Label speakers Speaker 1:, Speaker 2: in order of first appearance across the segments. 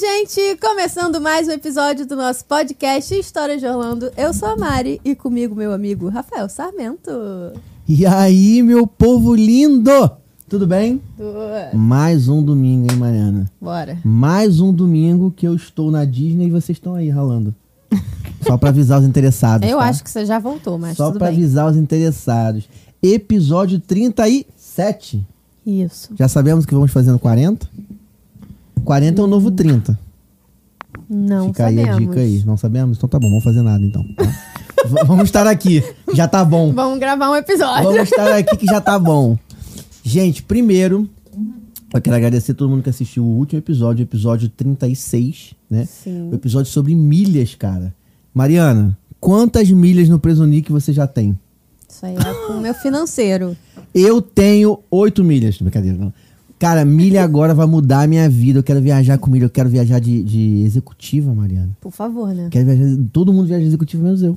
Speaker 1: gente! Começando mais um episódio do nosso podcast História de Orlando. Eu sou a Mari e comigo meu amigo Rafael Sarmento.
Speaker 2: E aí, meu povo lindo! Tudo bem?
Speaker 1: Do-
Speaker 2: Mais um domingo, hein, Mariana?
Speaker 1: Bora.
Speaker 2: Mais um domingo que eu estou na Disney e vocês estão aí ralando. Só pra avisar os interessados.
Speaker 1: Eu
Speaker 2: tá?
Speaker 1: acho que você já voltou, mas
Speaker 2: Só
Speaker 1: tudo
Speaker 2: pra
Speaker 1: bem.
Speaker 2: avisar os interessados. Episódio 37.
Speaker 1: Isso.
Speaker 2: Já sabemos o que vamos fazer no 40? 40 é o novo 30.
Speaker 1: Não
Speaker 2: Fica
Speaker 1: sabemos.
Speaker 2: aí a dica aí. Não sabemos? Então tá bom, vamos fazer nada então. tá? V- vamos estar aqui. Já tá bom.
Speaker 1: Vamos gravar um episódio.
Speaker 2: Vamos estar aqui que já tá bom. Gente, primeiro, eu quero agradecer a todo mundo que assistiu o último episódio, episódio 36, né?
Speaker 1: Sim.
Speaker 2: O episódio sobre milhas, cara. Mariana, quantas milhas no Presoni que você já tem?
Speaker 1: Isso aí é com o meu financeiro. Eu
Speaker 2: Eu tenho 8 milhas. Brincadeira, não. Cara, milha agora vai mudar a minha vida. Eu quero viajar com milha, eu quero viajar de, de executiva, Mariana.
Speaker 1: Por favor, né?
Speaker 2: Quero viajar, todo mundo viaja de executiva, menos eu.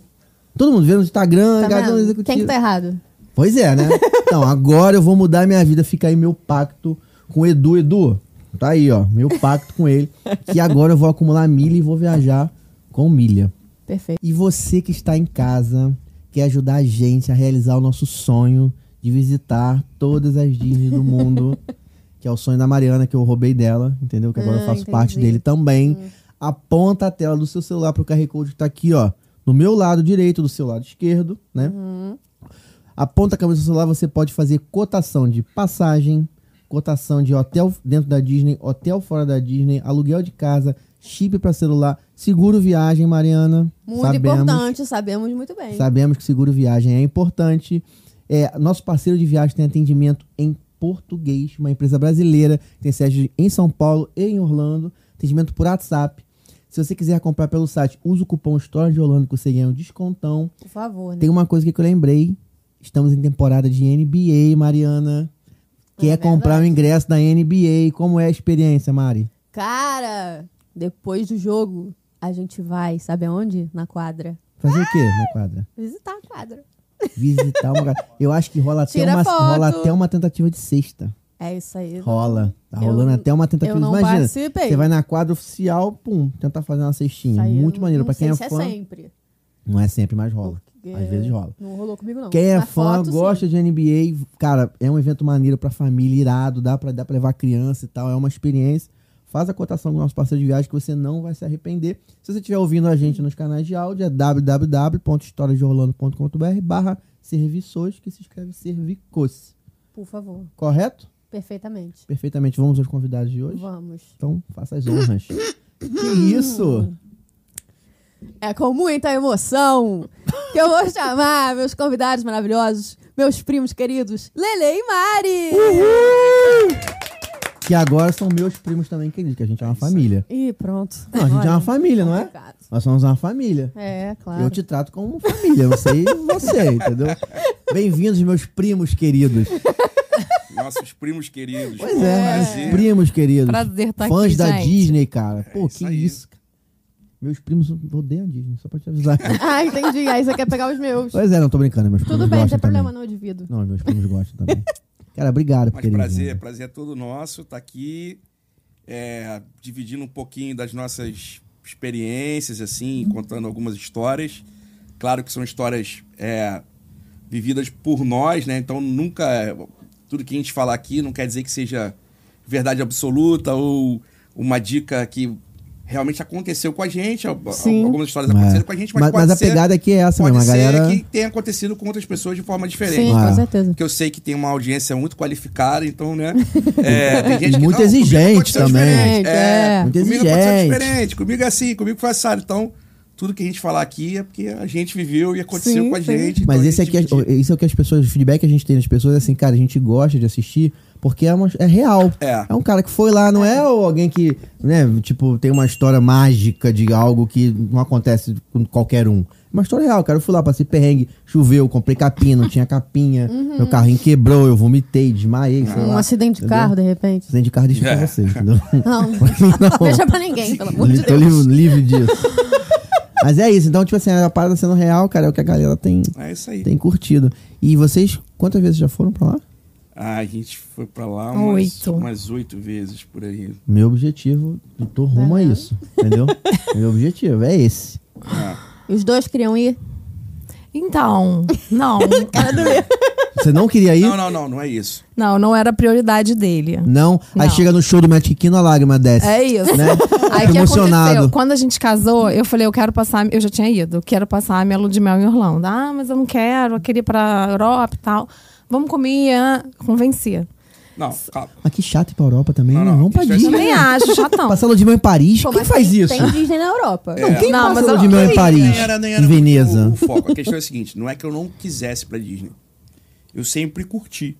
Speaker 2: Todo mundo vê no Instagram,
Speaker 1: Tá
Speaker 2: viajando de
Speaker 1: vendo?
Speaker 2: executiva.
Speaker 1: Quem que tá errado?
Speaker 2: Pois é, né? Então, agora eu vou mudar minha vida, fica aí meu pacto com o Edu. Edu, tá aí, ó, meu pacto com ele, que agora eu vou acumular milha e vou viajar com milha.
Speaker 1: Perfeito.
Speaker 2: E você que está em casa, quer ajudar a gente a realizar o nosso sonho de visitar todas as Disney do mundo, que é o sonho da Mariana, que eu roubei dela, entendeu? Que agora
Speaker 1: Ah,
Speaker 2: eu faço parte
Speaker 1: entendi. Hum.
Speaker 2: dele também. Aponta a tela do seu celular pro QR Code que tá aqui, ó, no meu lado direito, do seu lado esquerdo, né? Aponta a câmera do seu celular, você pode fazer cotação de passagem, cotação de hotel dentro da Disney, hotel fora da Disney, aluguel de casa, chip para celular, seguro viagem, Mariana.
Speaker 1: Muito
Speaker 2: sabemos,
Speaker 1: importante, sabemos muito bem.
Speaker 2: Sabemos que seguro viagem é importante. É, nosso parceiro de viagem tem atendimento em português, uma empresa brasileira, tem sede em São Paulo e em Orlando, atendimento por WhatsApp. Se você quiser comprar pelo site, usa o cupom História de Orlando que você ganha um descontão.
Speaker 1: Por favor, né?
Speaker 2: Tem uma coisa que eu lembrei. Estamos em temporada de NBA, Mariana. Quer
Speaker 1: É
Speaker 2: comprar o
Speaker 1: verdade.
Speaker 2: ingresso da NBA? Como é a experiência, Mari?
Speaker 1: Cara, depois do jogo, a gente vai, sabe aonde? Na quadra.
Speaker 2: Fazer o quê
Speaker 1: Ah!
Speaker 2: na quadra?
Speaker 1: Visitar a quadra.
Speaker 2: Visitar uma quadra. Eu acho que rola até,
Speaker 1: Tira
Speaker 2: uma,
Speaker 1: foto.
Speaker 2: rola até uma tentativa de sexta.
Speaker 1: É isso aí.
Speaker 2: Rola. Tá
Speaker 1: Eu-
Speaker 2: rolando até uma tentativa
Speaker 1: eu não
Speaker 2: Imagina,
Speaker 1: participei.
Speaker 2: Você vai na quadra oficial, pum, tentar fazer uma
Speaker 1: Isso
Speaker 2: cestinha.
Speaker 1: aí,
Speaker 2: Muito
Speaker 1: eu
Speaker 2: maneiro.
Speaker 1: não
Speaker 2: Pra quem é
Speaker 1: sei se
Speaker 2: fã.
Speaker 1: É sempre.
Speaker 2: Não é sempre, mas rola.
Speaker 1: Porque
Speaker 2: Às vezes rola.
Speaker 1: Não rolou comigo, não.
Speaker 2: Quem é
Speaker 1: Na
Speaker 2: fã,
Speaker 1: foto, sim.
Speaker 2: gosta de NBA, cara, é um evento maneiro pra família, irado, dá pra, dá pra levar criança e tal, é uma experiência. Faz a cotação com o nosso parceiro de viagem que você não vai se arrepender. Se você estiver ouvindo a gente nos canais de áudio, é www.historiadeorlando.com.br barra serviços, que se escreve servicos.
Speaker 1: Por favor,
Speaker 2: Correto?
Speaker 1: perfeitamente.
Speaker 2: Perfeitamente. Vamos aos convidados de hoje?
Speaker 1: Vamos.
Speaker 2: Então, faça as honras. que isso?
Speaker 1: É com muita emoção que eu vou chamar meus convidados maravilhosos, meus primos queridos, Lele e Mari.
Speaker 2: Que agora são meus primos também, queridos, que a gente é uma família.
Speaker 1: E pronto.
Speaker 2: Não, a gente é uma família, não é?
Speaker 1: Complicado.
Speaker 2: Nós somos uma família.
Speaker 1: É,
Speaker 2: Eu
Speaker 1: claro.
Speaker 2: te trato como família, eu sei você, entendeu? Bem-vindos, meus primos queridos.
Speaker 3: Nossos primos queridos.
Speaker 2: Pois é,
Speaker 3: Prazer.
Speaker 2: primos queridos.
Speaker 4: Prazer tá
Speaker 2: fãs
Speaker 4: aqui,
Speaker 2: da
Speaker 4: gente.
Speaker 2: Disney, cara. Pô,
Speaker 3: É isso
Speaker 2: que
Speaker 3: aí.
Speaker 2: isso. cara. Meus primos odeiam a Disney, só pra te avisar.
Speaker 1: Ah, entendi. Aí você quer pegar os meus.
Speaker 2: pois é, não tô brincando, meus primos
Speaker 1: Tudo bem, não
Speaker 2: gostam
Speaker 1: tem problema,
Speaker 2: também.
Speaker 1: não, eu divido.
Speaker 2: Não, meus primos gostam também. Cara, obrigado por
Speaker 3: Mas
Speaker 2: terem
Speaker 3: prazer,
Speaker 2: vindo.
Speaker 3: prazer é todo nosso. Tá aqui é, dividindo um pouquinho das nossas experiências, assim, contando algumas histórias. Claro que são histórias é, vividas por nós, né? Então nunca. Tudo que a gente falar aqui não quer dizer que seja verdade absoluta ou uma dica que realmente aconteceu com a gente. al- al-
Speaker 1: Sim.
Speaker 3: Algumas histórias
Speaker 2: É.
Speaker 3: aconteceram com a gente, mas,
Speaker 2: Mas,
Speaker 3: pode
Speaker 2: mas a
Speaker 3: ser-
Speaker 2: pegada aqui é essa
Speaker 3: Pode
Speaker 2: mesmo, a
Speaker 3: ser
Speaker 2: galera...
Speaker 3: que tenha acontecido com outras pessoas de forma diferente.
Speaker 1: Sim,
Speaker 2: Ah.
Speaker 1: com certeza.
Speaker 3: Porque eu sei que tem uma audiência muito qualificada, então, né? É, tem gente
Speaker 2: E
Speaker 3: que,
Speaker 2: muito
Speaker 3: "Não, comigo
Speaker 2: exigente
Speaker 3: pode ser
Speaker 2: também.
Speaker 3: diferente." É,
Speaker 1: É.
Speaker 2: Muito
Speaker 3: comigo pode ser
Speaker 2: exigente.
Speaker 3: diferente, comigo é assim, comigo foi assado. Então, tudo que a gente falar aqui é porque a gente viveu e aconteceu
Speaker 1: Sim,
Speaker 3: com a
Speaker 1: sim.
Speaker 3: gente. então
Speaker 2: Mas
Speaker 3: a
Speaker 2: esse aqui,
Speaker 3: gente
Speaker 2: é,
Speaker 3: divide.
Speaker 2: isso é o que as pessoas, o feedback que a gente tem das pessoas, é assim, cara, a gente gosta de assistir porque é, uma- é real.
Speaker 3: É.
Speaker 2: um cara que foi lá, não é ou alguém que, né, tipo, tem uma história mágica de algo que não acontece com qualquer um. É Uma história real, cara. Eu fui lá, passei perrengue, choveu, comprei capinha, não tinha capinha,
Speaker 1: Uhum.
Speaker 2: meu carrinho quebrou, eu vomitei, desmaiei, sei
Speaker 1: Um
Speaker 2: lá.
Speaker 1: acidente de carro, de repente.
Speaker 2: Acidente de carro deixa pra
Speaker 3: É.
Speaker 2: vocês, entendeu?
Speaker 1: Não,
Speaker 2: Não.
Speaker 1: deixa pra ninguém, pelo amor de
Speaker 2: Li- Tô
Speaker 1: Deus.
Speaker 2: livre, livre disso. Mas é isso, então, tipo assim, a parada sendo real, cara, é o que a galera tem,
Speaker 3: É isso aí.
Speaker 2: tem curtido. E vocês, quantas vezes já foram pra lá?
Speaker 3: Ah, a gente foi pra lá umas
Speaker 4: Oito.
Speaker 3: umas oito vezes por aí.
Speaker 2: Meu objetivo, eu tô rumo a
Speaker 1: Aham.
Speaker 2: isso, entendeu? Meu objetivo é esse.
Speaker 3: Ah,
Speaker 1: E os dois queriam ir?
Speaker 4: Então, não.
Speaker 2: Você não queria ir?
Speaker 3: não, não, não, não é isso.
Speaker 4: não, não era a prioridade dele.
Speaker 2: Não? Aí
Speaker 4: Não.
Speaker 2: chega no show do Magic Kino, a lágrima desce.
Speaker 4: É isso.
Speaker 2: Né?
Speaker 4: Aí
Speaker 2: Fico
Speaker 4: o que
Speaker 2: emocionado.
Speaker 4: aconteceu? Quando a gente casou, eu falei, eu quero passar. Eu já tinha ido, quero passar a minha lua de mel em Orlando. Ah, mas eu não quero, eu queria ir pra Europa e tal. Vamos comer, ah, convencia.
Speaker 3: Não, calma.
Speaker 2: Mas Ah, que chato ir pra Europa também,
Speaker 3: Não,
Speaker 2: não,
Speaker 3: não,
Speaker 2: Vamos pra
Speaker 3: isso é
Speaker 2: Disney.
Speaker 4: Também acho, chatão.
Speaker 2: Passar lua de mel em Paris?
Speaker 1: Pô,
Speaker 2: quem
Speaker 1: mas
Speaker 2: faz
Speaker 1: tem-
Speaker 2: isso?
Speaker 1: Tem Disney na Europa.
Speaker 3: É.
Speaker 2: Quem
Speaker 4: Não, mas
Speaker 2: passa lua
Speaker 4: eu-
Speaker 2: de mel em
Speaker 4: quem-
Speaker 2: Paris?
Speaker 3: Nem era, nem era
Speaker 2: em
Speaker 3: muito
Speaker 2: Veneza.
Speaker 3: O, o foco. A questão é a seguinte: não é que eu não quisesse ir pra Disney. Eu sempre curti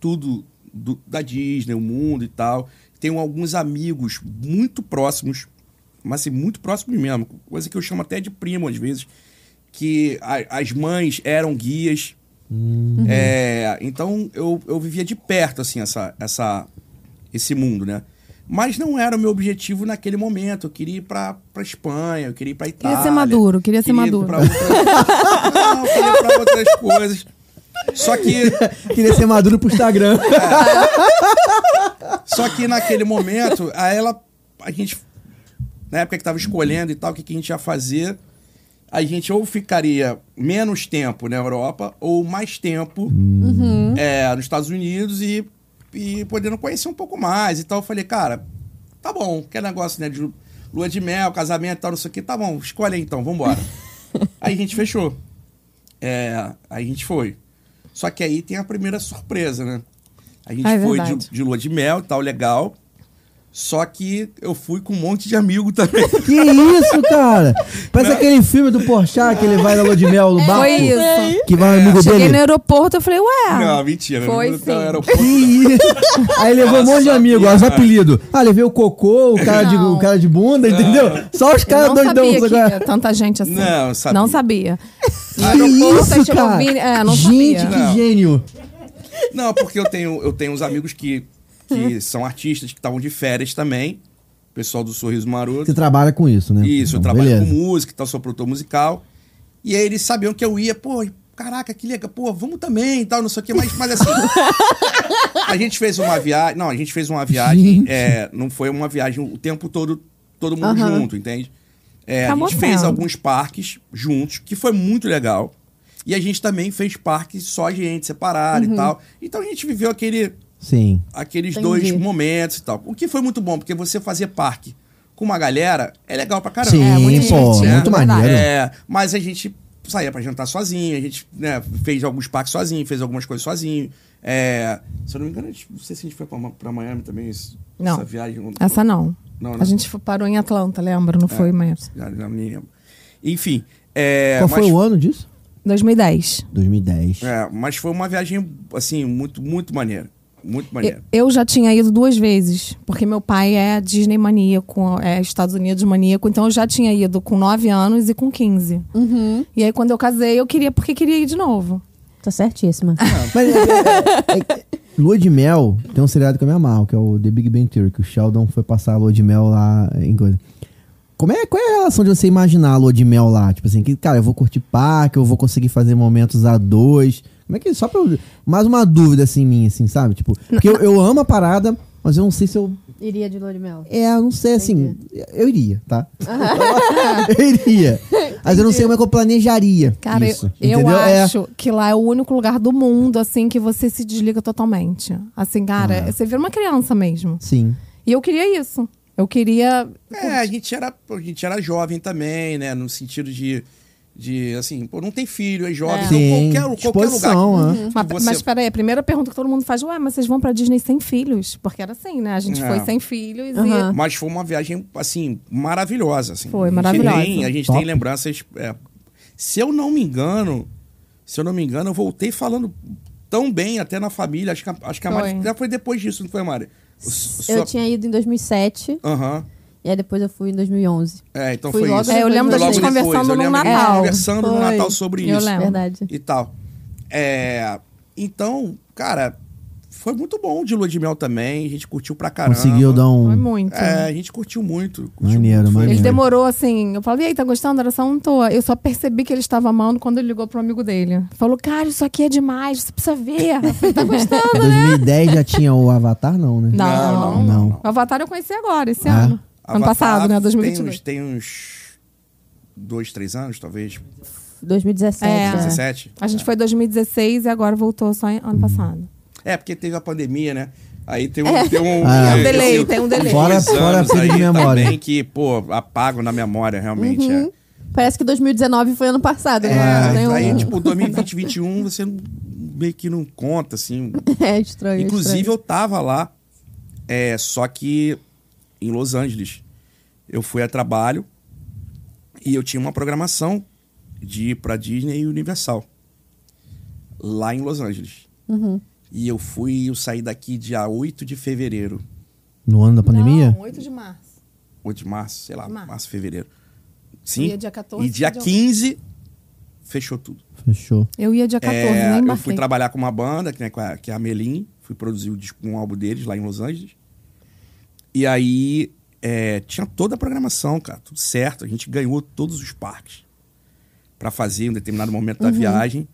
Speaker 3: tudo do- da Disney, o mundo e tal. Tenho alguns amigos muito próximos, mas assim, muito próximos mesmo. Coisa que eu chamo até de primo às vezes. Que a- as mães eram guias.
Speaker 4: Uhum.
Speaker 3: É, então eu, eu vivia de perto, assim, essa, essa, esse mundo, né? Mas não era o meu objetivo naquele momento. Eu queria ir pra, pra Espanha, eu queria ir pra Itália.
Speaker 4: Queria ser maduro, queria ser
Speaker 3: queria ir
Speaker 4: maduro.
Speaker 3: pra outras- Não, queria ir pra outras coisas. Só que
Speaker 2: Queria ser maduro pro Instagram.
Speaker 3: Só que naquele momento, a ela, a gente, na época que tava escolhendo e tal, o que, que a gente ia fazer, a gente ou ficaria menos tempo na Europa ou mais tempo é, nos Estados Unidos e, e podendo conhecer um pouco mais e tal. Eu falei, cara, tá bom, que negócio, né, de lua de mel, casamento e tal, não sei o que, tá bom, escolhe aí então, vambora. aí a gente fechou. É, aí a gente foi. Só que aí tem a primeira surpresa, né? A gente
Speaker 4: Ah, é
Speaker 3: foi de,
Speaker 4: verdade.
Speaker 3: de lua de mel e tal, legal. Só que eu fui com um monte de amigo também.
Speaker 2: que isso, cara? Parece aquele filme do Porchat que ele vai na lua de mel no barco.
Speaker 4: Foi É isso.
Speaker 2: Que vai um amigo
Speaker 4: Cheguei no
Speaker 2: dele.
Speaker 4: aeroporto, eu falei, ué.
Speaker 3: Não, mentira.
Speaker 4: Foi
Speaker 3: não,
Speaker 4: sim.
Speaker 3: não era um o
Speaker 2: Que isso? Aí levou um
Speaker 3: Ela
Speaker 2: monte de
Speaker 3: sabia,
Speaker 2: amigo, ó, os
Speaker 3: cara. É.
Speaker 2: apelido. Ah, levei o cocô, o cara, de,
Speaker 4: Não.
Speaker 2: o cara de bunda, entendeu? Só os
Speaker 4: Eu
Speaker 2: caras
Speaker 4: não
Speaker 2: doidão.
Speaker 4: sabia que
Speaker 2: agora.
Speaker 4: ia tanta gente assim.
Speaker 3: Não, sabia.
Speaker 4: Não sabia.
Speaker 2: Que
Speaker 4: aeroporto, aí
Speaker 2: isso,
Speaker 4: chegou o
Speaker 2: cara?
Speaker 4: Vini- é, não
Speaker 2: Gente,
Speaker 4: sabia.
Speaker 2: que
Speaker 3: Não.
Speaker 2: gênio.
Speaker 3: Não, porque eu tenho, eu tenho uns amigos que, que são artistas que estavam de férias também. Pessoal do Sorriso
Speaker 2: Você
Speaker 3: Maroto.
Speaker 2: trabalha com isso, né?
Speaker 3: Isso, eu
Speaker 2: Então,
Speaker 3: trabalho
Speaker 2: beleza.
Speaker 3: com música, e tal, sou produtor musical. E aí eles sabiam que eu ia, pô, caraca, que legal, pô, vamos também e tal, não sei o que, mas, mas assim. a gente fez uma viagem. Não, a gente fez uma viagem.
Speaker 2: Gente.
Speaker 3: é, não foi uma viagem o tempo todo, todo mundo
Speaker 1: Aham.
Speaker 3: junto, entende? É, a
Speaker 4: Acabou
Speaker 3: gente fez
Speaker 4: sendo.
Speaker 3: alguns parques juntos, que foi muito legal. E a gente também fez parques só a gente, separado e tal. Então a gente viveu aquele,
Speaker 2: Sim.
Speaker 3: aqueles
Speaker 1: Entendi.
Speaker 3: dois momentos e tal. O que foi muito bom, porque você fazer parque com uma galera é legal pra caramba.
Speaker 2: Sim,
Speaker 4: É, muito
Speaker 2: pô,
Speaker 4: divertido,
Speaker 2: muito
Speaker 4: é verdade.
Speaker 2: maneiro.
Speaker 3: É, mas a gente saía pra jantar sozinho, a gente né, fez alguns parques sozinho, fez algumas coisas sozinho. É, se eu não me engano, a gente- não sei se a gente foi pra, Ma- pra Miami também, esse-
Speaker 4: Não.
Speaker 3: essa viagem.
Speaker 4: Essa não.
Speaker 3: Não, É.
Speaker 4: A
Speaker 3: não.
Speaker 4: gente foi- parou em Atlanta, lembra? Não foi, mas.
Speaker 3: Já- já nem lembro. Enfim, é,
Speaker 2: Qual
Speaker 3: mas,
Speaker 2: foi o ano disso?
Speaker 4: 2010.
Speaker 2: 2010.
Speaker 3: é, mas foi uma viagem, assim, muito, muito maneira. Muito
Speaker 4: Eu,
Speaker 3: maneira.
Speaker 4: eu já tinha ido duas vezes, porque meu pai é Disney maníaco, é Estados Unidos maníaco, então eu já tinha ido com 9 anos e com 15. E aí quando eu casei, eu queria, porque queria ir de novo.
Speaker 1: Tá certíssima.
Speaker 2: Mas, é, é, é, Lua de Mel tem um seriado que eu me amarro, que é o The Big Bang Theory, que o Sheldon foi passar a Lua de Mel lá em coisa. Como é, qual é a relação de você imaginar a Lua de Mel lá? Tipo assim, que, cara, eu vou curtir parque, eu vou conseguir fazer momentos a dois. Como é que. Só pra. eu- Mais uma dúvida assim minha, assim, sabe? Tipo, porque eu, eu amo a parada, mas eu não sei se eu.
Speaker 1: Iria de lua de mel.
Speaker 2: É, eu não sei, assim. Eu iria, tá? eu iria. Mas eu não sei como é que eu planejaria.
Speaker 4: Cara,
Speaker 2: isso,
Speaker 4: eu, eu
Speaker 2: entendeu? É.
Speaker 4: acho que lá é o único lugar do mundo, assim, que você se desliga totalmente. Assim, cara, você vira uma criança mesmo.
Speaker 2: Sim.
Speaker 4: E eu queria isso. Eu queria.
Speaker 3: É, a gente era, a gente era jovem também, né? No sentido de, de assim, pô, não tem filho, é jovem. Então
Speaker 2: Sim,
Speaker 3: qualquer, qualquer lugar.
Speaker 2: disposição, né?
Speaker 3: que
Speaker 4: Mas,
Speaker 3: você-
Speaker 4: mas peraí, a primeira pergunta que todo mundo faz, ué, mas vocês vão pra Disney sem filhos? Porque era assim, né? A gente
Speaker 3: É.
Speaker 4: foi sem filhos
Speaker 1: Aham.
Speaker 3: Mas foi uma viagem, assim, maravilhosa. Assim.
Speaker 4: Ah. Foi
Speaker 3: A gente
Speaker 4: maravilhosa.
Speaker 3: tem- a gente
Speaker 2: Top.
Speaker 3: tem lembranças. é, se eu não me engano, se eu não me engano, eu voltei falando tão bem até na família. Acho que a, acho que a
Speaker 4: Foi.
Speaker 3: Mari. Já foi depois disso, não foi, Mari? O s-
Speaker 1: Eu
Speaker 3: sua-
Speaker 1: tinha ido em 2007
Speaker 3: Aham.
Speaker 1: e aí depois eu fui em 2011.
Speaker 3: É, então
Speaker 1: Fui
Speaker 3: foi
Speaker 1: logo
Speaker 3: isso.
Speaker 4: e. É, eu lembro da
Speaker 3: Logo
Speaker 4: gente
Speaker 3: depois,
Speaker 4: conversando
Speaker 3: eu
Speaker 4: no
Speaker 3: lembro da gente
Speaker 4: Natal.
Speaker 3: conversando no
Speaker 1: Foi.
Speaker 3: Natal sobre
Speaker 4: Eu
Speaker 3: isso.
Speaker 4: lembro.
Speaker 1: Verdade.
Speaker 3: e tal. É, então, cara, foi muito bom de lua de mel também. A gente curtiu pra caramba.
Speaker 2: Conseguiu dar
Speaker 4: Foi
Speaker 2: um.
Speaker 4: muito.
Speaker 3: É, a gente curtiu muito. Curtiu
Speaker 2: Maneiro,
Speaker 3: muito. Foi-
Speaker 2: maneiro.
Speaker 4: Ele demorou assim. Eu falei, e aí, tá gostando? Era só um toa. Eu só percebi que ele estava amando quando ele ligou pro amigo dele. Falou, cara, isso aqui é demais, você precisa ver. Eu falei, tá gostando?
Speaker 2: Em 2010 já tinha o Avatar, não, né?
Speaker 4: Não,
Speaker 3: Não,
Speaker 4: não,
Speaker 3: não,
Speaker 2: não.
Speaker 4: O Avatar eu conheci agora, esse
Speaker 2: Ah.
Speaker 4: ano. ano
Speaker 3: Avatar
Speaker 4: passado, né?
Speaker 3: Tem
Speaker 4: 2022.
Speaker 3: uns, tem uns dois, três anos, talvez.
Speaker 1: 2017.
Speaker 4: É.
Speaker 1: né?
Speaker 3: 17?
Speaker 4: A gente foi em 2016 e agora voltou só em- ano passado.
Speaker 3: É, porque teve a pandemia, né? Aí tem um. Tem um,
Speaker 2: Ah, é.
Speaker 4: um delay,
Speaker 3: esse-
Speaker 4: tem um delay.
Speaker 2: Fora-
Speaker 3: esses
Speaker 2: fora
Speaker 3: anos
Speaker 2: filho de
Speaker 3: aí
Speaker 2: memória.
Speaker 3: Também que, pô, apago na memória, realmente. é.
Speaker 4: Uhum.
Speaker 1: Parece que 2019 foi ano passado,
Speaker 3: É,
Speaker 1: né? Não tem um-
Speaker 3: aí, tipo, 2020, 2021, você não- meio que não conta, assim.
Speaker 1: é estranho.
Speaker 3: Inclusive,
Speaker 1: estranho.
Speaker 3: eu tava lá, é, só que em Los Angeles. Eu fui a trabalho e eu tinha uma programação de ir pra Disney e Universal. Lá em Los Angeles. E eu fui, eu saí daqui dia 8 de fevereiro.
Speaker 2: No ano da pandemia?
Speaker 4: Não, 8 de março.
Speaker 3: 8 de março, sei lá,
Speaker 4: Março.
Speaker 3: março, fevereiro. Sim.
Speaker 4: Ia dia 14,
Speaker 3: e dia
Speaker 4: dia
Speaker 3: 15 fechou tudo.
Speaker 2: Fechou.
Speaker 4: Eu ia dia 14,
Speaker 3: É,
Speaker 4: nem
Speaker 3: eu fui
Speaker 4: embarquei.
Speaker 3: trabalhar com uma banda, que, né, com a- que é a Melim. Fui produzir o disco, um álbum deles lá em Los Angeles. E aí é, tinha toda a programação, cara, tudo certo. A gente ganhou todos os parques para fazer em um determinado momento
Speaker 2: Uhum.
Speaker 3: da viagem.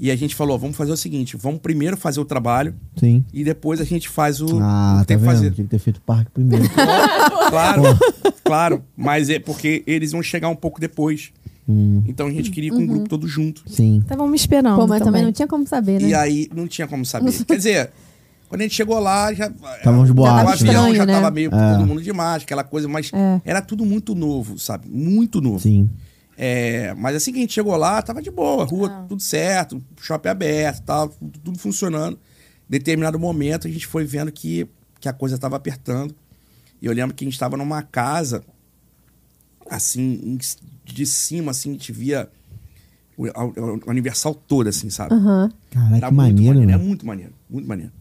Speaker 3: E a gente falou: ó, vamos fazer o seguinte, vamos primeiro fazer o trabalho
Speaker 2: Sim.
Speaker 3: e depois a gente faz
Speaker 2: Ah,
Speaker 3: o, o que
Speaker 2: tá
Speaker 3: tem que
Speaker 2: vendo?
Speaker 3: fazer.
Speaker 2: Tinha que ter feito o parque primeiro.
Speaker 3: Claro, claro. Mas é porque eles iam chegar um pouco depois.
Speaker 2: Hum,
Speaker 3: Então a gente queria ir com o grupo todo junto.
Speaker 2: sim.
Speaker 4: Estavam me Tá, esperando.
Speaker 1: Pô, mas também
Speaker 4: também
Speaker 1: não tinha como saber, né?
Speaker 3: E aí não tinha como saber. Quer dizer, quando a gente chegou lá, já.
Speaker 2: Tava É. uns
Speaker 3: o
Speaker 2: boatos,
Speaker 3: avião
Speaker 1: né?
Speaker 3: já
Speaker 1: Estranho, né? É.
Speaker 3: tava meio todo mundo demais, aquela coisa, mas era tudo muito novo, sabe? Muito novo.
Speaker 2: Sim.
Speaker 3: É, mas assim que a gente chegou lá, tava de boa, rua
Speaker 1: Ah.
Speaker 3: tudo certo, shopping aberto, tal, tudo, tudo funcionando. Determinado momento a gente foi vendo que, que a coisa tava apertando. E eu lembro que a gente tava numa casa, assim, em- de cima, assim, a gente via o, a- o Universal todo, assim, sabe?
Speaker 1: Aham.
Speaker 2: Caraca,
Speaker 3: Era
Speaker 2: que
Speaker 3: muito
Speaker 2: maneiro,
Speaker 3: maneiro,
Speaker 2: né?
Speaker 3: É muito maneiro, muito maneiro.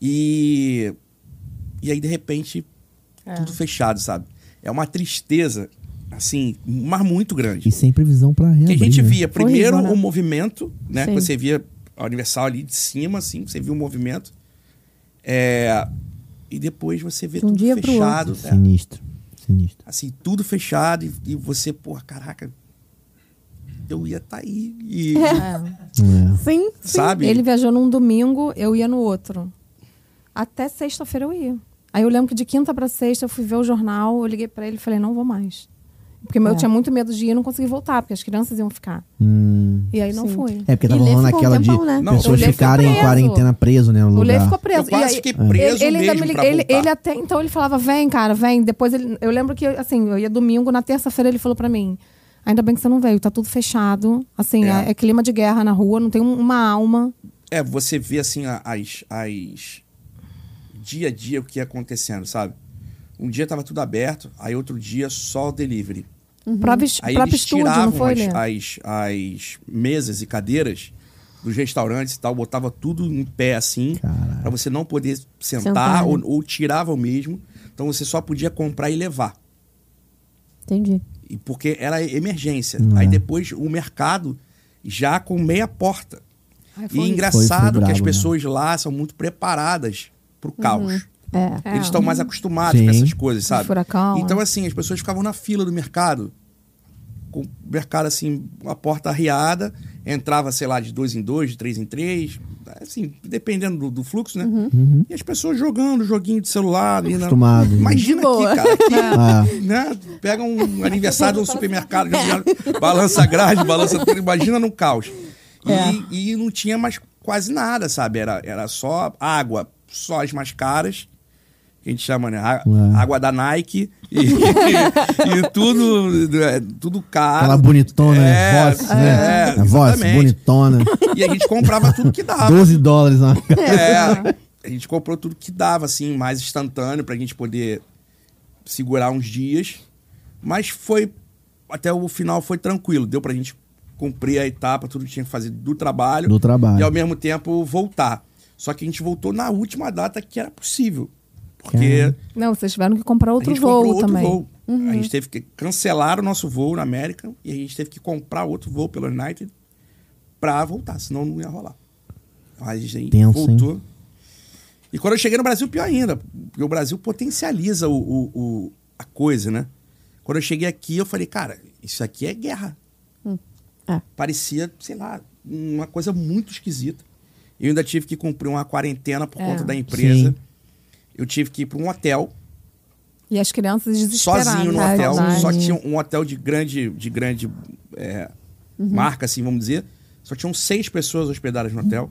Speaker 3: E, e aí, de repente, tudo fechado, sabe? É uma tristeza, assim, mas muito grande.
Speaker 2: E sem previsão pra
Speaker 3: Que
Speaker 2: reabrir,
Speaker 3: a gente
Speaker 2: né?
Speaker 3: via primeiro
Speaker 4: horrível, né?
Speaker 3: o movimento, né?
Speaker 1: Sim.
Speaker 3: Que você via a Universal ali de cima, assim, você viu o movimento. É, e depois você vê
Speaker 1: De um
Speaker 3: tudo
Speaker 1: dia pro
Speaker 3: fechado. né?
Speaker 2: Sinistro. Sinistro.
Speaker 3: Assim, tudo fechado e, e você, porra, caraca, eu ia estar aí. E,
Speaker 2: É.
Speaker 1: Sim, sim.
Speaker 3: Sabe?
Speaker 4: Ele viajou num domingo, eu ia no outro. Até sexta-feira eu ia. Aí eu lembro que de quinta pra sexta eu fui ver o jornal, eu liguei pra ele e falei, não vou mais. Porque
Speaker 3: É.
Speaker 4: eu tinha muito medo de ir e não consegui voltar, porque as crianças iam ficar.
Speaker 2: Hum.
Speaker 4: E aí não
Speaker 1: Sim.
Speaker 4: foi.
Speaker 2: É, porque
Speaker 1: E
Speaker 2: tava
Speaker 1: Lê
Speaker 2: rolando
Speaker 1: ficou um
Speaker 2: aquela de
Speaker 1: tempão, né?
Speaker 3: Não,
Speaker 2: pessoas
Speaker 4: o Lê ficou
Speaker 2: ficarem em
Speaker 4: preso.
Speaker 2: quarentena preso, né? No
Speaker 4: O Lê
Speaker 2: lugar.
Speaker 4: ficou preso.
Speaker 3: Eu quase
Speaker 4: e aí,
Speaker 3: fiquei preso
Speaker 4: ele, ele ainda
Speaker 3: mesmo
Speaker 4: me
Speaker 3: pra
Speaker 4: ligou. Ele,
Speaker 3: voltar.
Speaker 4: ele até então ele falava, vem, cara, vem. Depois ele, eu lembro que assim, eu ia domingo, na terça-feira ele falou pra mim, ainda bem que você não veio, tá tudo fechado, assim, é,
Speaker 3: É.
Speaker 4: é clima de guerra na rua, não tem um- uma alma.
Speaker 3: É, você vê assim a- as, as. dia a dia o que ia acontecendo, sabe? Um dia tava tudo aberto, aí outro dia só o delivery.
Speaker 4: Próprio, es-
Speaker 3: Aí
Speaker 4: Tipo próprio
Speaker 3: eles
Speaker 4: estúdio, não
Speaker 3: tiravam
Speaker 4: foi,
Speaker 3: as,
Speaker 4: Lê?
Speaker 3: as, as mesas e cadeiras dos restaurantes e tal, botava tudo em pé assim,
Speaker 2: Caraca.
Speaker 3: pra você não poder sentar,
Speaker 1: Sentar, né?
Speaker 3: ou, ou tiravam mesmo. Então você só podia comprar e levar.
Speaker 1: Entendi.
Speaker 3: E porque era emergência.
Speaker 2: Hum,
Speaker 3: Aí
Speaker 2: é.
Speaker 3: depois o mercado já com meia porta.
Speaker 4: Ai,
Speaker 3: E
Speaker 4: foi- um
Speaker 2: Foi- foi
Speaker 3: engraçado
Speaker 2: brabo,
Speaker 3: que as
Speaker 2: né?
Speaker 3: pessoas lá são muito preparadas pro caos.
Speaker 1: É.
Speaker 4: Uhum. É.
Speaker 3: Eles estão mais acostumados
Speaker 2: Sim.
Speaker 3: com essas coisas, sabe?
Speaker 4: Furacão,
Speaker 3: então,
Speaker 4: é.
Speaker 3: assim, as pessoas ficavam na fila do mercado, com o mercado, assim, a porta arriada, entrava, sei lá, de dois em dois, de três em três, assim, dependendo do, do fluxo, né?
Speaker 4: Uhum.
Speaker 3: E as pessoas jogando joguinho de celular ali na.
Speaker 2: Uhum. Acostumado.
Speaker 3: Imagina
Speaker 1: De boa.
Speaker 3: aqui, cara. Aqui,
Speaker 4: É.
Speaker 2: Ah,
Speaker 3: né? Pega um aniversário do supermercado, balança a grade, balança tudo, imagina no caos. E, e não tinha mais quase nada, sabe? Era, era só água, só as mais caras, que a gente chama, né? A-
Speaker 2: Ué.
Speaker 3: Água da Nike e, e tudo, é, tudo caro.
Speaker 2: aquela bonitona, né?
Speaker 3: É,
Speaker 2: Voz, né?
Speaker 3: é,
Speaker 2: A voz
Speaker 3: exatamente. Ah.
Speaker 2: bonitona.
Speaker 3: E a gente comprava tudo que dava.
Speaker 2: 12 dólares na
Speaker 3: É, a gente comprou tudo que dava, assim, mais instantâneo, pra gente poder segurar uns dias. Mas foi. Até o final foi tranquilo. Deu pra gente cumprir a etapa, tudo que tinha que fazer do trabalho.
Speaker 2: do
Speaker 3: E ao
Speaker 2: trabalho.
Speaker 3: mesmo tempo voltar. Só que a gente voltou na última data que era possível. Porque
Speaker 2: Caramba.
Speaker 4: Não, vocês tiveram que comprar
Speaker 3: a
Speaker 4: outro
Speaker 3: gente comprou
Speaker 4: voo
Speaker 3: outro
Speaker 4: também. Uhum.
Speaker 3: voo. A gente teve que cancelar o nosso voo na América e a gente teve que comprar outro voo pela United pra voltar, senão não ia rolar. Aí a gente
Speaker 2: Tenso, hein?
Speaker 3: voltou. E quando eu cheguei no Brasil, pior ainda. Porque o Brasil potencializa o, o- o- a coisa, né? Quando eu cheguei aqui, eu falei, cara, isso aqui é guerra.
Speaker 4: Hum.
Speaker 1: É.
Speaker 3: Parecia, sei lá, uma coisa muito esquisita. Eu ainda tive que cumprir uma quarentena por
Speaker 4: É.
Speaker 3: conta da empresa.
Speaker 2: Sim.
Speaker 3: Eu tive que ir para um hotel
Speaker 4: E as crianças desesperadas.
Speaker 3: sozinho no
Speaker 1: Ai,
Speaker 3: hotel.
Speaker 4: tá.
Speaker 1: saudade.
Speaker 3: Só tinha um hotel de grande, de grande é, marca, assim, vamos dizer. Só tinham seis pessoas hospedadas no hotel.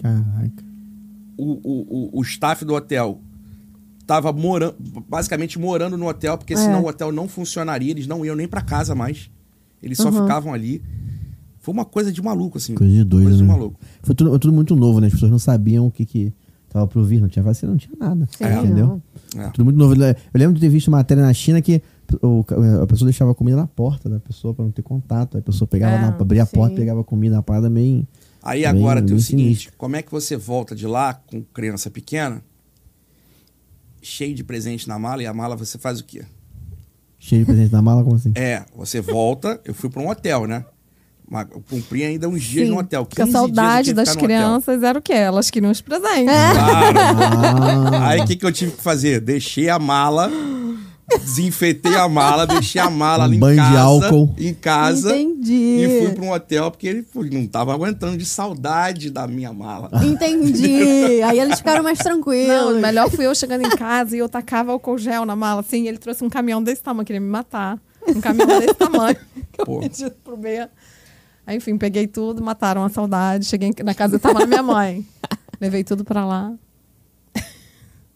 Speaker 2: Caraca.
Speaker 3: O, o, o, o staff do hotel tava morando, basicamente morando no hotel, porque senão o hotel não funcionaria, eles não iam nem para casa mais. Eles só ficavam ali. Foi uma coisa de maluco, assim.
Speaker 2: Coisa de doido,
Speaker 3: Coisa de
Speaker 2: né?
Speaker 3: maluco.
Speaker 2: Foi tudo, tudo muito novo, né? As pessoas não sabiam o que que tava por vir, não tinha vacina, não tinha nada.
Speaker 4: Sim.
Speaker 2: entendeu?
Speaker 3: É.
Speaker 2: Tudo muito novo. Eu lembro de ter visto matéria na China que o ca- a pessoa deixava a comida na porta da pessoa pra não ter contato. Aí a pessoa pegava,
Speaker 4: É,
Speaker 2: na, abria a
Speaker 1: Ah, sim.
Speaker 2: porta, pegava a comida, uma parada meio.
Speaker 3: Aí
Speaker 2: Bem-
Speaker 3: agora tem
Speaker 2: bem
Speaker 3: o seguinte:
Speaker 2: sinistro.
Speaker 3: como é que você volta de lá com criança pequena, cheio de presente na mala, e a mala você faz o quê?
Speaker 2: cheia de presente na mala, como assim?
Speaker 3: É, você volta, eu fui pra um hotel, né? Mas eu cumpri ainda uns dias
Speaker 4: Sim,
Speaker 3: no um hotel. 15
Speaker 4: Porque a
Speaker 3: dias eu
Speaker 4: saudade
Speaker 3: tinha que
Speaker 4: das
Speaker 3: ficar no hotel.
Speaker 4: crianças era o quê? Elas queriam os presentes.
Speaker 3: Claro.
Speaker 2: Ah,
Speaker 3: Aí o que, que eu tive que fazer? Deixei a mala, desinfetei a mala, deixei a mala
Speaker 2: Um
Speaker 3: ali
Speaker 2: banho
Speaker 3: em
Speaker 2: de
Speaker 3: casa.
Speaker 2: álcool.
Speaker 3: Em casa.
Speaker 1: Entendi.
Speaker 3: E fui pra um hotel porque ele pô, não tava aguentando de saudade da minha mala.
Speaker 1: Entendi. Aí eles ficaram mais
Speaker 4: Não, é.
Speaker 1: tranquilos.
Speaker 4: melhor fui eu chegando em casa e eu tacava álcool gel na mala, assim, e ele trouxe um caminhão desse tamanho, queria me matar. Um caminhão desse tamanho que eu
Speaker 3: Pô.
Speaker 1: É.
Speaker 4: pedi pro B. Aí, enfim, peguei tudo, mataram a saudade. Cheguei em- na casa, eu tava na minha mãe. Levei tudo pra lá.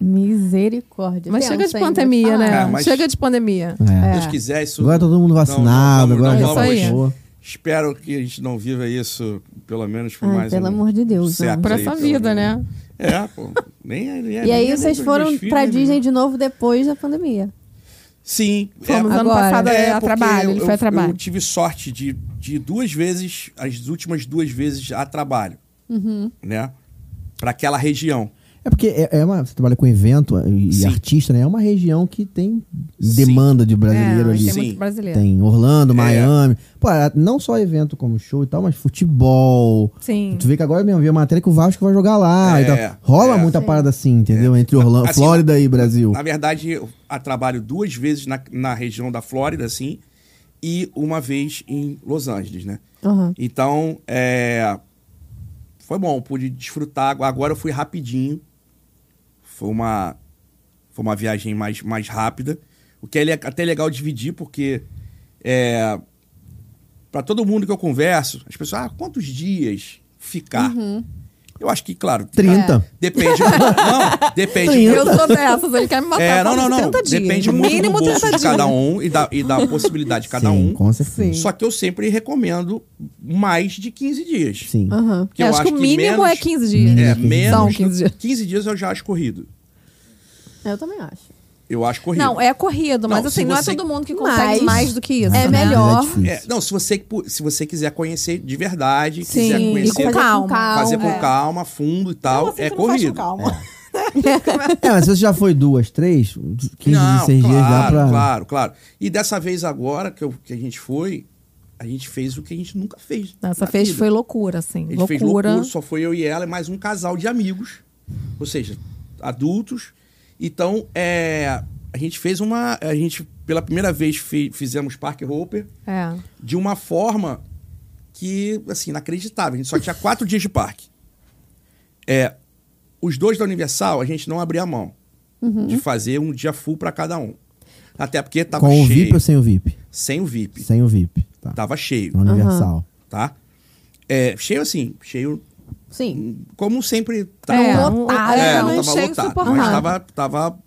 Speaker 1: Misericórdia.
Speaker 4: Mas chega
Speaker 1: Tenso,
Speaker 4: de
Speaker 1: hein? Vou te
Speaker 4: pandemia,
Speaker 1: falar.
Speaker 4: né?
Speaker 3: É, mas-
Speaker 4: Chega de pandemia.
Speaker 2: é.
Speaker 3: Se
Speaker 1: É.
Speaker 3: Deus quiser, isso.
Speaker 2: Agora todo mundo vacinado,
Speaker 3: Não, não, não,
Speaker 2: agora
Speaker 4: não,
Speaker 2: já
Speaker 4: vamos.
Speaker 2: passou.
Speaker 3: Espero que a gente não viva isso, pelo menos por
Speaker 1: Ai,
Speaker 3: mais
Speaker 1: pelo
Speaker 3: um
Speaker 1: amor de Deus,
Speaker 3: século
Speaker 1: não.
Speaker 4: Por
Speaker 3: aí,
Speaker 4: essa
Speaker 3: pelo
Speaker 4: vida,
Speaker 3: menos.
Speaker 4: né?
Speaker 3: É, pô. Nem, nem,
Speaker 1: E aí
Speaker 3: nem-
Speaker 1: vocês
Speaker 3: nem-
Speaker 1: foram
Speaker 3: É, meus filhos, né?
Speaker 1: pra
Speaker 3: nem-
Speaker 1: Disney de novo depois da pandemia.
Speaker 3: Sim.
Speaker 4: Fomos ano
Speaker 1: Agora.
Speaker 4: passado
Speaker 3: É,
Speaker 4: a
Speaker 3: porque
Speaker 4: trabalho,
Speaker 3: eu-
Speaker 4: ele foi a
Speaker 3: eu-
Speaker 4: trabalho.
Speaker 3: Eu tive sorte de, de duas vezes, as últimas duas vezes a trabalho, né? Pra aquela região.
Speaker 2: É porque é, é uma, você trabalha com evento e
Speaker 3: Sim.
Speaker 2: artista, né? É uma região que tem
Speaker 3: Sim.
Speaker 2: demanda de brasileiro
Speaker 4: é,
Speaker 2: ali.
Speaker 4: tem
Speaker 3: Sim.
Speaker 4: muito brasileiro.
Speaker 2: Tem
Speaker 3: É.
Speaker 2: Orlando, Miami. Pô, é, não só evento como show e tal, mas futebol.
Speaker 4: Sim.
Speaker 2: Tu vê que agora mesmo, vi a matéria que o Vasco vai jogar lá
Speaker 3: É,
Speaker 2: e tal. Rola
Speaker 3: é.
Speaker 2: muita parada assim, entendeu? Entre Orlando,
Speaker 3: Assim,
Speaker 2: Flórida e Brasil.
Speaker 3: Na verdade, eu a trabalho duas vezes na, na região da Flórida, assim, e uma vez em Los Angeles, né?
Speaker 1: Aham.
Speaker 3: Então, é, foi bom, pude desfrutar. Agora eu fui rapidinho. Foi uma, foi uma viagem mais, mais rápida. O que é le- até legal dividir, porque é, para todo mundo que eu converso, as pessoas, ah, quantos dias ficar?
Speaker 4: Uhum.
Speaker 3: Eu acho que, claro, é,
Speaker 2: 30.
Speaker 3: depende. não, depende.
Speaker 2: Trinta.
Speaker 4: Eu sou dessas, ele quer me matar.
Speaker 3: É,
Speaker 4: Eu
Speaker 3: não,
Speaker 4: falo,
Speaker 3: não, não.
Speaker 4: 30 dias,
Speaker 3: Depende
Speaker 4: no
Speaker 3: muito do
Speaker 4: mínimo 30
Speaker 3: bolso de
Speaker 4: dias.
Speaker 3: cada um e da, e da possibilidade de cada
Speaker 2: Sim,
Speaker 3: um.
Speaker 2: com certeza.
Speaker 1: Sim.
Speaker 3: Só que eu sempre recomendo mais de 15 dias.
Speaker 2: Sim.
Speaker 1: Aham.
Speaker 3: Porque
Speaker 4: eu acho, que o mínimo
Speaker 3: menos-
Speaker 4: é 15 dias.
Speaker 3: É,
Speaker 2: São
Speaker 3: menos.
Speaker 4: São
Speaker 3: do-
Speaker 4: 15 dias.
Speaker 3: 15 dias eu já acho corrido.
Speaker 1: Eu também acho.
Speaker 3: Eu acho corrido.
Speaker 4: Não, é corrido, mas
Speaker 3: Não,
Speaker 4: assim,
Speaker 3: se
Speaker 4: não é
Speaker 3: você-
Speaker 4: todo mundo que
Speaker 1: Mas-
Speaker 4: consegue mais do que isso.
Speaker 1: É
Speaker 4: né?
Speaker 1: melhor.
Speaker 3: É, não, se você, se você quiser conhecer de verdade,
Speaker 4: Sim,
Speaker 3: quiser
Speaker 4: e
Speaker 3: conhecer,
Speaker 4: com calma.
Speaker 3: fazer com
Speaker 4: É.
Speaker 3: calma, fundo e tal, é corrido.
Speaker 2: É, mas se você já foi duas, três, 15,
Speaker 3: não,
Speaker 2: 16
Speaker 3: claro,
Speaker 2: dias dá pra.
Speaker 3: claro, claro. E dessa vez agora que, eu- que a gente foi, a gente fez o que a gente nunca fez.
Speaker 4: Nossa,
Speaker 3: na
Speaker 4: fez
Speaker 3: vida.
Speaker 4: foi loucura, assim.
Speaker 3: A gente fez
Speaker 4: Loucura.
Speaker 3: loucura, só foi eu e ela, e mais um casal de amigos. Ou seja, adultos. Então, é, a gente fez uma. A gente, pela primeira vez, fi- fizemos Park Hopper
Speaker 4: É.
Speaker 3: de uma forma que, assim, inacreditável. A gente só tinha quatro dias de parque. É, os dois da Universal, a gente não abria a mão de fazer um dia full para cada um. Até porque tava
Speaker 2: Com o
Speaker 3: tá cheio.
Speaker 2: VIP ou sem o VIP?
Speaker 3: Sem o VIP.
Speaker 2: Sem o VIP. Tá.
Speaker 3: Tava cheio,
Speaker 2: Na Universal.
Speaker 3: tá? É, cheio assim, cheio
Speaker 1: Sim.
Speaker 3: como sempre tá.
Speaker 4: É,
Speaker 3: tá-
Speaker 4: um-
Speaker 1: lotado,
Speaker 3: é,
Speaker 1: né?
Speaker 3: não
Speaker 4: um
Speaker 3: tava
Speaker 4: cheio
Speaker 3: lotado, mas
Speaker 4: insuportável.
Speaker 3: tava, tava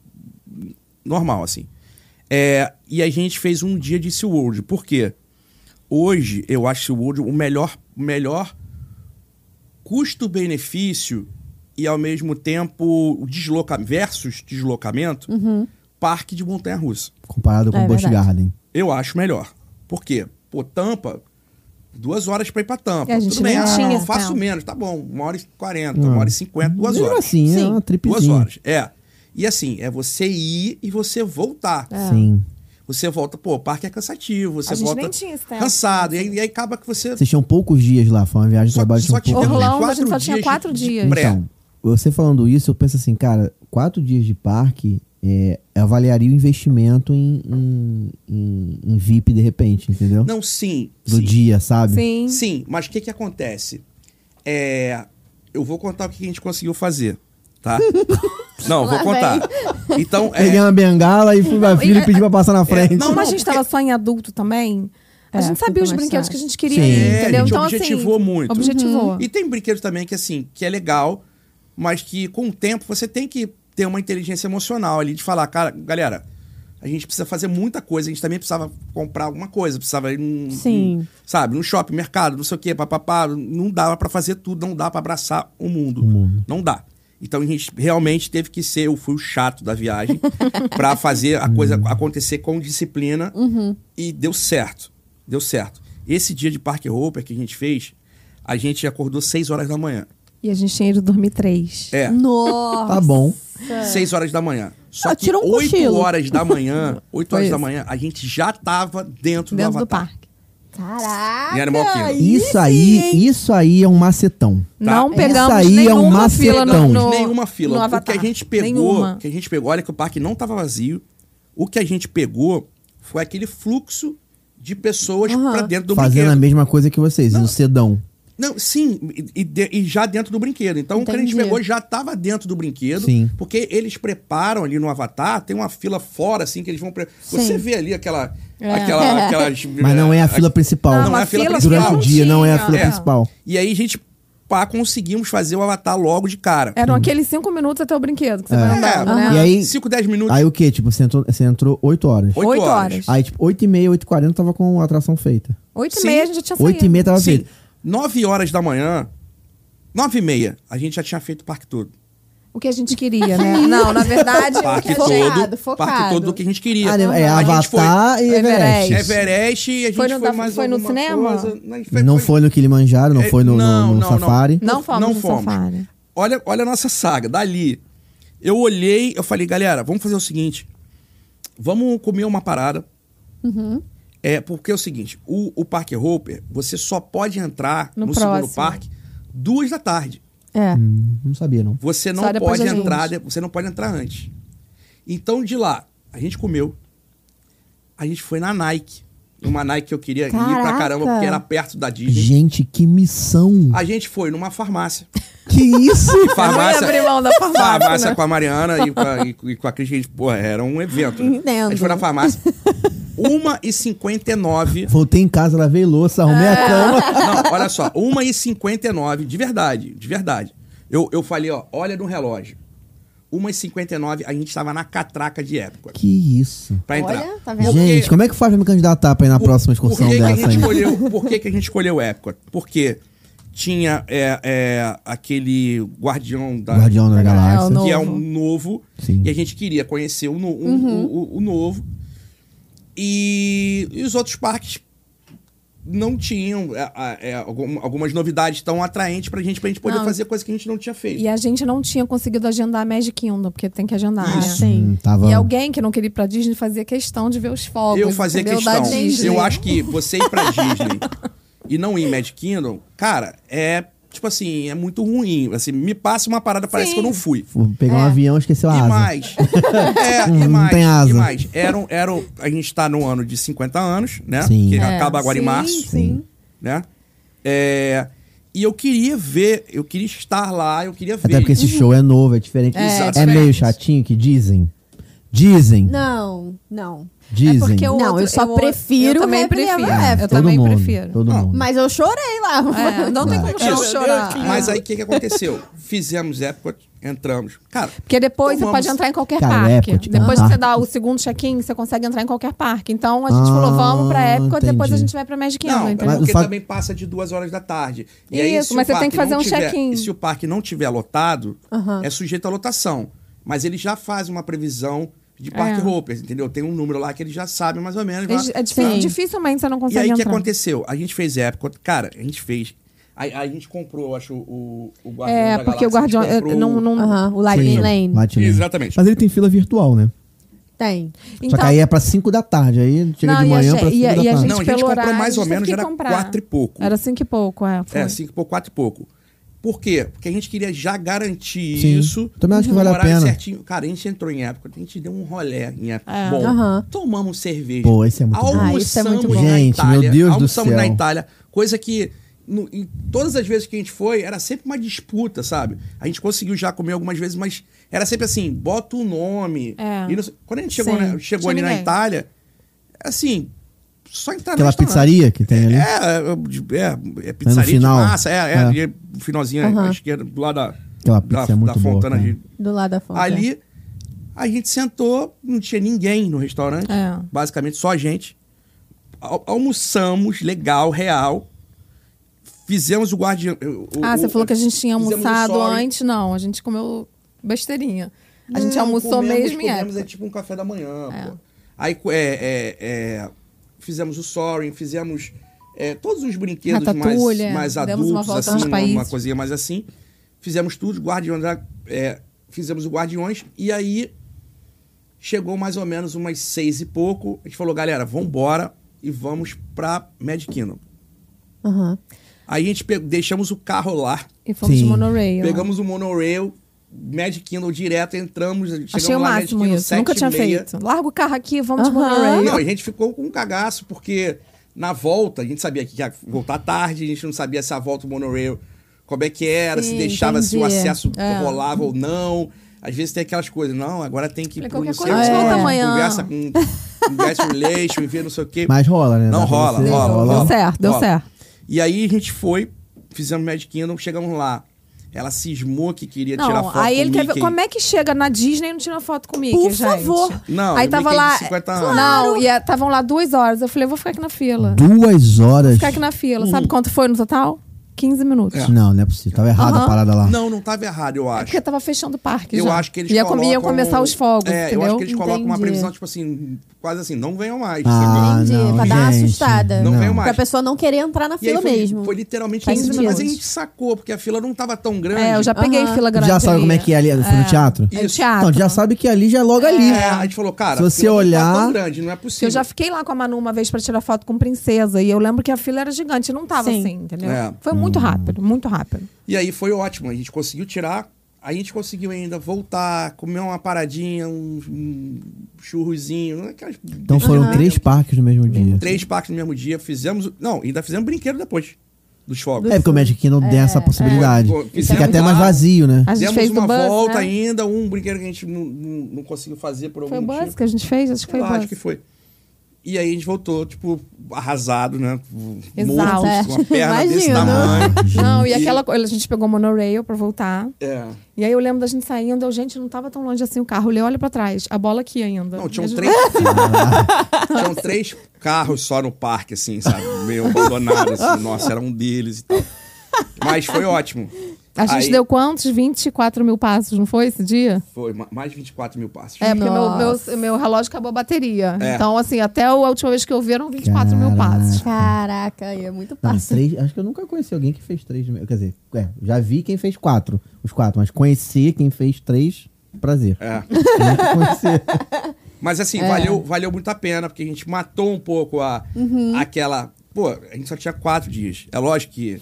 Speaker 3: normal, assim. É, e a gente fez um dia de SeaWorld. Por quê? Hoje, eu acho SeaWorld o melhor, melhor custo-benefício e, ao mesmo tempo, o desloca versus deslocamento, parque de montanha-russa.
Speaker 2: Comparado com
Speaker 1: É
Speaker 2: o Busch
Speaker 1: verdade.
Speaker 2: Garden.
Speaker 3: Eu acho melhor. Por quê? Pô, Tampa, duas horas pra ir pra Tampa.
Speaker 4: É, a gente
Speaker 3: Tudo bem,
Speaker 4: não
Speaker 3: ah,
Speaker 4: tinha então.
Speaker 3: não,
Speaker 4: esse
Speaker 3: faço
Speaker 4: tempo.
Speaker 3: menos. Tá bom, uma hora e quarenta,
Speaker 2: Hum.
Speaker 3: uma hora e cinquenta, duas
Speaker 2: Mesmo
Speaker 3: horas.
Speaker 2: assim, é
Speaker 1: Sim.
Speaker 2: uma tripezinha.
Speaker 3: Duas horas, é. E assim, é você ir e você voltar.
Speaker 1: É.
Speaker 2: Sim.
Speaker 3: Você volta, pô, o parque é cansativo, você
Speaker 4: É. A gente
Speaker 3: volta
Speaker 4: nem tinha esse tempo. né?
Speaker 3: cansado. E aí, e aí acaba que você...
Speaker 2: Vocês tinham poucos dias lá, foi uma viagem de
Speaker 3: Só,
Speaker 2: trabalho de
Speaker 3: só
Speaker 2: um pouco.
Speaker 3: tivemos
Speaker 4: Orlando, a
Speaker 3: quatro
Speaker 4: gente só
Speaker 3: dias
Speaker 4: tinha quatro
Speaker 3: de,
Speaker 4: dias.
Speaker 3: De pré.
Speaker 2: Então, você falando isso, eu penso assim, cara, quatro dias de parque é, avaliaria o investimento em, em, em- em VIP de repente, entendeu?
Speaker 3: Não, sim.
Speaker 2: Do
Speaker 3: sim.
Speaker 2: dia, sabe?
Speaker 4: Sim.
Speaker 3: Sim, mas o que que acontece? É, eu vou contar o que a gente conseguiu fazer, tá? Não, vou
Speaker 1: Lá
Speaker 3: contar. Então,
Speaker 2: Peguei
Speaker 3: é,
Speaker 2: uma bengala e fui pra
Speaker 4: Não,
Speaker 2: filha
Speaker 1: é-
Speaker 4: e-
Speaker 2: e pedi pra passar na frente.
Speaker 3: não, é
Speaker 4: Como a gente
Speaker 3: porque-
Speaker 4: estava só em adulto também, a
Speaker 1: É,
Speaker 4: gente
Speaker 1: fica
Speaker 4: sabia os
Speaker 1: mais
Speaker 4: brinquedos
Speaker 1: fácil.
Speaker 4: que a gente queria,
Speaker 2: Sim.
Speaker 4: ir,
Speaker 2: É,
Speaker 3: a
Speaker 4: entendeu?
Speaker 3: gente
Speaker 4: então,
Speaker 3: objetivou
Speaker 4: assim,
Speaker 3: muito.
Speaker 4: Objetivou.
Speaker 3: e tem brinquedo também que assim, que é legal, mas que com o tempo você tem que ter uma inteligência emocional ali de falar, cara, galera, a gente precisa fazer muita coisa, a gente também precisava comprar alguma coisa, precisava ir num,
Speaker 1: Sim.
Speaker 3: num- sabe, num shopping, mercado, não sei o quê, papapá, não dava pra fazer tudo, não dá pra abraçar o mundo, não dá. Então a gente realmente teve que ser, eu fui o chato da viagem pra fazer a coisa acontecer com disciplina e deu certo. Deu certo. Esse dia de Parque Roper que a gente fez, a gente acordou 6 horas da manhã.
Speaker 4: E a gente tinha ido dormir três.
Speaker 3: É,
Speaker 1: Nossa.
Speaker 2: Tá bom.
Speaker 3: 6 horas da manhã. Só
Speaker 1: Ah,
Speaker 3: que
Speaker 1: tira um
Speaker 3: 8
Speaker 1: cochilo.
Speaker 3: horas da manhã, 8 horas
Speaker 4: Foi
Speaker 3: da
Speaker 4: isso.
Speaker 3: manhã, a gente já tava dentro, do
Speaker 4: Dentro do
Speaker 3: Avatar.
Speaker 4: parque.
Speaker 1: Caraca.
Speaker 3: Em Animal Kingdom.
Speaker 1: aí
Speaker 2: Isso
Speaker 1: sim,
Speaker 2: aí,
Speaker 1: hein?
Speaker 2: isso aí é um macetão.
Speaker 4: Não
Speaker 3: Tá? Isso
Speaker 4: pegamos
Speaker 2: aí é um
Speaker 4: nenhuma fila no,
Speaker 2: macetão.
Speaker 4: no
Speaker 3: Nenhuma fila.
Speaker 4: no
Speaker 3: o que
Speaker 4: Avatar.
Speaker 3: a gente pegou,
Speaker 4: Nenhuma.
Speaker 3: que a gente pegou, olha que o parque não tava vazio. O que a gente pegou foi aquele fluxo de pessoas
Speaker 1: Aham.
Speaker 3: pra dentro do
Speaker 2: Fazendo a
Speaker 3: brinquedo.
Speaker 2: mesma coisa que vocês, no sedão.
Speaker 3: Não, sim, e, e de- e já dentro do brinquedo. Então, o que a gente
Speaker 1: Entendi.
Speaker 3: pegou já estava dentro do brinquedo,
Speaker 2: Sim.
Speaker 3: porque eles preparam ali no Avatar, tem uma fila fora, assim, que eles vão... Pre... Você vê ali aquela... aquela aquelas,
Speaker 2: Mas não é a fila principal.
Speaker 4: Não,
Speaker 3: é a
Speaker 4: a
Speaker 3: fila
Speaker 4: fila
Speaker 3: principal.
Speaker 2: Durante o dia não é a
Speaker 4: tinha.
Speaker 2: fila
Speaker 3: É.
Speaker 2: principal.
Speaker 3: E aí, a gente, pá, conseguimos fazer o Avatar logo de cara.
Speaker 4: Eram aqueles cinco minutos até o brinquedo que você
Speaker 2: É.
Speaker 4: vai andando,
Speaker 3: É.
Speaker 4: né?
Speaker 2: E aí,
Speaker 3: 5, 10 minutos,
Speaker 2: aí o quê? Tipo, você entrou, você entrou 8 horas.
Speaker 3: oito
Speaker 4: oito
Speaker 3: horas.
Speaker 4: horas.
Speaker 2: Aí, tipo, 8 e meia, 8 e 40 tava com a atração feita.
Speaker 4: Oito
Speaker 3: Sim.
Speaker 4: e meia a gente já tinha
Speaker 2: 8 e
Speaker 4: saído.
Speaker 2: meia tava
Speaker 3: Sim,
Speaker 2: feita.
Speaker 3: 9 horas da manhã, 9 e meia, a gente já tinha feito o parque todo.
Speaker 4: O que a gente queria, né? Não, na verdade, o que
Speaker 3: Parque
Speaker 4: a
Speaker 3: todo,
Speaker 4: gente-
Speaker 1: Focado,
Speaker 3: parque
Speaker 1: focado.
Speaker 3: todo do que a gente queria.
Speaker 2: Ah, é,
Speaker 3: A gente foi-
Speaker 2: Avatar e
Speaker 4: Everest.
Speaker 2: Everest.
Speaker 3: Everest, a gente
Speaker 4: Foi
Speaker 3: foi,
Speaker 4: no da-
Speaker 3: mais
Speaker 4: foi no
Speaker 3: alguma
Speaker 4: cinema?
Speaker 3: coisa.
Speaker 2: Não foi no Kilimanjaro, não
Speaker 3: É,
Speaker 2: foi no, no-
Speaker 3: não,
Speaker 2: no
Speaker 3: não, não.
Speaker 2: Safari.
Speaker 4: não fomos
Speaker 3: Não
Speaker 4: no
Speaker 3: fomos.
Speaker 4: safari.
Speaker 3: olha, olha a nossa saga. Dali, eu olhei, eu falei, galera, vamos fazer o seguinte. Vamos comer uma parada.
Speaker 4: Uhum.
Speaker 3: É, porque é o seguinte, o, o Parque Roper, você só pode entrar no,
Speaker 4: No
Speaker 3: segundo
Speaker 4: próximo.
Speaker 3: parque duas da tarde.
Speaker 4: É.
Speaker 2: Hum, não sabia, não.
Speaker 3: Você
Speaker 4: Só
Speaker 3: não
Speaker 4: depois
Speaker 3: pode
Speaker 4: das
Speaker 3: entrar, de- você não pode entrar antes. Então de lá, a gente comeu. A gente foi na Nike. Uma Nike que eu queria ir pra
Speaker 4: Caraca.
Speaker 3: caramba, porque era perto da Disney.
Speaker 2: Gente, que missão.
Speaker 3: A gente foi numa farmácia.
Speaker 2: Que isso?
Speaker 3: Farmácia.
Speaker 4: Não ia abrir mão da farmácia,
Speaker 3: farmácia
Speaker 4: né?
Speaker 3: com a Mariana e com a, e, com- e com a Cris, que a gente, porra, era um evento. né?
Speaker 1: Entendo.
Speaker 3: A gente foi na farmácia. 1h59.
Speaker 2: Voltei em casa, lavei louça, arrumei a cama.
Speaker 3: Não, olha só. 1h59, de verdade, de verdade. Eu, eu falei, ó, olha no relógio. 1h59, a gente tava na catraca de época.
Speaker 2: Que isso.
Speaker 3: Pra entrar.
Speaker 1: Olha, tá vendo?
Speaker 3: Porque-
Speaker 2: Gente, como é que faz pra me candidatar pra ir na próxima excursão
Speaker 3: por que que a
Speaker 2: dessa
Speaker 3: gente
Speaker 2: aí?
Speaker 3: escolheu- por que, que a gente escolheu Epcot? Porque tinha é, é, aquele guardião da,
Speaker 2: Guardião da
Speaker 4: É,
Speaker 2: Galáxia.
Speaker 4: o novo. Uhum.
Speaker 3: que é um novo.
Speaker 2: Sim.
Speaker 3: E a gente queria conhecer o, no- um- o- o- o novo. E, e os outros parques não tinham é, é, é, algum- algumas novidades tão atraentes pra gente, pra gente poder
Speaker 4: Não.
Speaker 3: fazer coisa que a gente não tinha feito.
Speaker 4: E a gente não tinha conseguido agendar a Magic Kingdom, porque tem que agendar,
Speaker 3: É.
Speaker 4: né?
Speaker 1: Isso. É, Sim.
Speaker 2: Hum, tava...
Speaker 4: E alguém que não queria ir pra Disney fazia questão de ver os fogos.
Speaker 3: Eu fazia
Speaker 4: entendeu? Da
Speaker 3: questão.
Speaker 4: Disney.
Speaker 3: Eu acho que você ir pra Disney e não ir em Magic Kingdom, cara, é tipo assim, é muito ruim. Assim, me passa uma parada, parece
Speaker 4: Sim.
Speaker 3: que eu não fui.
Speaker 2: Vou Pegar um
Speaker 4: É.
Speaker 2: avião e esqueceu a
Speaker 3: E
Speaker 2: asa. Hum,
Speaker 3: mais. É,
Speaker 2: Não
Speaker 3: e mais.
Speaker 2: tem asa.
Speaker 3: E mais. Era, um- era, um- a gente tá no ano de 50 anos, né?
Speaker 2: Sim.
Speaker 3: Que
Speaker 2: É,
Speaker 3: acaba agora em
Speaker 1: Sim,
Speaker 3: março.
Speaker 1: Sim.
Speaker 3: né? É, e eu queria ver, eu queria estar lá, eu queria ver.
Speaker 2: Até porque esse show é novo, é diferente.
Speaker 3: É,
Speaker 2: É,
Speaker 3: diferente.
Speaker 2: meio chatinho que dizem. Dizem.
Speaker 1: Não, não.
Speaker 2: Dizem. É,
Speaker 4: É porque o
Speaker 1: Não,
Speaker 4: outro-
Speaker 1: eu só
Speaker 4: o-
Speaker 1: prefiro
Speaker 4: Eu também
Speaker 1: Happily Ever
Speaker 4: prefiro. É,
Speaker 1: After.
Speaker 4: Eu
Speaker 2: Todo
Speaker 4: também
Speaker 2: mundo,
Speaker 4: prefiro.
Speaker 2: Todo
Speaker 3: Não,
Speaker 2: mundo.
Speaker 1: Mas eu chorei lá.
Speaker 4: É, não tem como
Speaker 3: Isso.
Speaker 4: chorar.
Speaker 3: Mas aí o que, que aconteceu? Fizemos Epcot, entramos. Cara,
Speaker 4: Porque depois
Speaker 3: Então
Speaker 4: você pode
Speaker 3: vamos.
Speaker 4: entrar em qualquer
Speaker 2: Cara,
Speaker 4: parque.
Speaker 2: Epcot, né?
Speaker 4: depois que você
Speaker 2: Parque.
Speaker 4: dá o segundo check-in, você consegue entrar em qualquer parque. Então a gente
Speaker 2: Ah,
Speaker 4: falou, vamos pra Epcot, depois
Speaker 2: entendi.
Speaker 4: a gente vai pra Magic Kingdom,
Speaker 3: não, é
Speaker 4: entendeu?
Speaker 2: Mas-
Speaker 3: porque
Speaker 2: o fato-
Speaker 3: também passa de duas horas da tarde. E aí,
Speaker 4: Isso,
Speaker 3: se
Speaker 4: mas
Speaker 3: o
Speaker 4: você tem
Speaker 3: parque
Speaker 4: que fazer
Speaker 3: não
Speaker 4: um
Speaker 3: tiver-
Speaker 4: check-in.
Speaker 3: e Se o parque não tiver lotado,
Speaker 1: Aham.
Speaker 3: é sujeito à lotação. Mas ele já faz uma previsão de parque
Speaker 4: É.
Speaker 3: ropers, entendeu? Tem um número lá que ele já sabe mais ou menos.
Speaker 4: Eles-
Speaker 3: lá.
Speaker 4: É difícil,
Speaker 1: Sim.
Speaker 4: dificilmente você não
Speaker 3: E
Speaker 4: consegue
Speaker 3: aí o que
Speaker 4: entrar.
Speaker 3: aconteceu? A gente fez Epcot. Cara, a gente fez. A, a gente comprou, acho, o, o Guardião
Speaker 4: É,
Speaker 3: da
Speaker 4: porque o
Speaker 3: Galáxia,
Speaker 4: guardião
Speaker 3: a gente
Speaker 4: é,
Speaker 3: comprou
Speaker 4: não, não-
Speaker 1: Aham, o Lightning
Speaker 2: Sim,
Speaker 1: Lane.
Speaker 2: Lightning Lane.
Speaker 3: Exatamente.
Speaker 2: Mas ele tem fila virtual, né?
Speaker 1: Tem.
Speaker 2: Só
Speaker 4: Então,
Speaker 2: que aí é pra 5 da tarde. Aí chega
Speaker 4: Não,
Speaker 2: de
Speaker 4: e a
Speaker 2: manhã
Speaker 4: gente-
Speaker 2: pra 5
Speaker 4: e a-
Speaker 2: da
Speaker 4: e a
Speaker 2: tarde.
Speaker 4: gente-
Speaker 3: Não, a gente
Speaker 4: pelo
Speaker 3: comprou
Speaker 4: horário,
Speaker 3: mais ou
Speaker 4: a gente
Speaker 3: menos,
Speaker 4: teve que
Speaker 3: era
Speaker 4: comprar.
Speaker 3: quatro e pouco.
Speaker 4: era cinco e pouco, é. foi.
Speaker 3: É, cinco e pouco, quatro e pouco. Por quê? Porque a gente queria já garantir
Speaker 2: Sim.
Speaker 3: isso.
Speaker 2: Também acho que
Speaker 3: no
Speaker 2: vale a
Speaker 3: horário
Speaker 2: pena.
Speaker 3: Certinho. Cara, a gente entrou em época, a gente deu um rolé em época.
Speaker 4: É.
Speaker 3: Bom,
Speaker 1: Aham.
Speaker 3: tomamos cerveja.
Speaker 2: Pô, esse é muito bom.
Speaker 1: Ah, isso é muito
Speaker 3: Almoçamos
Speaker 1: bom.
Speaker 3: na
Speaker 2: Gente, meu
Speaker 3: Itália.
Speaker 2: Deus do
Speaker 3: almoçamos
Speaker 2: céu.
Speaker 3: na Itália. Coisa que, no- em todas as vezes que a gente foi, era sempre uma disputa, sabe? A gente conseguiu já comer algumas vezes, mas era sempre assim, bota o nome.
Speaker 4: É.
Speaker 3: E não sei- quando a gente chegou,
Speaker 4: Sim.
Speaker 3: na- chegou ali na
Speaker 4: Cheguei.
Speaker 3: Itália, assim, só entrar
Speaker 2: Aquela
Speaker 3: no restaurante.
Speaker 2: pizzaria que tem ali.
Speaker 3: É, é, é, é pizzaria
Speaker 2: final.
Speaker 3: de massa, é, é,
Speaker 2: É.
Speaker 3: ali é no finalzinho
Speaker 1: Aham.
Speaker 3: à esquerda, é do lado da,
Speaker 2: Aquela
Speaker 3: da,
Speaker 2: pizza é muito
Speaker 3: da
Speaker 2: boa,
Speaker 3: Fontana.
Speaker 2: cara.
Speaker 3: de-
Speaker 1: Do lado da fonte.
Speaker 3: Ali, a gente sentou, não tinha ninguém no restaurante,
Speaker 4: É.
Speaker 3: basicamente só a gente. Al- almoçamos, legal, real. Fizemos o guardião. o-
Speaker 4: Ah,
Speaker 3: o-
Speaker 4: você falou que a gente tinha
Speaker 3: fizemos um
Speaker 4: almoçado
Speaker 3: sorry.
Speaker 4: antes. Não, a gente comeu besteirinha. A gente
Speaker 3: Não,
Speaker 4: almoçou
Speaker 3: comemos,
Speaker 4: mesmo em
Speaker 3: comemos,
Speaker 4: época.
Speaker 3: é tipo um café da manhã, pô. Aí co- é, é, é, fizemos o Soaring, fizemos é, todos os brinquedos mais,
Speaker 4: Ratatouille, é.
Speaker 3: mais
Speaker 4: Demos uma
Speaker 3: adultos,
Speaker 4: volta nos
Speaker 3: assim, uma, uma
Speaker 4: países.
Speaker 3: coisinha mais assim. Fizemos tudo, Guardiões, da- é, fizemos o Guardiões, e aí chegou mais ou menos umas seis e pouco. A gente falou, galera, vambora e vamos pra Magic Kingdom.
Speaker 1: é. Aham.
Speaker 3: Aí a gente pe- deixamos o carro lá,
Speaker 4: E fomos
Speaker 2: Sim.
Speaker 4: de monorail.
Speaker 3: Pegamos o monorail, Magic Kingdom direto, entramos, chegamos
Speaker 4: Achei o
Speaker 3: lá, né,
Speaker 4: máximo
Speaker 3: Magic Kingdom,
Speaker 4: isso. Nunca
Speaker 3: 7
Speaker 4: tinha
Speaker 3: e meia.
Speaker 4: feito. Larga o carro aqui, vamos de
Speaker 1: Aham.
Speaker 4: monorail.
Speaker 3: Não, a gente ficou com um cagaço, porque na volta, a gente sabia que ia voltar tarde, a gente não sabia se a volta do monorail, como é que era, se
Speaker 1: Sim,
Speaker 3: deixava, se o
Speaker 1: entendi.
Speaker 3: acesso
Speaker 4: É.
Speaker 3: rolava ou não. Às vezes tem aquelas coisas, não, agora tem que ir
Speaker 4: Falei,
Speaker 3: pro não
Speaker 4: qualquer
Speaker 3: sei
Speaker 4: coisa a gente
Speaker 3: onde,
Speaker 1: volta
Speaker 4: amanhã.
Speaker 3: conversa com com guest relation, ver não sei o quê.
Speaker 2: Mas rola, né?
Speaker 3: Não
Speaker 2: Dá pra
Speaker 3: rola,
Speaker 2: você-
Speaker 3: rola,
Speaker 4: Deu
Speaker 3: rola.
Speaker 4: certo, deu
Speaker 3: Rola.
Speaker 4: certo.
Speaker 3: E aí a gente foi, fizemos Magic Kingdom, chegamos lá. Ela cismou que queria tirar
Speaker 4: Não,
Speaker 3: foto
Speaker 4: aí
Speaker 3: com
Speaker 4: ele
Speaker 3: o
Speaker 4: quer ver
Speaker 3: Mickey.
Speaker 4: como é que chega na Disney e não tira foto com o Mickey,
Speaker 1: Por
Speaker 4: gente?
Speaker 1: favor.
Speaker 3: Não,
Speaker 4: aí
Speaker 3: o
Speaker 4: tava
Speaker 3: Mickey
Speaker 4: lá.
Speaker 3: de 50 anos.
Speaker 4: Não, e estavam lá duas horas. Eu falei, eu vou ficar aqui na fila.
Speaker 2: Duas horas.
Speaker 4: Ficar aqui na fila. Sabe quanto foi no total? 15 minutos.
Speaker 3: É.
Speaker 2: Não, não é possível. Tava errada a
Speaker 4: Aham.
Speaker 2: parada lá.
Speaker 3: Não, não tava errado, eu acho.
Speaker 4: é Porque tava fechando o parque
Speaker 3: Eu
Speaker 4: já.
Speaker 3: acho que eles
Speaker 4: ia, com-
Speaker 3: colocam...
Speaker 4: ia começar os fogos,
Speaker 3: É,
Speaker 4: entendeu?
Speaker 3: eu acho que eles colocam uma
Speaker 1: Entendi.
Speaker 3: previsão, tipo assim, quase assim, não venham mais.
Speaker 2: Ah,
Speaker 1: Entendi,
Speaker 2: não,
Speaker 1: pra dar uma
Speaker 2: gente.
Speaker 1: assustada.
Speaker 3: Não veio mais.
Speaker 1: Pra pessoa não querer entrar na
Speaker 3: E aí
Speaker 1: fila
Speaker 3: foi,
Speaker 1: mesmo.
Speaker 3: foi literalmente
Speaker 1: Faz
Speaker 3: 15 minutos. Mas a
Speaker 1: sentido.
Speaker 3: gente sacou, porque a fila não tava tão grande.
Speaker 4: É, eu já peguei
Speaker 1: Aham.
Speaker 4: fila grande.
Speaker 2: Já sabe
Speaker 4: ali.
Speaker 2: como é que é ali? Foi no teatro?
Speaker 4: É
Speaker 3: Isso.
Speaker 4: teatro.
Speaker 2: Então, já sabe que ali já é logo ali.
Speaker 3: É, a gente falou, cara,
Speaker 2: Se
Speaker 3: a
Speaker 2: você
Speaker 3: fila não
Speaker 2: olhar-
Speaker 3: tá tão grande, não é
Speaker 4: Eu
Speaker 3: possível.
Speaker 4: já fiquei lá com a Manu uma vez pra tirar foto com princesa. E eu lembro que a fila era gigante. Não tava
Speaker 1: Sim.
Speaker 4: assim, entendeu?
Speaker 3: É.
Speaker 4: Foi muito rápido, muito rápido.
Speaker 3: E aí foi ótimo, a gente conseguiu tirar. A gente conseguiu ainda voltar, comer uma paradinha, um, um churrozinho, né, aquelas...
Speaker 2: Então foram três parques no mesmo dia.
Speaker 3: Três parques no mesmo dia, fizemos... Não, ainda fizemos brinquedo depois dos fogos.
Speaker 2: É porque o Magic Kingdom tem essa possibilidade.
Speaker 3: Pô, então
Speaker 2: Fica
Speaker 3: tá. fizemos
Speaker 2: até mais
Speaker 3: lá.
Speaker 2: vazio, né?
Speaker 4: A gente
Speaker 3: Demos
Speaker 4: fez do
Speaker 3: uma
Speaker 4: bus,
Speaker 3: volta
Speaker 4: né?
Speaker 3: ainda, um brinquedo que a gente não, não, não conseguiu fazer por algum
Speaker 4: Foi o
Speaker 3: motivo.
Speaker 4: bus que a gente fez? Acho que
Speaker 3: Sei
Speaker 4: foi o
Speaker 3: lá,
Speaker 4: bus.
Speaker 3: acho que foi. E aí a gente voltou, tipo, arrasado, né?
Speaker 4: Exato.
Speaker 3: Morto, com uma perna desse
Speaker 1: Imagina.
Speaker 3: tamanho.
Speaker 4: Não, e
Speaker 3: E-
Speaker 4: aquela coisa, a gente pegou o monorail pra voltar.
Speaker 3: É.
Speaker 4: E aí eu lembro da gente saindo, eu, gente, não tava tão longe assim o carro. Ele olha pra trás, a bola aqui ainda.
Speaker 3: Não, um
Speaker 4: E a
Speaker 3: tinham
Speaker 4: gente-
Speaker 3: três.
Speaker 2: Ah, tá.
Speaker 3: tinham três carros só no parque, assim, sabe? Meio abandonado, assim. Nossa, era um deles e tal. Mas foi ótimo.
Speaker 4: A gente
Speaker 3: Aí-
Speaker 4: deu quantos? 24 mil passos, não foi esse dia?
Speaker 3: Foi ma- mais de 24 mil passos.
Speaker 4: É, porque meu,
Speaker 1: Nossa.
Speaker 4: meu, meu relógio acabou a bateria.
Speaker 3: É.
Speaker 4: Então, assim, até a última vez que eu vi eram 24 mil
Speaker 2: Caraca.
Speaker 4: passos.
Speaker 1: Caraca, aí é muito
Speaker 2: Não,
Speaker 1: fácil.
Speaker 2: três. Acho que eu nunca conheci alguém que fez três. Quer dizer, é, já vi quem fez quatro. Os quatro, mas conhecer quem fez três, prazer.
Speaker 3: É.
Speaker 2: Nunca conhecer.
Speaker 3: Mas assim,
Speaker 2: É.
Speaker 3: valeu, valeu muito a pena, porque a gente matou um pouco a,
Speaker 2: Uhum.
Speaker 3: aquela. Pô, a gente só tinha quatro dias. É lógico que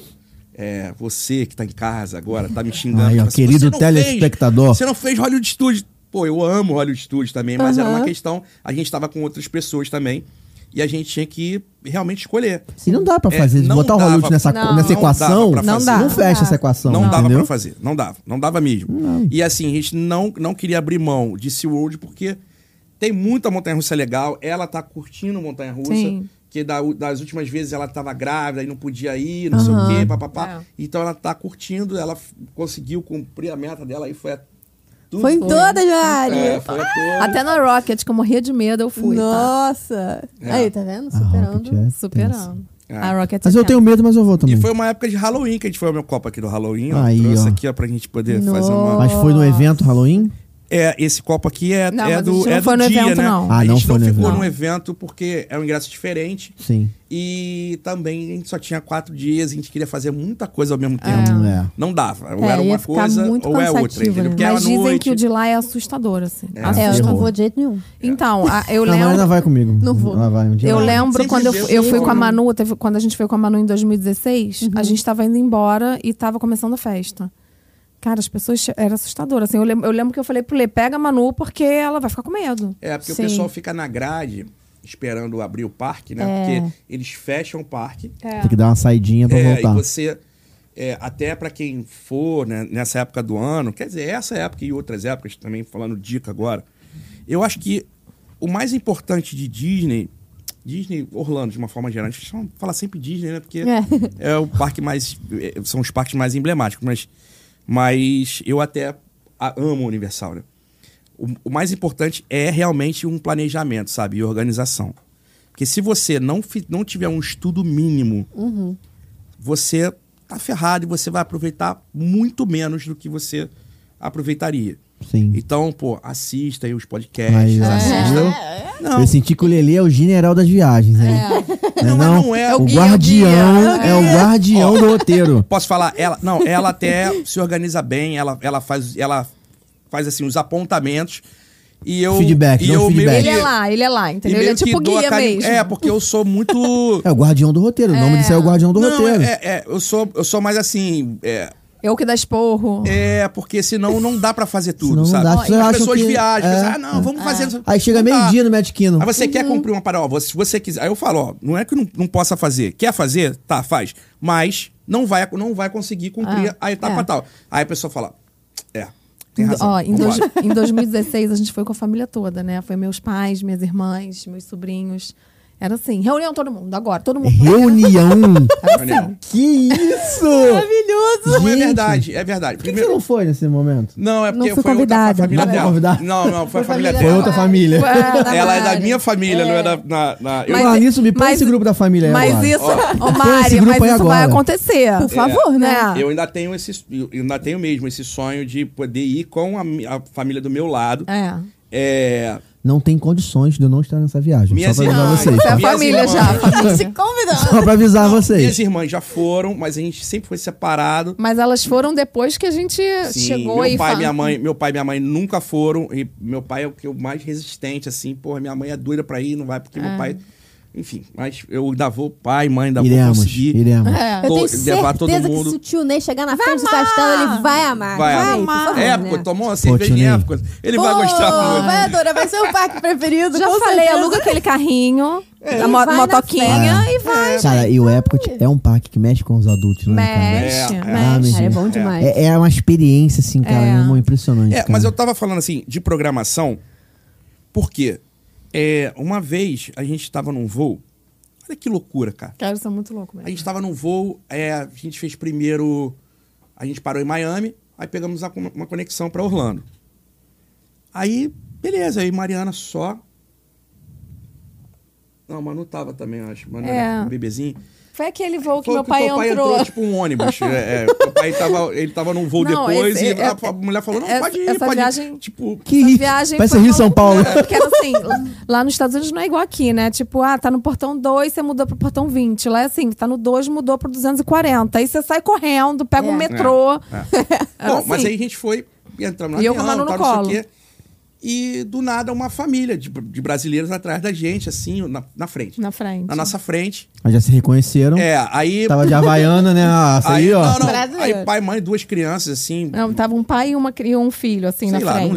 Speaker 3: é, você que tá em casa agora tá me xingando.
Speaker 2: Aí, ó,
Speaker 3: tipo assim,
Speaker 2: querido
Speaker 3: "Você não
Speaker 2: telespectador."
Speaker 3: Fez, você não fez Hollywood Studios. Pô, eu amo Hollywood Studios também, mas era uma
Speaker 1: Aham.
Speaker 3: questão. A gente tava com outras pessoas também. E a gente tinha que realmente escolher.
Speaker 2: E não dá pra
Speaker 3: É,
Speaker 2: fazer. Se
Speaker 3: não
Speaker 2: botar o
Speaker 3: dava-
Speaker 2: Hollywood nessa,
Speaker 4: não,
Speaker 2: nessa
Speaker 3: não
Speaker 2: equação,
Speaker 3: dava pra
Speaker 4: fazer. Não dá.
Speaker 2: fecha essa equação.
Speaker 3: Não dava
Speaker 2: entendeu?
Speaker 3: pra fazer, não dava, não dava mesmo. E assim, a gente não, não queria abrir mão de SeaWorld porque tem muita montanha-russa legal, ela tá curtindo montanha-russa,
Speaker 4: Sim.
Speaker 3: que da- das últimas vezes ela tava grávida e não podia ir, não sei o
Speaker 1: Aham.
Speaker 3: quê, papapá.
Speaker 4: É.
Speaker 3: Então ela tá curtindo, ela f- conseguiu cumprir a meta dela e foi a tudo.
Speaker 1: Foi em todas, Mari.
Speaker 3: É, foi a tudo.
Speaker 4: Até na Rocket, que eu morria de medo, eu fui. tá?
Speaker 1: Nossa.
Speaker 3: É.
Speaker 1: Aí, tá vendo?
Speaker 2: Ah,
Speaker 1: Superando.
Speaker 2: Rocket é tenso.
Speaker 4: Superando.
Speaker 3: É.
Speaker 4: A Rocket
Speaker 2: Mas eu
Speaker 4: Attempt.
Speaker 2: tenho medo, mas eu vou também.
Speaker 3: E foi uma época de Halloween que a gente foi ao meu copo aqui do Halloween, ó,
Speaker 2: Aí,
Speaker 3: trouxe
Speaker 2: ó.
Speaker 3: aqui ó, pra gente poder fazer uma.
Speaker 2: Mas foi no evento Halloween?
Speaker 3: É, esse copo aqui é,
Speaker 4: Não,
Speaker 3: é
Speaker 4: mas
Speaker 3: do,
Speaker 4: isso não
Speaker 3: é do
Speaker 4: foi no
Speaker 3: dia,
Speaker 4: evento,
Speaker 3: né?
Speaker 4: não.
Speaker 2: Ah,
Speaker 3: a
Speaker 2: não
Speaker 3: gente
Speaker 2: foi
Speaker 3: não
Speaker 2: no
Speaker 3: ficou
Speaker 2: evento.
Speaker 3: num evento porque é um ingresso diferente
Speaker 2: Sim.
Speaker 3: e também a gente só tinha quatro dias e a gente queria fazer muita coisa ao mesmo tempo.
Speaker 2: É.
Speaker 3: Não dava. Ou
Speaker 1: É,
Speaker 3: era
Speaker 1: ia
Speaker 3: uma
Speaker 1: ficar
Speaker 3: coisa
Speaker 1: muito
Speaker 3: ou é outra.
Speaker 1: cansativo, né?
Speaker 3: Entendeu? Porque
Speaker 4: Mas
Speaker 3: é à
Speaker 4: dizem
Speaker 3: noite.
Speaker 4: que o de lá é assustador, assim.
Speaker 1: É, eu não
Speaker 2: Terror.
Speaker 1: vou de jeito nenhum.
Speaker 4: Então, a- eu
Speaker 2: É. A Mariana
Speaker 4: lembro.
Speaker 2: vai comigo.
Speaker 1: Não vou.
Speaker 2: Ela vai um dia.
Speaker 4: Eu
Speaker 2: Ela vai.
Speaker 4: lembro
Speaker 3: Sem
Speaker 4: quando eu,
Speaker 3: dizer,
Speaker 4: eu fui
Speaker 3: sim.
Speaker 4: com a Manu, teve- quando a gente foi com a Manu em 2016,
Speaker 2: Uhum.
Speaker 4: a gente tava indo embora e tava começando a festa. Cara, as pessoas. che- Era assustador. Assim, eu, lem- eu lembro que eu falei pro Lê, pega a Manu porque ela vai ficar com medo.
Speaker 3: É, porque
Speaker 1: Sim.
Speaker 3: o pessoal fica na grade esperando abrir o parque, né?
Speaker 1: É.
Speaker 3: Porque eles fecham o parque.
Speaker 4: É.
Speaker 2: Tem que dar uma saidinha pra
Speaker 3: É, e
Speaker 2: voltar.
Speaker 3: você, é, até pra quem for né, nessa época do ano, quer dizer, essa época e outras épocas também, falando dica agora, eu acho que o mais importante de Disney, Disney Orlando de uma forma geral, a gente chama- fala sempre Disney, né? Porque
Speaker 1: É.
Speaker 3: é, o parque mais, é, são os parques mais emblemáticos, mas, mas eu até a- amo o Universal, né? O, o mais importante é realmente um planejamento, sabe? E organização. Porque se você não, fi- não tiver um estudo mínimo você tá ferrado e você vai aproveitar muito menos do que você aproveitaria.
Speaker 2: Sim.
Speaker 3: Então, pô, assista aí os
Speaker 2: Aí,
Speaker 3: podcasts.
Speaker 2: ó,
Speaker 1: É.
Speaker 3: assista.
Speaker 2: viu?
Speaker 3: Não.
Speaker 2: Eu senti que o Lelê é o general das viagens, hein? Não, é,
Speaker 3: Não, mas
Speaker 2: não?
Speaker 3: não é. É o
Speaker 2: O
Speaker 1: guia,
Speaker 2: guardião
Speaker 1: o guia.
Speaker 2: é o guardião do roteiro.
Speaker 3: Posso falar? Ela, não, ela até se organiza bem, ela, ela faz ela faz assim os apontamentos e eu
Speaker 2: Feedback,
Speaker 3: e
Speaker 2: não
Speaker 3: eu meio
Speaker 2: feedback.
Speaker 4: Ele
Speaker 3: que-
Speaker 4: é lá, ele é lá,
Speaker 3: e
Speaker 4: entendeu?
Speaker 3: meio
Speaker 4: Ele é
Speaker 3: que
Speaker 4: tipo
Speaker 3: dou a
Speaker 4: guia
Speaker 3: cari-
Speaker 4: mesmo.
Speaker 3: É, porque eu sou muito
Speaker 2: É o guardião do roteiro. O nome disso é o guardião do
Speaker 3: Não,
Speaker 2: roteiro.
Speaker 3: é, é, eu sou eu sou mais assim, é,
Speaker 4: Eu que dá esporro.
Speaker 3: é porque senão não dá pra fazer
Speaker 2: Senão
Speaker 3: tudo,
Speaker 2: não
Speaker 3: sabe?
Speaker 2: dá, as pessoas
Speaker 3: As
Speaker 2: acham
Speaker 3: pessoas
Speaker 2: que-
Speaker 3: viajam,
Speaker 2: é,
Speaker 3: pensam, ah, não, vamos fazer isso."
Speaker 2: Aí chega
Speaker 3: Não dá.
Speaker 2: meio-dia no Magic Kingdom.
Speaker 3: Aí você quer cumprir uma parada, ó, você- se você quiser. Aí eu falo, ó, não é que eu não, não possa fazer. Quer fazer? Tá, faz. Mas não vai, não vai conseguir cumprir
Speaker 1: Ah,
Speaker 3: a etapa
Speaker 1: é.
Speaker 3: tal. Aí a pessoa fala, é, tem razão.
Speaker 4: Ó, em,
Speaker 3: vambora."
Speaker 4: dois- em 2016 a gente foi com a família toda, né? Foi meus pais, minhas irmãs, meus sobrinhos. Era assim, reunião todo mundo, agora, todo mundo.
Speaker 2: É Reunião.
Speaker 3: Daniel.
Speaker 2: que
Speaker 1: Maravilhoso!
Speaker 2: isso?
Speaker 3: é Não, é
Speaker 2: Gente,
Speaker 3: verdade, é verdade.
Speaker 2: Por que, que você não foi nesse momento?
Speaker 3: Não, é
Speaker 1: Não
Speaker 3: porque
Speaker 1: fui
Speaker 3: foi
Speaker 1: convidada.
Speaker 3: outra família
Speaker 2: Não foi
Speaker 3: dela.
Speaker 2: convidada?
Speaker 3: Não, não, foi a família
Speaker 1: família
Speaker 2: Foi
Speaker 1: dela.
Speaker 3: dela.
Speaker 2: outra família.
Speaker 3: Ela é da minha família, não é da. Na, na- eu-
Speaker 2: Mas- Falar nisso, me põe
Speaker 4: mas-
Speaker 2: esse grupo da família aí
Speaker 4: Mas
Speaker 2: agora.
Speaker 4: isso,
Speaker 3: Ó.
Speaker 4: ô
Speaker 2: Põe esse
Speaker 4: Mari,
Speaker 2: grupo
Speaker 4: mas
Speaker 2: aí
Speaker 4: isso vai
Speaker 2: agora.
Speaker 4: acontecer.
Speaker 1: Por favor, né?
Speaker 4: É.
Speaker 3: Eu ainda tenho esse. eu ainda tenho mesmo esse sonho de poder ir com a, mi- a família do meu lado.
Speaker 4: É.
Speaker 3: É,
Speaker 2: Não tem condições de eu não estar nessa viagem.
Speaker 3: Minhas
Speaker 2: só pra avisar
Speaker 3: irmãs.
Speaker 2: vocês.
Speaker 4: Isso é a
Speaker 2: Tá?
Speaker 3: Minhas
Speaker 4: família
Speaker 3: irmãs.
Speaker 4: já, a
Speaker 1: Se
Speaker 4: família.
Speaker 1: convidando.
Speaker 2: Só pra avisar
Speaker 3: Minhas
Speaker 2: vocês.
Speaker 3: irmãs já foram, mas a gente sempre foi separado.
Speaker 4: Mas elas foram depois que a gente
Speaker 3: Sim,
Speaker 4: chegou
Speaker 3: meu
Speaker 4: e
Speaker 3: pai,
Speaker 4: fa-
Speaker 3: minha mãe, meu pai e minha mãe nunca foram e meu pai é o que eu mais resistente assim, porra, minha mãe é doida pra ir, não vai porque
Speaker 1: É.
Speaker 3: meu pai, enfim, mas eu ainda vou, pai, mãe, ainda vou
Speaker 2: Iremos,
Speaker 3: conseguir.
Speaker 2: iremos.
Speaker 4: É.
Speaker 1: Eu
Speaker 3: Tô-
Speaker 1: tenho
Speaker 3: levar todo
Speaker 1: certeza que
Speaker 3: mundo.
Speaker 1: se o tio Ney chegar na frente do castelo, ele vai amar.
Speaker 3: Vai,
Speaker 1: Ney,
Speaker 3: amor.
Speaker 1: por favor,
Speaker 3: É,
Speaker 1: né?
Speaker 3: pô, tomou uma cerveja
Speaker 2: tio
Speaker 3: em
Speaker 2: Ney.
Speaker 3: época. Ele vai
Speaker 1: Pô,
Speaker 3: gostar muito.
Speaker 1: Vai adorar, vai ser o parque preferido.
Speaker 4: Já
Speaker 1: com
Speaker 4: falei,
Speaker 1: certeza.
Speaker 4: aluga aquele carrinho, a mo-
Speaker 1: vai na É.
Speaker 4: motoquinha
Speaker 2: festa.
Speaker 4: e vai.
Speaker 2: Ah. Cara, e o Epcot é um parque que mexe com os adultos, né, cara?
Speaker 4: Mexe,
Speaker 3: É,
Speaker 2: Ah,
Speaker 3: é.
Speaker 4: mexe.
Speaker 2: meu
Speaker 1: Cara, é
Speaker 2: Deus.
Speaker 1: bom demais.
Speaker 2: É, é uma experiência, assim, cara, é. uma impressionante.
Speaker 3: É,
Speaker 2: cara.
Speaker 3: mas eu tava falando assim, de programação, porque é, uma vez a gente tava num voo, olha que loucura, cara.
Speaker 4: Cara, isso é muito louco,
Speaker 3: A
Speaker 4: mesmo.
Speaker 3: gente estava num voo, é, a gente fez primeiro. A gente parou em Miami, aí pegamos a- uma conexão para Orlando. Aí, beleza, aí Mariana só. Não, Manu tava também, eu acho. Manu era
Speaker 4: É.
Speaker 3: um bebezinho.
Speaker 4: Foi aquele voo que
Speaker 3: Foi
Speaker 4: meu
Speaker 3: que
Speaker 4: pai,
Speaker 3: teu pai entrou. tipo um ônibus. É, é, meu pai tava, ele tava num voo
Speaker 4: Não,
Speaker 3: depois
Speaker 4: esse-
Speaker 3: e
Speaker 4: é-
Speaker 3: a, a mulher falou: não,
Speaker 4: essa-
Speaker 3: pode ir,
Speaker 4: essa
Speaker 3: pode
Speaker 4: viagem-
Speaker 3: ir. Tipo,
Speaker 2: Que
Speaker 4: Essa
Speaker 2: isso?
Speaker 4: viagem
Speaker 2: Parece
Speaker 4: foi
Speaker 2: Rio São Paulo.
Speaker 4: maluca, Porque era assim, lá- lá nos Estados Unidos não é igual aqui, né? Tipo, ah, tá no portão 2, você mudou pro portão 20. Lá é assim, tá no 2, mudou pro 240. Aí você sai correndo, pega
Speaker 1: É.
Speaker 4: um metrô. Era
Speaker 3: Bom, mas
Speaker 4: assim.
Speaker 3: aí a gente foi, entramos
Speaker 4: E
Speaker 3: no
Speaker 4: eu com a
Speaker 3: avião,
Speaker 4: Manu
Speaker 3: tal,
Speaker 4: no
Speaker 3: não
Speaker 4: colo.
Speaker 3: sei o quê. E do nada uma família de, de brasileiros atrás da gente, assim, na, na frente.
Speaker 4: Na frente.
Speaker 3: Na nossa frente.
Speaker 2: Mas já se reconheceram.
Speaker 3: É, aí.
Speaker 2: Tava de Havaiana, né? Ah, Então, tá, Essa aí,
Speaker 3: aí,
Speaker 2: ó.
Speaker 3: não, não,
Speaker 1: Brasileiro.
Speaker 3: aí pai, mãe, duas crianças, assim. Não,
Speaker 4: Não, tava um pai e, uma, cri- e um filho, assim,
Speaker 3: Sei
Speaker 4: na
Speaker 3: lá,
Speaker 4: frente.
Speaker 3: não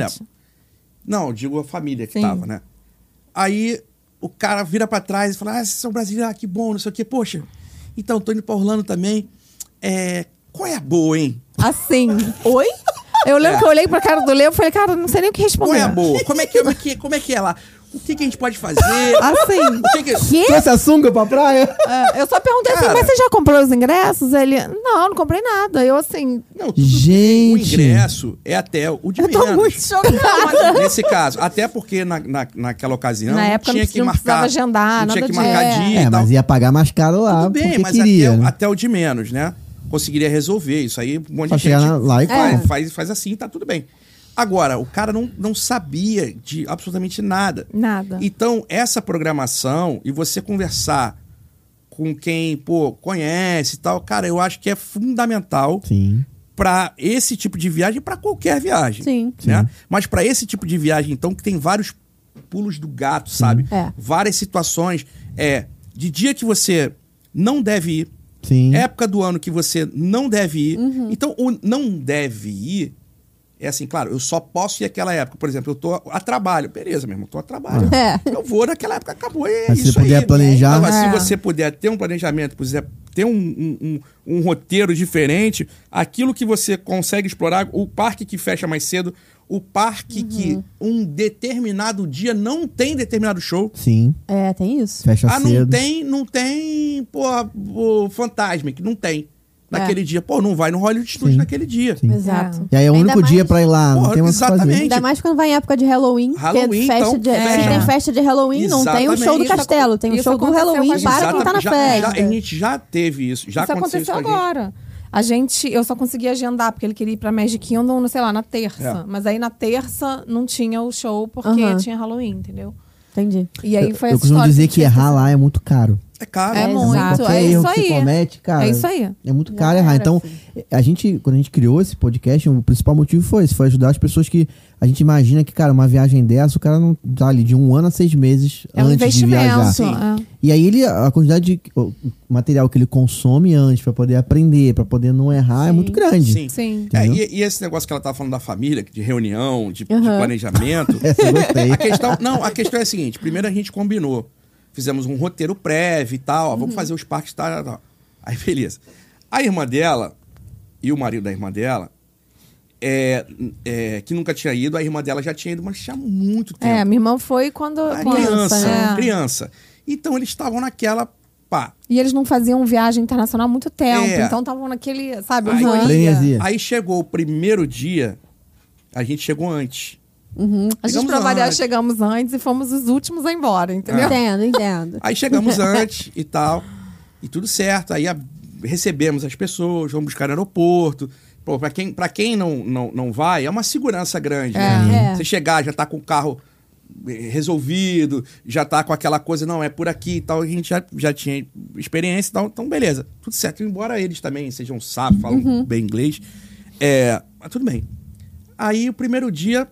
Speaker 3: lembro. eu digo a família que
Speaker 4: Sim.
Speaker 3: tava, né? Aí o cara vira pra trás e fala: Ah, vocês são brasileiros, ah, que bom, não sei o quê. Poxa, então, tô indo pra Orlando também. É. Qual é a boa, hein?
Speaker 4: Assim. Oi? Eu lembro
Speaker 3: É.
Speaker 4: que eu olhei pra cara do Leo e falei, cara, não sei nem o que
Speaker 3: Qual
Speaker 4: responder.
Speaker 3: é a boa? Como é que, como é, que, como é, que é lá? O que, que a gente pode fazer?
Speaker 4: Assim.
Speaker 3: O que que...
Speaker 2: Trouxe a sunga pra praia?
Speaker 4: É, eu só perguntei assim,
Speaker 3: Cara.
Speaker 4: mas você já comprou os ingressos? Ele, não, não comprei nada. Eu assim,
Speaker 3: Não, tudo bem, o
Speaker 2: Gente.
Speaker 3: ingresso é até o de
Speaker 4: eu tô
Speaker 3: menos.
Speaker 4: muito chocada.
Speaker 3: Nesse caso, até porque na, na, naquela ocasião
Speaker 4: Na
Speaker 3: não
Speaker 4: época não
Speaker 3: tinha
Speaker 4: precisa-
Speaker 3: que
Speaker 4: não
Speaker 3: marcar,
Speaker 4: precisava agendar,
Speaker 3: não tinha
Speaker 4: nada
Speaker 3: que
Speaker 4: disso.
Speaker 3: marcar
Speaker 4: É.
Speaker 3: dia
Speaker 2: É,
Speaker 3: e tal.
Speaker 2: mas ia pagar mais caro lá,
Speaker 3: Tudo bem,
Speaker 2: porque
Speaker 3: mas
Speaker 2: queria.
Speaker 3: até,
Speaker 2: né?
Speaker 3: até o de menos, né? Conseguiria resolver isso aí, um monte
Speaker 2: Só
Speaker 3: de
Speaker 2: chegar né?
Speaker 3: gente
Speaker 2: lá e
Speaker 3: faz,
Speaker 2: compra.
Speaker 3: faz, faz assim, tá tudo bem. Agora, o cara não, não sabia de absolutamente nada.
Speaker 4: Nada.
Speaker 3: Então, essa programação e você conversar com quem, pô, conhece e tal, cara, eu acho que é fundamental
Speaker 2: Sim.
Speaker 3: para esse tipo de viagem, para qualquer viagem.
Speaker 1: Sim.
Speaker 3: Né? Mas para esse tipo de viagem, então, que tem vários pulos do gato, sabe?
Speaker 1: É.
Speaker 3: Várias situações. É, de dia que você não deve ir,
Speaker 2: Sim.
Speaker 3: época do ano que você não deve ir. Então, o não deve ir é assim, claro, eu só posso ir aquela época. Por exemplo, eu tô a trabalho. Beleza, meu irmão, tô a trabalho.
Speaker 1: É.
Speaker 3: Eu vou naquela época, acabou. É
Speaker 2: Ah. Mas se
Speaker 3: isso
Speaker 2: puder
Speaker 3: aí.
Speaker 2: planejar-
Speaker 3: Agora,
Speaker 4: É.
Speaker 3: Se você puder ter um planejamento, puder ter um, um- um- um roteiro diferente, aquilo que você consegue explorar, o parque que fecha mais cedo, o parque que um determinado dia não tem determinado show.
Speaker 2: Sim.
Speaker 1: É, tem isso.
Speaker 2: Fecha
Speaker 3: Ah, não
Speaker 2: Tá cedo.
Speaker 3: tem, não tem, porra, o Fantasma, que não tem.
Speaker 1: É.
Speaker 3: Naquele dia. Pô, não vai no Hollywood Studios
Speaker 2: Sim.
Speaker 3: naquele dia.
Speaker 2: Sim.
Speaker 1: Exato.
Speaker 2: E aí é o
Speaker 1: Ainda
Speaker 2: único
Speaker 1: mais-
Speaker 2: dia pra ir lá. não
Speaker 3: Porra,
Speaker 2: tem mais o que fazer.
Speaker 3: exatamente.
Speaker 1: Ainda mais quando vai em época de Halloween. que é
Speaker 3: Halloween,
Speaker 1: festa
Speaker 3: então,
Speaker 1: de,
Speaker 3: fecha.
Speaker 1: Se tem festa de Halloween, não tem o
Speaker 3: Exatamente.
Speaker 1: show do
Speaker 4: Isso acon-
Speaker 1: castelo. Tem o
Speaker 4: isso
Speaker 1: show do
Speaker 4: aconteceu com a
Speaker 1: Halloween
Speaker 4: gente.
Speaker 1: para quem tá na
Speaker 3: já,
Speaker 1: festa.
Speaker 3: já- a gente já teve isso. Já
Speaker 4: isso
Speaker 3: aconteceu,
Speaker 4: aconteceu
Speaker 3: isso com a gente.
Speaker 4: agora. A gente, eu só consegui agendar, porque ele queria ir pra Magic Kingdom, não sei lá, na
Speaker 3: É.
Speaker 4: terça. Mas aí na terça não tinha o show, porque
Speaker 1: Aham.
Speaker 4: tinha Halloween, entendeu?
Speaker 1: Entendi.
Speaker 4: E aí foi
Speaker 2: eu
Speaker 4: essa
Speaker 2: costumo
Speaker 4: história
Speaker 2: dizer
Speaker 4: a gente
Speaker 2: que errar lá é muito caro.
Speaker 3: É caro.
Speaker 4: É
Speaker 1: É,
Speaker 4: muito,
Speaker 1: exato.
Speaker 2: Qualquer
Speaker 4: é
Speaker 2: erro
Speaker 4: isso
Speaker 2: que você
Speaker 4: aí.
Speaker 2: comete, cara.
Speaker 4: É isso aí.
Speaker 2: É muito
Speaker 1: Já
Speaker 2: caro errar.
Speaker 1: era,
Speaker 2: Então,
Speaker 4: assim.
Speaker 2: a gente, quando a gente criou esse podcast, o principal motivo foi esse, foi ajudar as pessoas que a gente imagina que, cara, uma viagem dessa, o cara não tá ali de um ano a seis meses
Speaker 4: É um
Speaker 2: antes de viajar. assim.
Speaker 4: investimento. é.
Speaker 2: E aí ele, a quantidade de o material que ele consome antes pra poder aprender, pra poder não errar, é
Speaker 1: Sim.
Speaker 2: muito grande.
Speaker 3: Sim.
Speaker 4: Sim.
Speaker 3: É,
Speaker 2: Entendeu?
Speaker 3: e, e esse negócio que ela tava falando da família, de reunião, de, de
Speaker 1: Aham.
Speaker 3: planejamento.
Speaker 2: Essa eu gostei.
Speaker 3: a questão, não, a questão é a seguinte: primeiro a gente combinou. Fizemos um roteiro prévio e tal. ó, vamos fazer os parques. Tá, tá, tá. Aí, beleza. A irmã dela e o marido da irmã dela, é, é, que nunca tinha ido, a irmã dela já tinha ido, mas tinha muito tempo.
Speaker 4: É, minha irmã foi quando.
Speaker 3: Ah,
Speaker 4: quando-
Speaker 3: criança,
Speaker 4: é.
Speaker 3: criança. Então eles estavam naquela, pá.
Speaker 4: E eles não faziam viagem internacional há muito tempo.
Speaker 3: É.
Speaker 4: Então estavam naquele, sabe,
Speaker 3: Aí-
Speaker 4: euforia.
Speaker 2: Frenesi.
Speaker 3: Aí chegou o primeiro dia, a gente chegou antes.
Speaker 4: A gente
Speaker 3: Chegamos
Speaker 4: pra variar,
Speaker 3: antes.
Speaker 4: chegamos antes e fomos os últimos a ir embora, entendeu?
Speaker 1: Entendo, entendo.
Speaker 3: Aí chegamos antes e tal, e tudo certo. Aí a- recebemos as pessoas, vamos buscar no aeroporto. Pô, pra quem, pra quem não, não, não vai, é uma segurança grande. né?
Speaker 1: É.
Speaker 3: Você chegar, já tá com o carro eh, resolvido, já tá com aquela coisa, não, é por aqui e tal. A gente já, já tinha experiência e tal, então beleza, tudo certo. Embora eles também sejam sábios, falam bem inglês, é, mas tudo bem. Aí o primeiro dia,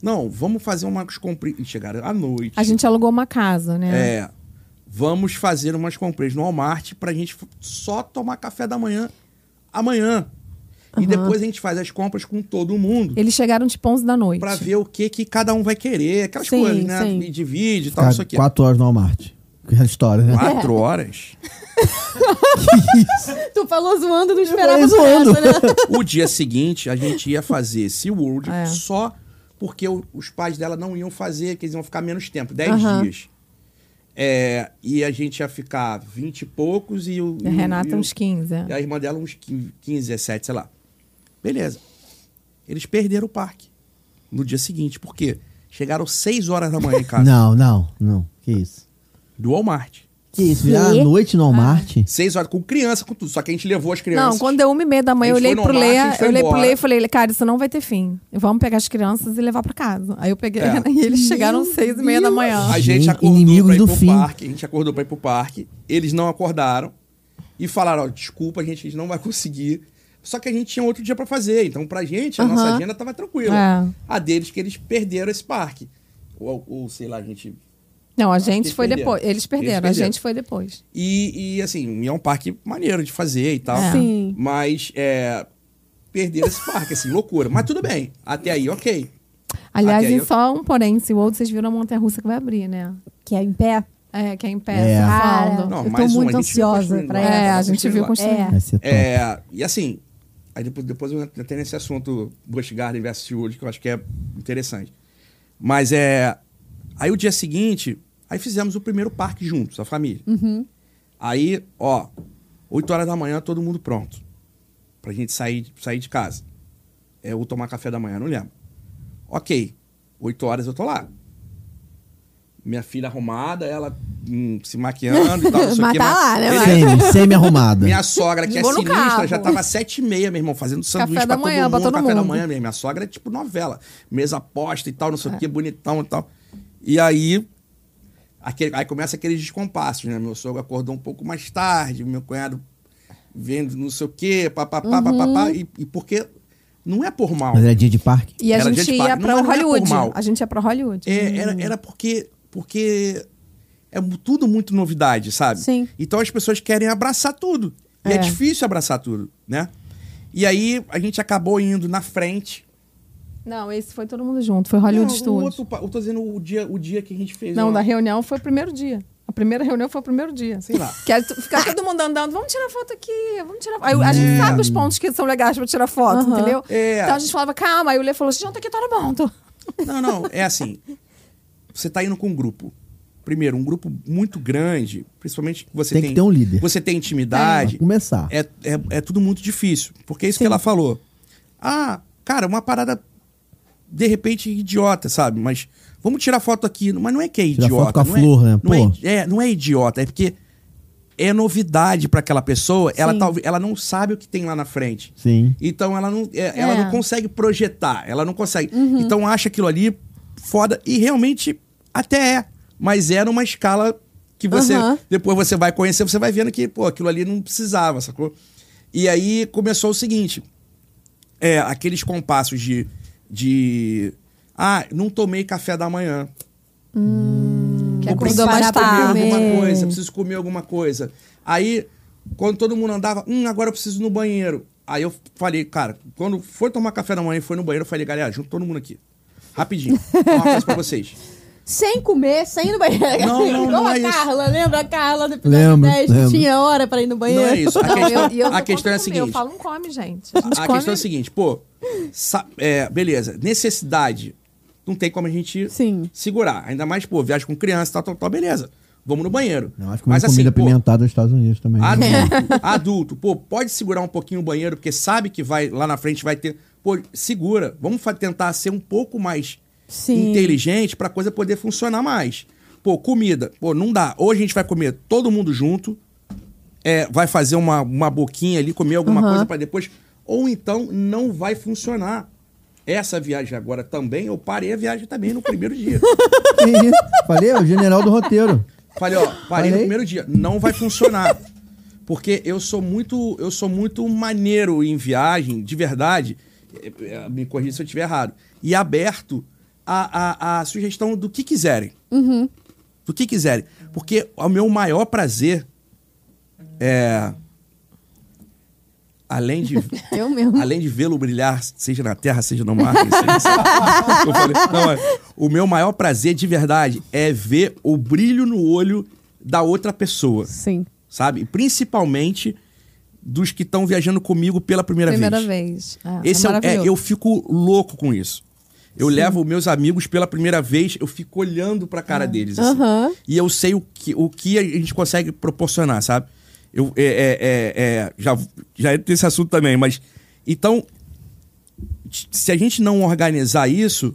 Speaker 3: não, vamos fazer uma compra. E chegaram à noite.
Speaker 4: A gente alugou uma casa, né?
Speaker 3: Ah. É. Vamos fazer umas compras no Walmart pra gente f- só tomar café da manhã amanhã. E depois a gente faz as compras com todo mundo
Speaker 4: Eles chegaram tipo 11 da noite.
Speaker 3: pra ver o que que cada um vai querer, aquelas
Speaker 1: Sim,
Speaker 3: coisas, né?
Speaker 1: sim.
Speaker 3: E divide e tal,
Speaker 2: Ficar
Speaker 3: isso aqui.
Speaker 2: quatro
Speaker 3: Quatro,
Speaker 2: horas no Walmart. Que é a história, né?
Speaker 3: horas.
Speaker 1: Tu falou zoando, não
Speaker 2: falei
Speaker 1: esperava
Speaker 2: zoando.
Speaker 1: zoando. né?
Speaker 3: o dia seguinte a gente ia fazer esse World
Speaker 4: É.
Speaker 3: só porque o- os pais dela não iam fazer, que eles iam ficar menos tempo, 10
Speaker 1: Aham.
Speaker 3: dias. É, e a gente ia ficar 20 e poucos e o. e
Speaker 4: A
Speaker 3: o-
Speaker 4: É, Renata,
Speaker 3: e o-
Speaker 4: uns 15. é.
Speaker 3: E a irmã dela, uns 15, 17, sei lá. Beleza. Eles perderam o parque no dia seguinte. Por quê? Chegaram 6 horas da manhã em casa.
Speaker 2: Não, não, não. Que isso.
Speaker 3: Do Walmart.
Speaker 2: Que isso, virar
Speaker 1: Quê?
Speaker 2: a noite no Walmart?
Speaker 3: 6 horas, com criança, com tudo. Só que a gente levou as crianças.
Speaker 4: Não, quando deu uma e meia da manhã, eu
Speaker 3: A gente
Speaker 4: olhei
Speaker 3: foi no
Speaker 4: pro
Speaker 3: Walmart, a
Speaker 4: Lê,
Speaker 3: gente foi
Speaker 4: eu olhei pro
Speaker 3: embora.
Speaker 4: Lê e falei, cara, isso não vai ter fim. Vamos pegar as crianças e levar pra casa. Aí eu peguei,
Speaker 3: É.
Speaker 4: e eles chegaram seis e meia da manhã.
Speaker 3: A gente
Speaker 2: Gente,
Speaker 3: acordou
Speaker 2: inimigos
Speaker 3: pra ir
Speaker 2: do
Speaker 3: pro
Speaker 2: fim.
Speaker 3: parque. A gente acordou pra ir pro parque. Eles não acordaram. E falaram, ó, desculpa, a gente não vai conseguir. Só que a gente tinha outro dia pra fazer. Então, pra gente, a nossa
Speaker 1: Aham.
Speaker 3: agenda tava tranquila.
Speaker 4: É.
Speaker 3: A deles que eles perderam esse parque. Ou, ou sei lá, a gente
Speaker 4: Não, a gente
Speaker 3: Eles
Speaker 4: foi
Speaker 3: perderam.
Speaker 4: depois. Eles perderam,
Speaker 3: Eles
Speaker 4: a
Speaker 3: perderam.
Speaker 4: gente foi depois.
Speaker 3: E, e, assim, é um parque maneiro de fazer e tal.
Speaker 4: É.
Speaker 1: Sim.
Speaker 3: Mas é, perder esse parque, assim, loucura. Mas tudo bem. Até aí, ok.
Speaker 4: Aliás,
Speaker 3: Até aí
Speaker 4: em
Speaker 3: eu-
Speaker 4: só um porém, se o outro, vocês viram a montanha russa que vai abrir, né?
Speaker 1: Que é em pé.
Speaker 4: É, que é em pé,
Speaker 2: É.
Speaker 4: tá
Speaker 1: Cara,
Speaker 4: falando.
Speaker 3: Não,
Speaker 1: eu tô
Speaker 3: mais uma,
Speaker 1: muito
Speaker 3: a gente viu
Speaker 1: ansiosa
Speaker 3: construindo
Speaker 1: pra
Speaker 3: lá.
Speaker 1: essa.
Speaker 4: É, a gente viu construir.
Speaker 1: É.
Speaker 2: Vai ser top.
Speaker 3: É, e assim, aí depois, depois eu entro até nesse assunto Busch Garden versus World, que eu acho que é interessante. Mas é. Aí o dia seguinte, aí fizemos o primeiro parque juntos, a família.
Speaker 1: Uhum.
Speaker 3: Aí, ó, 8 horas da manhã, todo mundo pronto. Pra gente sair, sair de casa. É, ou tomar café da manhã, não lembro. Ok, 8 horas eu tô lá. minha filha arrumada, ela hum, se maquiando e tal, não sei o
Speaker 1: Mas
Speaker 3: quê.
Speaker 1: tá lá, né,
Speaker 3: Ele-
Speaker 1: vai?
Speaker 2: Semi, semi-arrumada.
Speaker 3: Minha sogra, que é
Speaker 4: Ligou no
Speaker 3: sinistra,
Speaker 4: carro.
Speaker 3: já tava às sete e meia, meu irmão, fazendo sanduíche
Speaker 4: Café
Speaker 3: pra
Speaker 4: da
Speaker 3: todo
Speaker 4: manhã,
Speaker 3: mundo,
Speaker 4: pra todo
Speaker 3: café da
Speaker 4: mundo.
Speaker 3: manhã mesmo. Minha sogra é tipo novela, mesa posta e tal, não sei
Speaker 4: É.
Speaker 3: o que, bonitão e tal. E aí, aquele, aí começa aqueles descompassos, né? Meu sogro acordou um pouco mais tarde, meu cunhado vendo não sei o que, papapá,
Speaker 4: Uhum.
Speaker 3: papapá, e, e porque não é por mal.
Speaker 2: Mas era dia de parque.
Speaker 4: E a
Speaker 3: Era
Speaker 4: gente,
Speaker 3: gente
Speaker 4: ia
Speaker 3: paga. Não,
Speaker 4: pra
Speaker 3: mas não é
Speaker 4: Hollywood.
Speaker 3: formal.
Speaker 4: a gente ia pra Hollywood.
Speaker 3: É, era, era porque. Porque é mu- tudo muito novidade, sabe?
Speaker 1: Sim.
Speaker 3: Então as pessoas querem abraçar tudo. E é.
Speaker 1: É.
Speaker 3: difícil abraçar tudo, né? E aí a gente acabou indo na frente.
Speaker 4: Não, esse foi todo mundo junto. Foi Hollywood
Speaker 3: Não, o
Speaker 4: Studios.
Speaker 3: outro pa- eu tô dizendo o dia, o dia que a gente fez.
Speaker 4: Não,
Speaker 3: ó,
Speaker 4: da reunião foi o primeiro dia. A primeira reunião foi o primeiro dia.
Speaker 3: Sei lá.
Speaker 4: Que é tu- ficar todo mundo andando, vamos tirar foto aqui, vamos tirar Aí a gente sabe os pontos que são legais pra tirar foto,
Speaker 1: Aham.
Speaker 4: entendeu?
Speaker 3: É.
Speaker 4: Então a gente falava, calma, aí o Lê falou, gente, junta aqui tá todo mundo.
Speaker 3: Não, não, é assim. Você tá indo com um grupo. Primeiro, um grupo muito grande, principalmente que você tem.
Speaker 2: Tem que ter um líder.
Speaker 3: Você tem intimidade.
Speaker 2: Pra começar.
Speaker 3: é, é, é tudo muito difícil. Porque é isso que ela falou. Ah, cara, uma parada de repente idiota, sabe? Mas vamos tirar foto aqui. Mas não é que é
Speaker 2: Tirar
Speaker 3: idiota.
Speaker 2: foto com a
Speaker 3: não é-
Speaker 2: flor, né?
Speaker 3: Não é,
Speaker 2: Pô.
Speaker 3: é, não é idiota, é porque é novidade pra aquela pessoa. Ela,
Speaker 4: Sim.
Speaker 3: talvez ela não sabe o que tem lá na frente.
Speaker 2: Sim.
Speaker 3: Então ela não, é, ela
Speaker 4: É.
Speaker 3: não consegue projetar, ela não consegue. Então acha aquilo ali foda e realmente até é, mas é numa escala que você
Speaker 1: Aham.
Speaker 3: depois você vai conhecer, você vai vendo que pô, aquilo ali não precisava, sacou? E aí começou o seguinte, é, aqueles compassos de de ah, não tomei café da manhã.
Speaker 1: Que
Speaker 3: Eu
Speaker 1: é
Speaker 3: preciso
Speaker 1: comida mais
Speaker 3: comer
Speaker 1: tarde.
Speaker 3: alguma coisa, preciso comer alguma coisa. Aí, quando todo mundo andava, hum, agora eu preciso ir no banheiro. Aí eu falei, cara, quando foi tomar café da manhã e foi no banheiro, eu falei, galera, junta todo mundo aqui. Rapidinho. Vou falar Uma coisa pra vocês.
Speaker 1: Sem comer, sem ir no banheiro.
Speaker 3: Não, não,
Speaker 1: Igual
Speaker 3: não
Speaker 1: a
Speaker 3: é isso.
Speaker 1: Carla, lembra a Carla do episódio
Speaker 2: Lembro,
Speaker 1: 10 que
Speaker 2: lembro.
Speaker 1: tinha hora pra ir no banheiro?
Speaker 3: Não é isso. A
Speaker 4: Não,
Speaker 3: questão,
Speaker 4: eu- e eu
Speaker 3: a questão é
Speaker 4: não
Speaker 3: a
Speaker 4: posso comer, Eu
Speaker 3: seguinte.
Speaker 4: falo, não come, gente. A, gente
Speaker 3: A, a
Speaker 4: come-
Speaker 3: questão é a seguinte, pô, sa- é, beleza, necessidade. Não tem como a gente
Speaker 1: Sim.
Speaker 3: segurar. Ainda mais, pô, viagem com criança, tal, tal, tal, beleza. Vamos no banheiro. assim,
Speaker 2: Não, acho que comida apimentada nos Estados Unidos também.
Speaker 3: Ah,
Speaker 2: né?
Speaker 3: Adulto, adulto, pô, pode segurar um pouquinho o banheiro, porque sabe que vai lá na frente vai ter. Pô, segura. Vamos fa- tentar ser um pouco mais
Speaker 1: Sim.
Speaker 3: inteligente pra coisa poder funcionar mais. Pô, comida. Pô, não dá. Hoje a gente vai comer todo mundo junto. é, vai fazer uma, uma boquinha ali, comer alguma
Speaker 1: Aham.
Speaker 3: coisa pra depois. Ou então não vai funcionar. Essa viagem agora também, eu parei a viagem também no primeiro dia.
Speaker 2: Ih, Falei, é o general do roteiro.
Speaker 3: Falei, ó, parei
Speaker 2: Falei.
Speaker 3: no primeiro dia. Não vai funcionar. Porque eu sou muito, eu sou muito maneiro em viagem, de verdade. Eh, eh, Me corrija se eu estiver errado. E aberto à a, a, sugestão do que quiserem. Do que quiserem. Porque o meu maior prazer é. Além de,
Speaker 1: Eu mesmo.
Speaker 3: além de vê-lo brilhar, seja na terra, seja no mar. seja- seja- eu falei, não, é, o meu maior prazer de verdade é ver o brilho no olho da outra pessoa,
Speaker 1: Sim.
Speaker 3: sabe? Principalmente dos que estão viajando comigo pela primeira,
Speaker 4: Primeira
Speaker 3: vez.
Speaker 4: vez. É,
Speaker 3: Esse é, o-
Speaker 4: é
Speaker 3: é,
Speaker 4: maravilhoso.
Speaker 3: eu fico louco com isso. Eu levo meus amigos pela primeira vez, eu fico olhando pra
Speaker 4: Ah.
Speaker 3: cara deles. assim.
Speaker 1: Aham.
Speaker 3: E eu sei o que, o que a gente consegue proporcionar, sabe? Eu, é, é, é, é, já, já entro nesse assunto também, mas. Então, se a gente não organizar isso,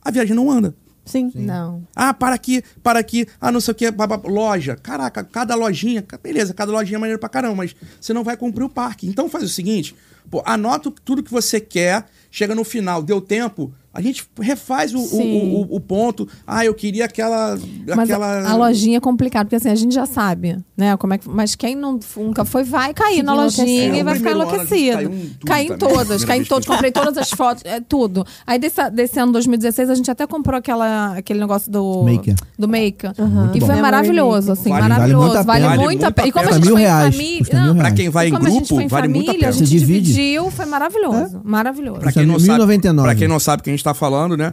Speaker 3: a viagem não anda.
Speaker 1: Sim.
Speaker 4: Não.
Speaker 3: Ah, para aqui, para aqui, ah, não sei o que, loja. Caraca, cada lojinha, ca- beleza, cada lojinha é maneiro pra caramba, mas você não vai cumprir o parque. Então faz o seguinte, pô, anota tudo que você quer, chega no final, deu tempo, a gente refaz o, o-
Speaker 1: Sim.
Speaker 3: o- o ponto. Ah, eu queria aquela.
Speaker 4: Mas
Speaker 3: aquela...
Speaker 4: a, a lojinha é complicado, porque assim, a gente já sabe, né? Como é que, mas quem não, nunca foi, vai cair na
Speaker 1: Fica
Speaker 4: lojinha
Speaker 1: enlouquecido.
Speaker 4: e vai
Speaker 3: É, o
Speaker 4: ficar
Speaker 3: primeiro ano a gente
Speaker 4: enlouquecido.
Speaker 3: caiu em tudo
Speaker 4: Caí em
Speaker 3: também.
Speaker 4: todas, caí em
Speaker 3: Primeira
Speaker 4: todas,
Speaker 3: vez
Speaker 4: comprei todas as fotos, é tudo. Aí desse, desse ano 2016 a gente até comprou aquela, aquele negócio do
Speaker 2: Maker.
Speaker 4: do maker. E
Speaker 2: bom.
Speaker 4: foi
Speaker 1: Memory
Speaker 4: maravilhoso,
Speaker 1: maker.
Speaker 4: assim,
Speaker 3: Vale-
Speaker 2: vale muito a
Speaker 4: maravilhoso. Vale,
Speaker 2: pena.
Speaker 4: muito a pena. E como a
Speaker 2: Custa
Speaker 4: gente
Speaker 2: mil
Speaker 4: foi
Speaker 2: reais,
Speaker 4: em família. Ah.
Speaker 2: custa mil
Speaker 4: Não,
Speaker 2: reais.
Speaker 3: Pra quem vai
Speaker 4: e
Speaker 3: em
Speaker 4: como a gente foi
Speaker 3: grupo,
Speaker 4: em
Speaker 3: vale muito a
Speaker 4: família,
Speaker 3: pena. É?
Speaker 4: a gente
Speaker 2: Você divide.
Speaker 4: dividiu, foi maravilhoso. Maravilhoso.
Speaker 3: Pra quem, não
Speaker 2: Custa
Speaker 3: Sabe,
Speaker 2: 1099.
Speaker 3: pra quem não sabe o que a gente tá falando, né?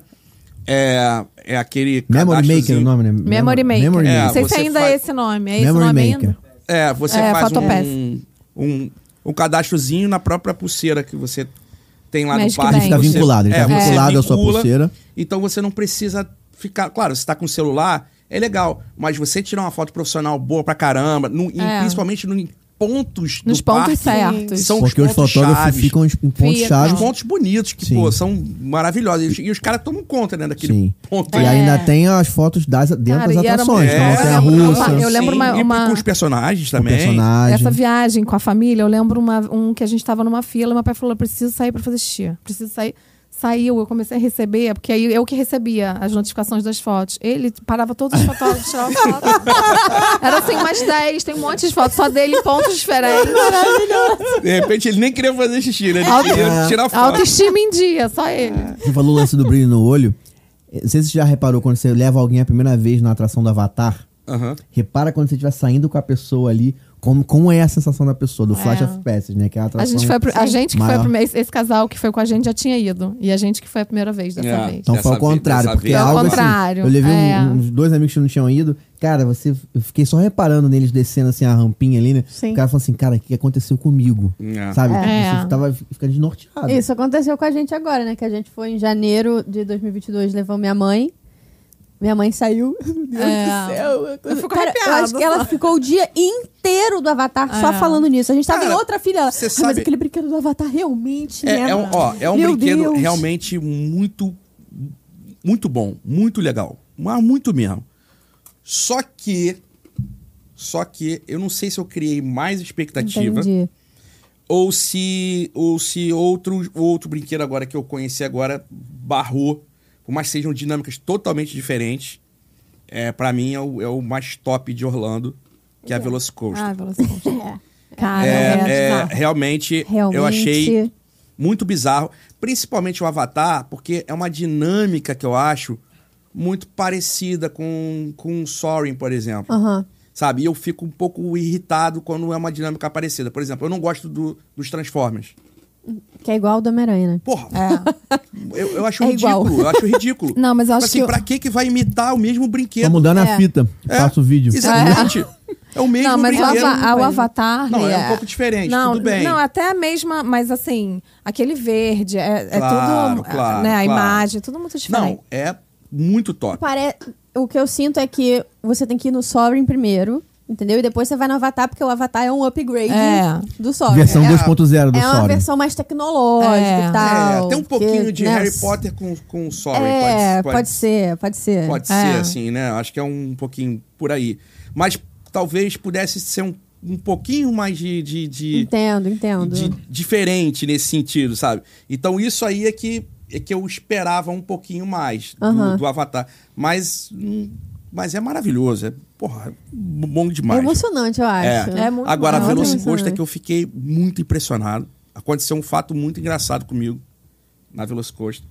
Speaker 3: É, é aquele.
Speaker 2: Memory Maker é
Speaker 3: cadastrozinho.
Speaker 2: o nome, né?
Speaker 4: Memory Maker.
Speaker 2: Memory
Speaker 3: assim. É,
Speaker 4: não sei
Speaker 2: Maker.
Speaker 4: se
Speaker 3: você
Speaker 4: ainda
Speaker 3: faz-
Speaker 4: é esse nome. É esse
Speaker 2: Memory
Speaker 4: nome
Speaker 2: Maker.
Speaker 4: ainda?
Speaker 3: É, você
Speaker 4: É,
Speaker 3: faz
Speaker 4: Photopass.
Speaker 3: um, um, um cadastrozinho na própria pulseira que você tem lá
Speaker 4: Magic
Speaker 3: no parque.
Speaker 4: Band. Ele
Speaker 2: fica
Speaker 3: Você- É,
Speaker 2: vinculado, ele tá
Speaker 3: você
Speaker 2: vinculado à sua
Speaker 3: vincula,
Speaker 2: pulseira.
Speaker 3: Então você não precisa ficar... Claro, você tá com o celular, é legal. Mas você tirar uma foto profissional boa pra caramba, no- e
Speaker 4: É.
Speaker 3: principalmente no, pontos
Speaker 4: Nos
Speaker 3: do parque
Speaker 4: pontos certos.
Speaker 3: são
Speaker 2: Porque
Speaker 3: os
Speaker 2: os
Speaker 3: pontos
Speaker 2: fotógrafos
Speaker 3: chaves.
Speaker 2: ficam em em pontos
Speaker 4: Fica.
Speaker 3: Os
Speaker 2: chaves.
Speaker 3: pontos bonitos, que,
Speaker 2: Sim.
Speaker 3: pô, são maravilhosos. E, os- e os caras tomam conta, né, daquele
Speaker 2: Sim.
Speaker 3: ponto.
Speaker 2: E ainda tem as fotos das, dentro
Speaker 4: É. Cara,
Speaker 2: das
Speaker 4: e era-
Speaker 2: atrações.
Speaker 4: É,
Speaker 2: da montanha russa,
Speaker 4: eu lembro uma-
Speaker 3: e
Speaker 4: uma-
Speaker 3: com os personagens
Speaker 2: o
Speaker 3: também.
Speaker 2: personagem.
Speaker 4: Essa viagem com a família, eu lembro uma- um que a gente tava numa fila, meu pai falou: preciso sair pra fazer xixi. Preciso sair. Saiu, eu comecei a receber, porque aí eu que recebia as notificações das fotos. Ele parava todos os fotógrafos, tirava foto. Era assim, umas 10, tem um monte de fotos só dele em pontos diferentes.
Speaker 3: De repente ele nem queria fazer xixi, né? Ele
Speaker 4: Auto-
Speaker 1: É.
Speaker 3: queria tirar foto.
Speaker 4: Autoestima em dia, só ele.
Speaker 2: Você falou o lance do brilho no olho. Eh, Não sei se você já reparou quando você leva alguém a primeira vez na atração do Avatar.
Speaker 3: Aham.
Speaker 2: Repara quando você estiver saindo com a pessoa ali, como, como é a sensação da pessoa, do
Speaker 4: É.
Speaker 2: Flash of Passes, né? Que é a
Speaker 4: A
Speaker 2: atração.
Speaker 4: gente, foi a, pri- a gente que foi a
Speaker 2: Maior.
Speaker 4: primeira. Esse, esse casal que foi com a gente já tinha ido. E a gente que foi a primeira vez dessa
Speaker 3: É.
Speaker 4: vez.
Speaker 2: Então
Speaker 3: Dessa
Speaker 2: foi ao
Speaker 3: vez-
Speaker 2: contrário,
Speaker 3: dessa
Speaker 2: porque
Speaker 3: vez,
Speaker 2: é
Speaker 3: Foi ao
Speaker 2: algo assim,
Speaker 4: contrário,
Speaker 2: eu levei um-
Speaker 4: é.
Speaker 2: uns dois amigos que não tinham ido. Cara, você, eu fiquei só reparando neles descendo assim a rampinha ali, né?
Speaker 1: Sim.
Speaker 2: O cara falou assim, cara, o que aconteceu comigo?
Speaker 3: É.
Speaker 2: Sabe?
Speaker 4: É.
Speaker 2: Você tava ficando desnorteado.
Speaker 1: Isso aconteceu com a gente agora, né? Que a gente foi em janeiro de 2022, levou minha mãe. Minha mãe saiu. Meu Deus do céu. Eu,
Speaker 4: fico
Speaker 1: eu
Speaker 4: É. arrepiada,
Speaker 1: acho que ela
Speaker 4: só.
Speaker 1: ficou o dia inteiro do Avatar só
Speaker 4: É.
Speaker 1: falando nisso. A gente tava
Speaker 3: Cara,
Speaker 1: em outra fila. Ela,
Speaker 3: você
Speaker 1: "Ah, Mas
Speaker 3: sabe-
Speaker 1: aquele brinquedo do Avatar realmente
Speaker 3: É, é um, ó, é um
Speaker 1: Meu
Speaker 3: brinquedo
Speaker 1: Deus.
Speaker 3: realmente muito, muito bom, muito legal. Mas muito mesmo. Só que, só que eu não sei se eu criei mais expectativa
Speaker 1: Entendi.
Speaker 3: ou se, ou se outro, outro brinquedo agora que eu conheci agora barrou. Por mais que sejam dinâmicas totalmente diferentes, é, para mim é o, é o mais top de Orlando, que é a Velocicoaster.
Speaker 4: Ah, velocidade. Cara,
Speaker 3: É, é,
Speaker 4: é,
Speaker 3: realmente,
Speaker 1: Realmente.
Speaker 3: eu achei muito bizarro. Principalmente o Avatar, porque é uma dinâmica que eu acho muito parecida com, com o Soaring, por exemplo.
Speaker 4: Ah.
Speaker 1: Aham.
Speaker 3: Sabe? E eu fico um pouco irritado quando é uma dinâmica parecida. Por exemplo, eu não gosto do- dos Transformers.
Speaker 1: Que é igual o do Homem-Aranha, né?
Speaker 3: Porra,
Speaker 2: É.
Speaker 3: eu, eu acho
Speaker 1: É igual.
Speaker 3: ridículo. Eu acho ridículo.
Speaker 4: É. Não, mas eu acho
Speaker 3: assim,
Speaker 4: que eu-
Speaker 3: Pra que que vai imitar o mesmo
Speaker 2: Tá
Speaker 3: brinquedo?
Speaker 2: mudando
Speaker 1: É.
Speaker 2: a fita,
Speaker 3: É.
Speaker 2: faço o vídeo.
Speaker 3: Exatamente. É o mesmo
Speaker 4: Não, mas o,
Speaker 3: brinquedo.
Speaker 4: ava- o Avatar.
Speaker 3: Não, é um pouco diferente,
Speaker 4: Não,
Speaker 3: tudo bem.
Speaker 4: Não, é até a mesma, mas assim, aquele verde, é, é
Speaker 3: Claro,
Speaker 4: tudo.
Speaker 3: claro,
Speaker 4: né, A
Speaker 3: claro.
Speaker 4: imagem, é tudo muito diferente.
Speaker 3: Não, é muito top.
Speaker 1: Pare... O que eu sinto é que você tem que ir no Sovereign primeiro, entendeu? E depois você vai no Avatar, porque o Avatar é um upgrade
Speaker 4: É.
Speaker 1: do Sovereign.
Speaker 2: Versão
Speaker 3: É a-
Speaker 2: 2.0 do
Speaker 1: É uma
Speaker 2: Sora.
Speaker 1: versão mais tecnológica
Speaker 4: É.
Speaker 1: e tal.
Speaker 3: É, tem um
Speaker 1: que,
Speaker 3: pouquinho de
Speaker 1: né,
Speaker 3: Harry Potter com, com Sorry.
Speaker 1: É, pode,
Speaker 3: pode, pode,
Speaker 1: ser, pode ser.
Speaker 3: pode
Speaker 4: É.
Speaker 3: ser, assim, né? Acho que é um pouquinho por aí. Mas talvez pudesse ser um, um pouquinho mais de, de, de,
Speaker 1: Entendo, entendo. É
Speaker 3: de- diferente nesse sentido, sabe? Então isso aí é que, é que eu esperava um pouquinho mais do-
Speaker 1: Aham.
Speaker 3: do, Avatar. Mas, hum, mas é maravilhoso. É, porra, bom
Speaker 1: É
Speaker 3: demais.
Speaker 1: emocionante, eu acho.
Speaker 3: É.
Speaker 4: É muito
Speaker 3: Agora, a
Speaker 4: maior,
Speaker 3: Velocicoaster
Speaker 1: né?
Speaker 3: que eu fiquei muito impressionado. Aconteceu um fato muito engraçado comigo na Velocicoaster.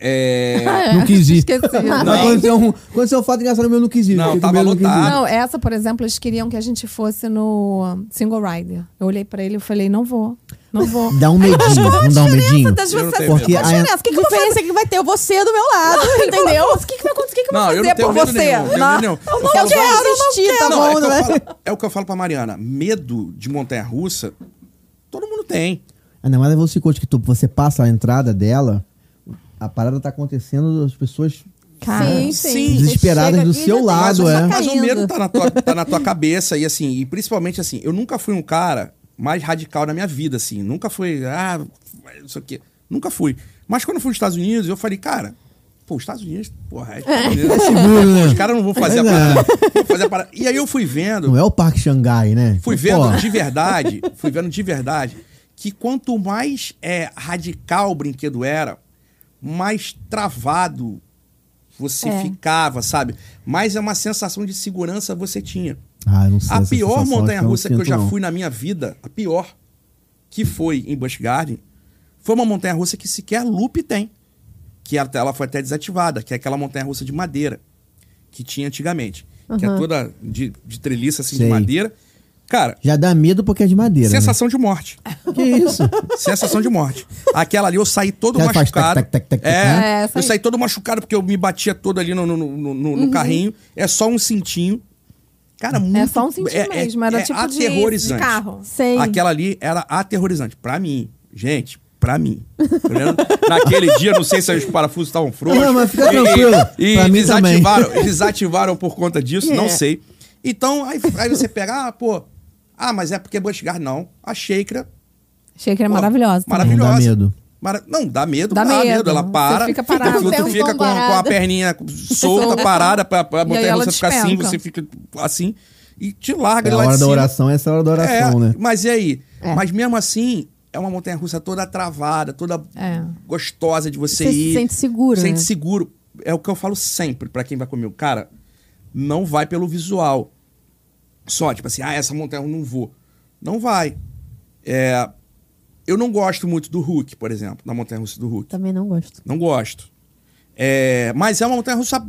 Speaker 3: É...
Speaker 2: Não quis ir.
Speaker 4: Esqueci.
Speaker 2: Não. Aconteceu, um, aconteceu um fato engraçado meu, eu não quis ir.
Speaker 3: Não,
Speaker 2: Fiquei com
Speaker 3: tava
Speaker 2: medo, não quis ir.
Speaker 3: lotado.
Speaker 4: Não, essa, por exemplo, eles queriam que a gente fosse no Single Rider. Eu olhei pra ele e falei, não vou. Não vou.
Speaker 2: Dá um medinho, não dá um medinho.
Speaker 4: Das
Speaker 3: Eu não
Speaker 4: vocês,
Speaker 3: tenho
Speaker 2: Porque
Speaker 4: qual a
Speaker 2: a-
Speaker 4: diferença? O que,
Speaker 1: Que
Speaker 4: que eu vou fazer?
Speaker 1: diferença que vai ter? Eu vou ser do meu lado, entendeu?
Speaker 4: O que, que vai acontecer? O que, que eu vou fazer por
Speaker 3: medo
Speaker 4: você?
Speaker 3: nenhum, eu tenho medo nenhum. Eu
Speaker 1: Eu
Speaker 3: falo-
Speaker 1: quero existir, tá
Speaker 3: Não, é,
Speaker 1: bom?
Speaker 3: o que eu
Speaker 1: né?
Speaker 3: falo, é o que eu falo pra Mariana. Medo de montanha-russa, todo mundo tem.
Speaker 2: Ainda mais a Velocicote, que tu, você passa a entrada dela, a parada tá acontecendo, as pessoas
Speaker 4: Cara,
Speaker 1: sim, sim.
Speaker 3: Sim.
Speaker 1: Você
Speaker 2: Desesperadas
Speaker 1: chega
Speaker 2: do
Speaker 1: aqui,
Speaker 2: seu
Speaker 1: já tem
Speaker 2: lado,
Speaker 1: uma
Speaker 2: é.
Speaker 1: pessoa
Speaker 3: Mas o
Speaker 1: caindo.
Speaker 3: medo tá na, tua, tá na tua cabeça e assim, e principalmente assim, eu nunca fui um cara mais radical na minha vida, assim. Nunca fui, ah, isso aqui. Nunca fui. Mas quando eu fui nos Estados Unidos, eu falei, cara, pô, os Estados Unidos, porra, é, Estados Unidos,
Speaker 2: seguro, né?
Speaker 3: Os caras não vão fazer a
Speaker 2: Mas é.
Speaker 3: parada. não vão fazer a parada. E aí eu fui vendo,
Speaker 2: Não é o Parque Xangai, né?
Speaker 3: fui
Speaker 2: Pô,
Speaker 3: vendo de verdade, fui vendo de verdade que quanto mais é, radical o brinquedo era, mais travado você
Speaker 4: É.
Speaker 3: ficava, sabe? Mais é uma sensação de segurança você tinha.
Speaker 2: Ah, eu não sei
Speaker 3: A
Speaker 2: essa
Speaker 3: pior
Speaker 2: sensação, acho
Speaker 3: montanha-russa que eu
Speaker 2: não
Speaker 3: já
Speaker 2: sinto, não.
Speaker 3: fui na minha vida, a pior, que foi em Busch Garden, foi uma montanha-russa que sequer loop tem. Que ela, ela foi até desativada, que é aquela montanha-russa de madeira que tinha antigamente. Que é
Speaker 1: Aham.
Speaker 3: toda de, de treliça, assim,
Speaker 2: Sei.
Speaker 3: de madeira. Cara,
Speaker 2: Já dá medo porque é de madeira. né?
Speaker 3: sensação de morte.
Speaker 2: Que isso?
Speaker 3: Sensação de morte. Aquela ali eu saí todo
Speaker 2: Aquela que faz
Speaker 3: machucado.
Speaker 2: tac, tac, tac, tac, tac,
Speaker 4: né? É,
Speaker 3: É,
Speaker 4: essa
Speaker 3: eu
Speaker 4: aí. Uhum.
Speaker 3: saí todo machucado porque eu me batia todo ali no, no, no- no- no carrinho. É só um cintinho. Cara,
Speaker 2: é
Speaker 3: muito. é,
Speaker 4: só um cintinho mesmo, era tipo de- de
Speaker 3: aterrorizante.
Speaker 4: carro.
Speaker 1: Sei.
Speaker 3: Aquela ali era aterrorizante. Pra mim, gente, pra mim. Tá vendo? Naquele dia, não sei se os parafusos estavam frouxos.
Speaker 2: Não, mas fica
Speaker 3: E-
Speaker 2: tranquilo.
Speaker 3: E,
Speaker 2: Pra mim também.
Speaker 3: desativaram, desativaram por conta disso,
Speaker 1: É.
Speaker 3: não sei. Então, aí, aí você pega, ah, pô, Ah, mas é porque Busch Gardner não. A Sheikra
Speaker 4: Achei que era
Speaker 3: Pô,
Speaker 4: maravilhosa. também.
Speaker 2: Não dá
Speaker 3: Maravilhosa.
Speaker 2: medo.
Speaker 3: Mara- Não, dá medo,
Speaker 4: Dá
Speaker 3: dá, medo.
Speaker 4: medo.
Speaker 3: Ela
Speaker 4: Você
Speaker 3: para.
Speaker 4: fica parado.
Speaker 3: O filtro
Speaker 1: Fica
Speaker 3: fica
Speaker 1: com o
Speaker 3: com, com a
Speaker 1: parado.
Speaker 3: perninha solta,
Speaker 4: Solta.
Speaker 3: parada, pra, pra
Speaker 4: E aí
Speaker 3: botar
Speaker 4: ela
Speaker 3: você ficar assim,
Speaker 4: despenca.
Speaker 3: você fica assim, e te larga
Speaker 2: É a
Speaker 3: lá
Speaker 2: hora
Speaker 3: de
Speaker 2: da
Speaker 3: cima.
Speaker 2: oração, essa é a hora da oração,
Speaker 3: é,
Speaker 2: né?
Speaker 3: Mas e aí?
Speaker 1: É.
Speaker 3: Mas mesmo assim, é uma montanha russa toda travada, toda
Speaker 4: É.
Speaker 3: gostosa de você,
Speaker 1: Você se
Speaker 3: ir.
Speaker 1: sente seguro,
Speaker 3: Sente
Speaker 1: né?
Speaker 3: seguro. É o que eu falo sempre pra quem vai comigo. Cara, não vai pelo visual. Só, tipo assim, ah, essa montanha eu não vou. Não vai. É, eu não gosto muito do Hulk, por exemplo, da montanha russa do Hulk.
Speaker 1: Também não gosto.
Speaker 3: Não gosto. É, mas é uma montanha russa.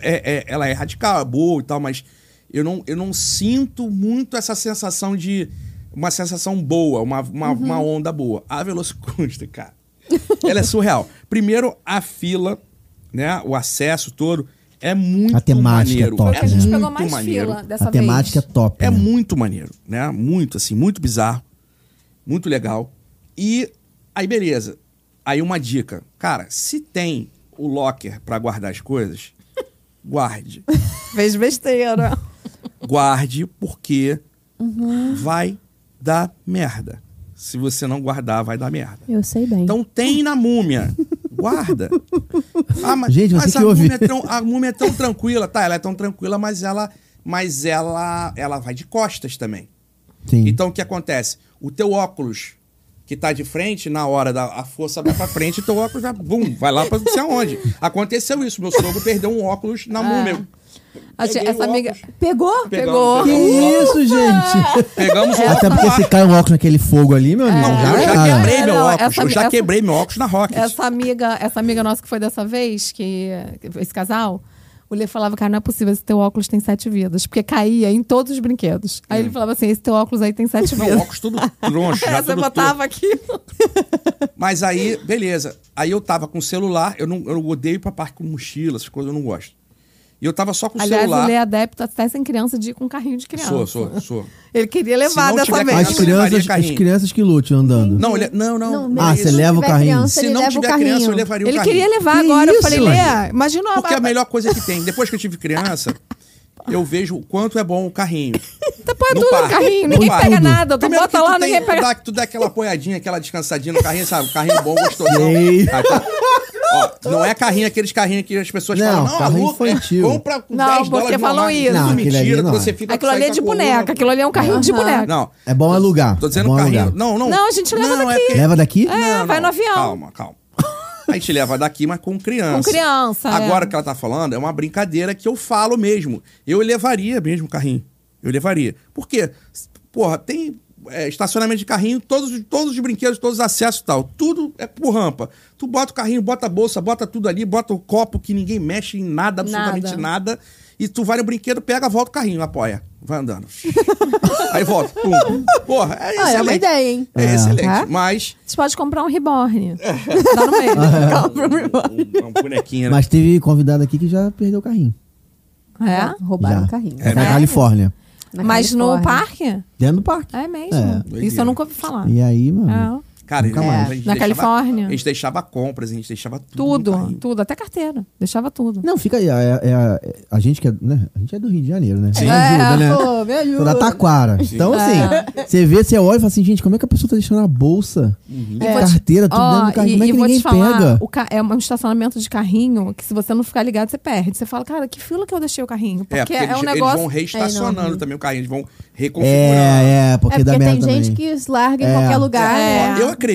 Speaker 3: É, é- ela é radical, é boa e tal, mas eu não, eu não sinto muito essa sensação de. Uma sensação boa, uma, uma,
Speaker 4: Uhum.
Speaker 3: uma onda boa. A Velocicoaster, cara. ela é surreal. Primeiro, a fila, né? O acesso todo é muito
Speaker 2: A temática é
Speaker 3: maneiro.
Speaker 2: top,
Speaker 4: Foi o que a gente
Speaker 3: muito
Speaker 4: pegou mais
Speaker 3: maneiro.
Speaker 4: fila dessa
Speaker 2: A temática é
Speaker 4: vez.
Speaker 2: top.
Speaker 3: É
Speaker 2: né?
Speaker 3: muito maneiro, né? Muito, assim, muito bizarro. Muito legal. E aí, beleza. Aí uma dica. Cara, se tem o locker pra guardar as coisas, guarde.
Speaker 4: Fez besteira.
Speaker 3: Guarde, porque vai dar merda. Se você não guardar, vai dar merda.
Speaker 1: Eu sei bem.
Speaker 3: Então tem na múmia. Guarda. Ah, mas,
Speaker 2: Gente, você
Speaker 3: mas
Speaker 2: que
Speaker 3: a,
Speaker 2: ouve.
Speaker 3: múmia é tão, a múmia é tão tranquila. Tá, ela é tão tranquila, mas ela, mas ela, ela vai de costas também.
Speaker 2: Sim.
Speaker 3: Então o que acontece? O teu óculos que tá de frente, na hora da a força vai pra frente, o teu óculos vai, bum, vai lá pra não sei aonde. Aconteceu isso, meu sogro perdeu um óculos na múmia.
Speaker 4: Achei-
Speaker 3: Peguei o
Speaker 4: Ah. essa amiga-
Speaker 3: óculos,
Speaker 1: Pegou?
Speaker 4: Pegou.
Speaker 3: Pegamos,
Speaker 2: que isso, gente?
Speaker 3: pegamos o
Speaker 2: Até
Speaker 3: óculos.
Speaker 2: porque
Speaker 3: no
Speaker 2: se
Speaker 3: ar.
Speaker 2: cai um óculos naquele fogo ali, meu amigo,
Speaker 3: Não,
Speaker 2: já
Speaker 3: eu já
Speaker 2: era.
Speaker 3: quebrei
Speaker 4: É,
Speaker 3: meu
Speaker 4: não,
Speaker 3: óculos.
Speaker 4: essa-
Speaker 3: eu já
Speaker 4: essa-
Speaker 3: quebrei meu óculos na Rocket.
Speaker 4: Essa amiga, essa amiga nossa que foi dessa vez, que esse casal, o Lê falava, cara, não é possível, esse teu óculos tem sete vidas. Porque caía em todos os brinquedos. Aí ele falava assim, esse teu óculos aí tem sete
Speaker 3: É. Não, o
Speaker 4: vidas.
Speaker 3: óculos tudo troncho, já
Speaker 4: Aí você
Speaker 3: tudo
Speaker 4: botava aqui.
Speaker 3: Mas aí, beleza. Aí eu tava com o celular, eu não eu odeio ir pra parque com mochila, essas coisas eu não gosto. E eu tava só com o
Speaker 4: Aliás,
Speaker 3: celular.
Speaker 4: ele é adepto até sem criança de ir com carrinho de criança.
Speaker 3: Sou, sou, sou.
Speaker 4: Ele queria
Speaker 3: Se
Speaker 4: levar
Speaker 3: não
Speaker 4: dessa
Speaker 3: tiver
Speaker 4: vez.
Speaker 2: As
Speaker 3: criança-
Speaker 2: crianças,
Speaker 3: Maria
Speaker 2: as
Speaker 3: Carrinho.
Speaker 2: criança que lute andando.
Speaker 3: Não, ele, não, não.
Speaker 1: Não,
Speaker 3: não
Speaker 1: mesmo
Speaker 2: Ah,
Speaker 3: é
Speaker 2: você
Speaker 1: se
Speaker 3: isso.
Speaker 2: leva o
Speaker 1: tiver
Speaker 2: carrinho.
Speaker 1: criança,
Speaker 3: Se
Speaker 1: ele
Speaker 3: não
Speaker 1: leva o
Speaker 3: tiver
Speaker 1: carrinho.
Speaker 3: criança, eu levaria o
Speaker 4: Ele
Speaker 3: carrinho.
Speaker 4: queria levar
Speaker 2: Que
Speaker 4: agora.
Speaker 2: isso,
Speaker 4: eu falei,
Speaker 2: Lani?
Speaker 4: Lê, imagina
Speaker 3: Porque é a
Speaker 4: uma...
Speaker 3: melhor coisa que tem. Depois que eu tive criança, eu vejo o quanto é bom o carrinho.
Speaker 4: Tá põe
Speaker 3: no
Speaker 4: tudo no
Speaker 3: parque.
Speaker 4: carrinho,
Speaker 3: No
Speaker 4: ninguém
Speaker 3: parque.
Speaker 4: pega nada. Tu
Speaker 3: Primeiro que
Speaker 4: Então bota lá,
Speaker 3: tem- tu
Speaker 4: ninguém pega
Speaker 3: dá, tu dá aquela apoiadinha, aquela descansadinha no carrinho, sabe? Carrinho bom, gostosão.
Speaker 2: Sei.
Speaker 3: Aí tá- Ó, não é carrinho, aqueles carrinhos que as pessoas
Speaker 2: Não,
Speaker 3: falam, não, a
Speaker 2: carrinho
Speaker 3: Lu,
Speaker 2: infantil.
Speaker 3: É, compra com
Speaker 4: Não,
Speaker 3: 10
Speaker 4: porque
Speaker 3: dólares
Speaker 4: falam
Speaker 3: uma marca,
Speaker 4: isso.
Speaker 3: tudo
Speaker 2: Não, aquilo ali
Speaker 3: mentira,
Speaker 2: não
Speaker 3: que
Speaker 2: é.
Speaker 3: você fica
Speaker 4: Aquilo
Speaker 3: sai
Speaker 4: ali é
Speaker 3: com a
Speaker 4: de
Speaker 3: coluna.
Speaker 4: boneca, aquilo ali é um carrinho de boneca.
Speaker 3: Não.
Speaker 2: É bom alugar.
Speaker 3: Tô dizendo
Speaker 2: é bom
Speaker 3: carrinho.
Speaker 2: alugar.
Speaker 3: Não, não.
Speaker 4: Não, a gente leva
Speaker 3: não, é
Speaker 4: daqui.
Speaker 3: porque-
Speaker 2: Leva daqui?
Speaker 4: É. vai no avião.
Speaker 3: Calma, calma. A gente leva daqui, mas com criança.
Speaker 4: Com criança, é.
Speaker 3: Agora o que ela tá falando é uma brincadeira que eu falo mesmo. Eu levaria mesmo o carrinho. Eu levaria. Por quê? Porra, tem é, estacionamento de carrinho, todos, os- todos os brinquedos, todos os acessos e tal. Tudo é por rampa. Tu bota o carrinho, bota a bolsa, bota tudo ali, bota o copo que ninguém mexe em nada, absolutamente
Speaker 4: Nada.
Speaker 3: nada. E tu vai no brinquedo, pega, volta o carrinho, apoia. Vai andando. Aí volta. Pum. Porra, é
Speaker 1: Ah,
Speaker 3: excelente.
Speaker 1: é uma ideia, hein?
Speaker 3: É, excelente.
Speaker 4: Tá?
Speaker 3: Mas
Speaker 4: Você pode comprar um reborn.
Speaker 3: É.
Speaker 4: Tá no meio. Compra um reborn.
Speaker 3: um, um bonequinho, né?
Speaker 2: Mas teve convidado aqui que já perdeu o carrinho.
Speaker 4: É?
Speaker 1: Roubaram
Speaker 2: já.
Speaker 1: o carrinho.
Speaker 2: É, na
Speaker 4: Sério?
Speaker 2: Califórnia.
Speaker 1: Na
Speaker 4: Mas no
Speaker 1: Califórnia.
Speaker 4: parque?
Speaker 2: Dentro do parque.
Speaker 4: É mesmo.
Speaker 3: É.
Speaker 4: Isso eu nunca ouvi falar.
Speaker 2: E aí, mano?
Speaker 4: É.
Speaker 3: Cara,
Speaker 2: Nunca
Speaker 3: a
Speaker 2: mais.
Speaker 3: gente
Speaker 4: Na
Speaker 3: deixava-
Speaker 4: Califórnia.
Speaker 3: A gente deixava compras, a gente deixava tudo. no
Speaker 4: Tudo,
Speaker 3: carrinho.
Speaker 4: tudo, até carteira. Deixava tudo.
Speaker 2: Não, fica aí. É, é- é- a gente que é, né? A gente é do Rio de Janeiro, né? Me
Speaker 4: É,
Speaker 2: ajuda, né?
Speaker 1: Pô, me
Speaker 2: Sou da
Speaker 1: ajuda.
Speaker 2: Taquara. Então, assim, você vê, você olha e fala assim, gente, como é que a pessoa tá deixando a bolsa, a
Speaker 4: É.
Speaker 2: carteira, tudo
Speaker 4: Ó,
Speaker 2: dentro do carrinho?
Speaker 4: e-
Speaker 2: como é
Speaker 4: e
Speaker 2: que
Speaker 4: vou te
Speaker 2: ninguém
Speaker 4: falar,
Speaker 2: pega?
Speaker 4: o ca- É um estacionamento de carrinho que se você não ficar ligado, você perde. Você fala, cara, que fila que eu deixei o carrinho? Porque
Speaker 3: É,
Speaker 4: é,
Speaker 3: porque eles,
Speaker 4: um
Speaker 3: eles
Speaker 4: negócio.
Speaker 3: vão reestacionando também o carrinho, eles vão reconfigurando.
Speaker 2: É, é, porque
Speaker 1: é
Speaker 2: dá
Speaker 1: porque
Speaker 2: merda
Speaker 1: tem gente
Speaker 2: também.
Speaker 1: que larga em
Speaker 2: É.
Speaker 1: qualquer lugar.
Speaker 4: É.
Speaker 1: né?
Speaker 3: Eu acredito.
Speaker 4: Eu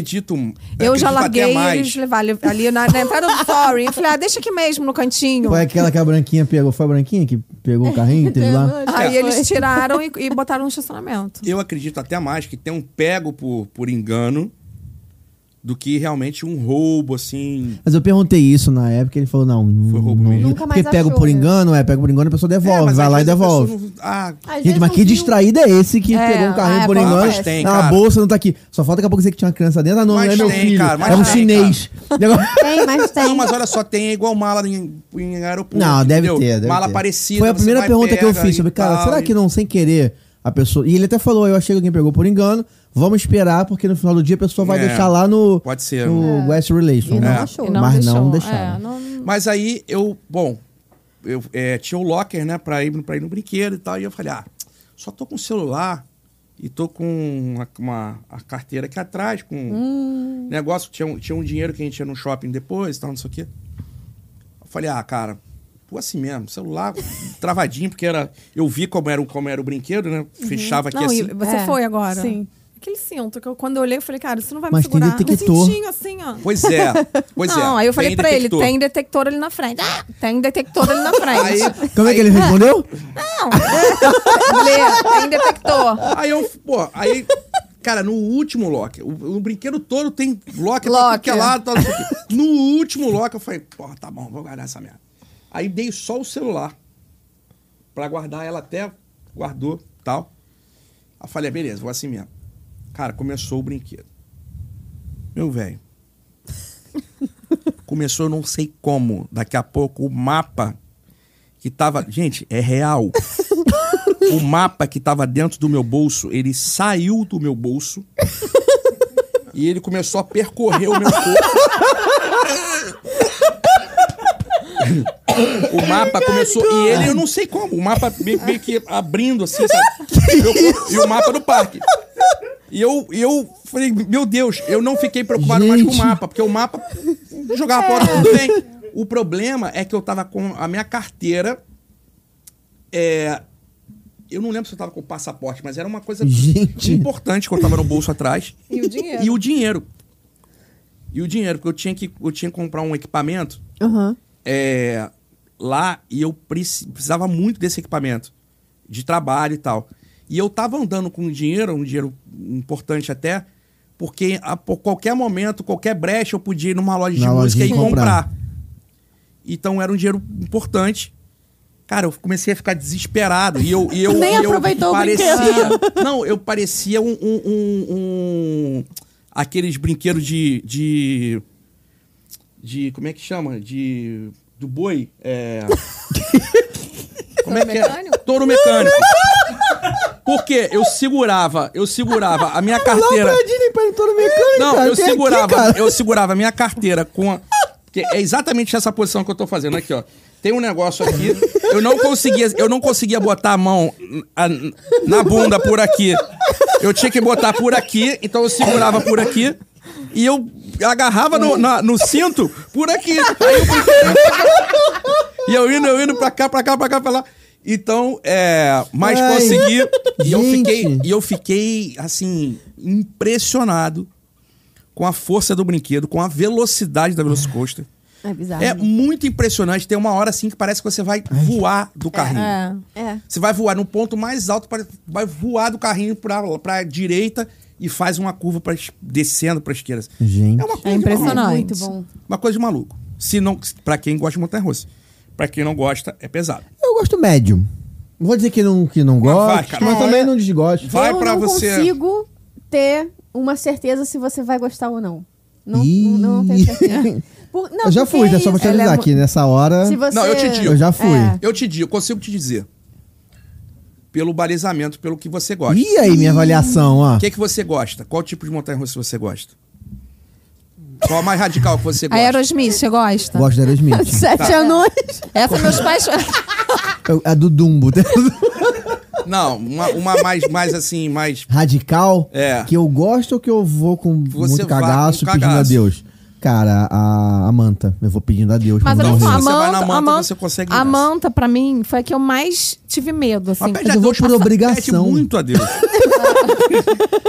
Speaker 3: acredito
Speaker 4: já
Speaker 3: até
Speaker 4: larguei e
Speaker 3: mais.
Speaker 4: eles levaram ali na, na entrada do Sorry. Eu falei, ah, deixa aqui mesmo no cantinho.
Speaker 2: Foi aquela que a branquinha pegou, foi a branquinha que pegou o carrinho, teve lá?
Speaker 4: Aí
Speaker 1: É.
Speaker 4: eles tiraram e, e botaram no estacionamento.
Speaker 3: Eu acredito até mais que tem um pego por, por engano do que realmente um roubo, assim.
Speaker 2: Mas eu perguntei isso na época, ele falou, não,
Speaker 3: Foi
Speaker 2: não,
Speaker 3: roubo
Speaker 2: não
Speaker 3: mesmo.
Speaker 1: Nunca mais
Speaker 2: porque pega
Speaker 1: achou,
Speaker 2: por
Speaker 1: né?
Speaker 2: engano, é, pega por engano, a pessoa
Speaker 3: É,
Speaker 2: devolve,
Speaker 3: mas
Speaker 2: vai
Speaker 3: às
Speaker 2: lá e
Speaker 3: vezes a
Speaker 2: devolve.
Speaker 3: pessoa não- Ah,
Speaker 1: Às
Speaker 2: Gente,
Speaker 1: vezes
Speaker 2: mas
Speaker 1: não
Speaker 2: que
Speaker 1: viu.
Speaker 2: distraído é esse que
Speaker 4: É,
Speaker 2: pegou um carrinho
Speaker 1: ah,
Speaker 2: por
Speaker 1: acontece.
Speaker 2: engano?
Speaker 1: Mas
Speaker 3: tem,
Speaker 2: ah, a
Speaker 3: cara.
Speaker 2: bolsa não tá aqui. Só falta daqui a pouco dizer que tinha uma criança dentro. Ah, não,
Speaker 3: Mas
Speaker 2: não é meu
Speaker 3: tem,
Speaker 2: filho.
Speaker 3: cara, mas
Speaker 2: é um
Speaker 3: tem,
Speaker 2: chinês. Negócio-
Speaker 1: Tem, mas tem.
Speaker 3: não, mas olha só, tem é igual mala em, em aeroporto.
Speaker 2: Não, deve
Speaker 3: entendeu?
Speaker 2: ter. Deve
Speaker 3: mala
Speaker 2: ter.
Speaker 3: parecida.
Speaker 2: Foi a
Speaker 3: você
Speaker 2: primeira
Speaker 3: vai,
Speaker 2: pergunta que eu
Speaker 3: pega
Speaker 2: fiz.
Speaker 3: e
Speaker 2: Sobre, cara,
Speaker 3: tal,
Speaker 2: será
Speaker 3: e-
Speaker 2: que não, sem querer, a pessoa. E ele até falou: eu achei que alguém pegou por engano. Vamos esperar, porque no final do dia a pessoa vai
Speaker 3: É,
Speaker 2: deixar lá no,
Speaker 3: Pode ser.
Speaker 2: no West Relation.
Speaker 1: E não
Speaker 2: né?
Speaker 1: achou.
Speaker 4: E não
Speaker 2: Mas
Speaker 4: deixou.
Speaker 2: não
Speaker 4: É,
Speaker 2: deixaram.
Speaker 4: não-
Speaker 3: Mas aí eu, bom, eu é, tinha o locker, né, pra ir, pra ir no brinquedo e tal. E eu falei, ah, só tô com o celular. E tô com uma, uma- a carteira aqui atrás, com um
Speaker 4: Hum.
Speaker 3: negócio. Tinha um, tinha um dinheiro que a gente tinha no shopping depois e tal, não sei o quê. Eu falei, ah, cara, pô, assim mesmo, celular travadinho, porque era. Eu vi como era, o- como era o brinquedo, né? Fechava aqui
Speaker 4: Uhum. Não,
Speaker 3: assim.
Speaker 4: e você
Speaker 1: É,
Speaker 4: foi agora.
Speaker 1: sim.
Speaker 4: Aquele cinto que eu, quando eu olhei, eu falei, cara, isso não vai
Speaker 2: Mas
Speaker 4: me
Speaker 2: tem
Speaker 4: segurar.
Speaker 2: detector.
Speaker 4: Um cintinho assim, ó.
Speaker 3: Pois é, pois é.
Speaker 4: não, aí eu falei
Speaker 3: Tem
Speaker 4: pra
Speaker 3: detector.
Speaker 4: ele, tem detector ali na frente. Ah, tem detector ali na
Speaker 3: Aí,
Speaker 4: frente.
Speaker 2: Como é que ele respondeu?
Speaker 4: Lê, "É, tem detector.
Speaker 3: aí eu, pô, aí. Cara, no último locker, o, o brinquedo todo tem locker,
Speaker 4: Locker.
Speaker 3: locker. Tá lado, tá, não sei o quê. No último locker, eu falei, pô, tá bom, vou guardar essa merda. Aí dei só o celular pra guardar ela até guardou tal. Aí eu falei, beleza, vou assim mesmo. Cara, começou o brinquedo. Meu velho. começou, eu não sei como. Daqui a pouco o mapa que tava. Gente, é real. o mapa que tava dentro do meu bolso, ele saiu do meu bolso. e ele começou a percorrer o meu corpo. O mapa começou. E ele, eu não sei como. O mapa meio, meio que abrindo assim, sabe? Meu corpo- e o mapa do parque. E eu, e eu falei, meu Deus, eu não fiquei preocupado mais com o
Speaker 2: Gente.
Speaker 3: mapa, porque o mapa jogava a porta tudo bem. O problema é que eu tava com a minha carteira. É, eu não lembro se eu tava com o passaporte, mas era uma coisa
Speaker 2: Gente.
Speaker 3: importante que eu tava no bolso atrás.
Speaker 4: E o dinheiro.
Speaker 3: E o dinheiro. E o dinheiro, porque eu tinha que, eu tinha que comprar um equipamento
Speaker 1: Aham.
Speaker 3: é, lá e eu preci- precisava muito desse equipamento de trabalho e tal. E eu tava andando com dinheiro, um dinheiro importante até, porque a por qualquer momento, qualquer brecha, eu podia ir numa loja
Speaker 2: Na
Speaker 3: de música e
Speaker 2: lojinha comprar.
Speaker 3: comprar. Então era um dinheiro importante. Cara, eu comecei a ficar desesperado. E eu, e eu,
Speaker 1: Nem
Speaker 3: e eu
Speaker 1: aproveitou o
Speaker 3: parecia. Não, eu parecia um. um- um- um- aqueles brinquedos de, de. de- Como é que chama? De. Do boi. É. como é que é?
Speaker 4: mecânico?
Speaker 3: Touro mecânico. Porque eu segurava, eu segurava a minha carteira.
Speaker 2: Ladini pra todo mecânico.
Speaker 3: Não,
Speaker 2: cara.
Speaker 3: eu
Speaker 2: Tem aqui,
Speaker 3: segurava,
Speaker 2: cara.
Speaker 3: eu segurava a minha carteira com a. Porque é exatamente essa posição que eu tô fazendo aqui, ó. Tem um negócio aqui. Eu não conseguia, eu não conseguia botar a mão a- na bunda por aqui. Eu tinha que botar por aqui, então eu segurava por aqui e eu agarrava no, na- no cinto por aqui. Aí eu e eu indo, eu indo pra cá, pra cá, pra cá, pra lá. Então, é. Mas
Speaker 2: Ai.
Speaker 3: consegui. E eu,
Speaker 2: Gente.
Speaker 3: fiquei, e eu fiquei, assim, impressionado com a força do brinquedo, com a velocidade da Velocicoaster.
Speaker 1: É bizarro.
Speaker 3: É muito impressionante. Tem uma hora assim que parece que você vai voar do carrinho.
Speaker 4: É.
Speaker 1: É.
Speaker 3: Você vai voar no ponto mais alto, pare- vai voar do carrinho pra, pra direita e faz uma curva pra, es- descendo pra esquerda.
Speaker 2: Gente.
Speaker 3: É uma coisa de
Speaker 4: É
Speaker 3: maluco.
Speaker 4: impressionante.
Speaker 1: Muito bom.
Speaker 3: Uma coisa de maluco. Se não, pra quem gosta de montanha russa. Pra quem não gosta, é pesado.
Speaker 2: Eu gosto médio. Não Vou dizer que não, que não
Speaker 3: Mas vai,
Speaker 2: gosto,
Speaker 3: cara.
Speaker 2: mas
Speaker 3: É.
Speaker 2: também não desgosto.
Speaker 3: Vai
Speaker 1: eu
Speaker 3: pra
Speaker 1: não
Speaker 3: você.
Speaker 1: consigo ter uma certeza se você vai gostar ou não. Não,
Speaker 2: Ih.
Speaker 1: não, não tenho certeza. Por- não,
Speaker 2: eu já
Speaker 1: porque
Speaker 2: fui,
Speaker 1: é
Speaker 2: já só pra
Speaker 1: isso.
Speaker 2: te
Speaker 1: Ela é
Speaker 2: avisar
Speaker 1: mu-
Speaker 2: aqui, nessa hora.
Speaker 1: Se você...
Speaker 3: Não, eu te digo.
Speaker 2: Eu já fui.
Speaker 1: É.
Speaker 3: Eu te digo, eu consigo te dizer. Pelo balizamento, pelo que você gosta.
Speaker 2: E aí, minha avaliação, ó.
Speaker 3: O que é que você gosta? Qual tipo de montanha russa você gosta? Qual a mais radical que você gosta?
Speaker 4: Aerosmith, você gosta?
Speaker 2: Gosto da Aerosmith.
Speaker 1: Sete
Speaker 3: Tá.
Speaker 1: anões.
Speaker 4: Essa meus pais.
Speaker 2: Eu- A do Dumbo.
Speaker 3: Não, uma, uma mais, mais assim, mais.
Speaker 2: Radical.
Speaker 3: É.
Speaker 2: Que eu gosto ou que eu vou com
Speaker 3: Você
Speaker 2: muito
Speaker 3: vai com
Speaker 2: cagaço, pedindo a
Speaker 3: cagaço.
Speaker 2: Deus? Cara, a, a manta. Eu vou pedindo a Deus. pra
Speaker 4: Mas eu
Speaker 2: não
Speaker 4: não
Speaker 2: morrer.
Speaker 4: falo, a
Speaker 3: você vai na
Speaker 4: manta, a
Speaker 3: manta,
Speaker 4: manta,
Speaker 3: você consegue
Speaker 4: a
Speaker 3: nessa.
Speaker 4: manta, pra mim, foi a que eu mais tive medo, assim.
Speaker 3: Mas
Speaker 2: eu vou por obrigação.
Speaker 3: Pede muito a Deus.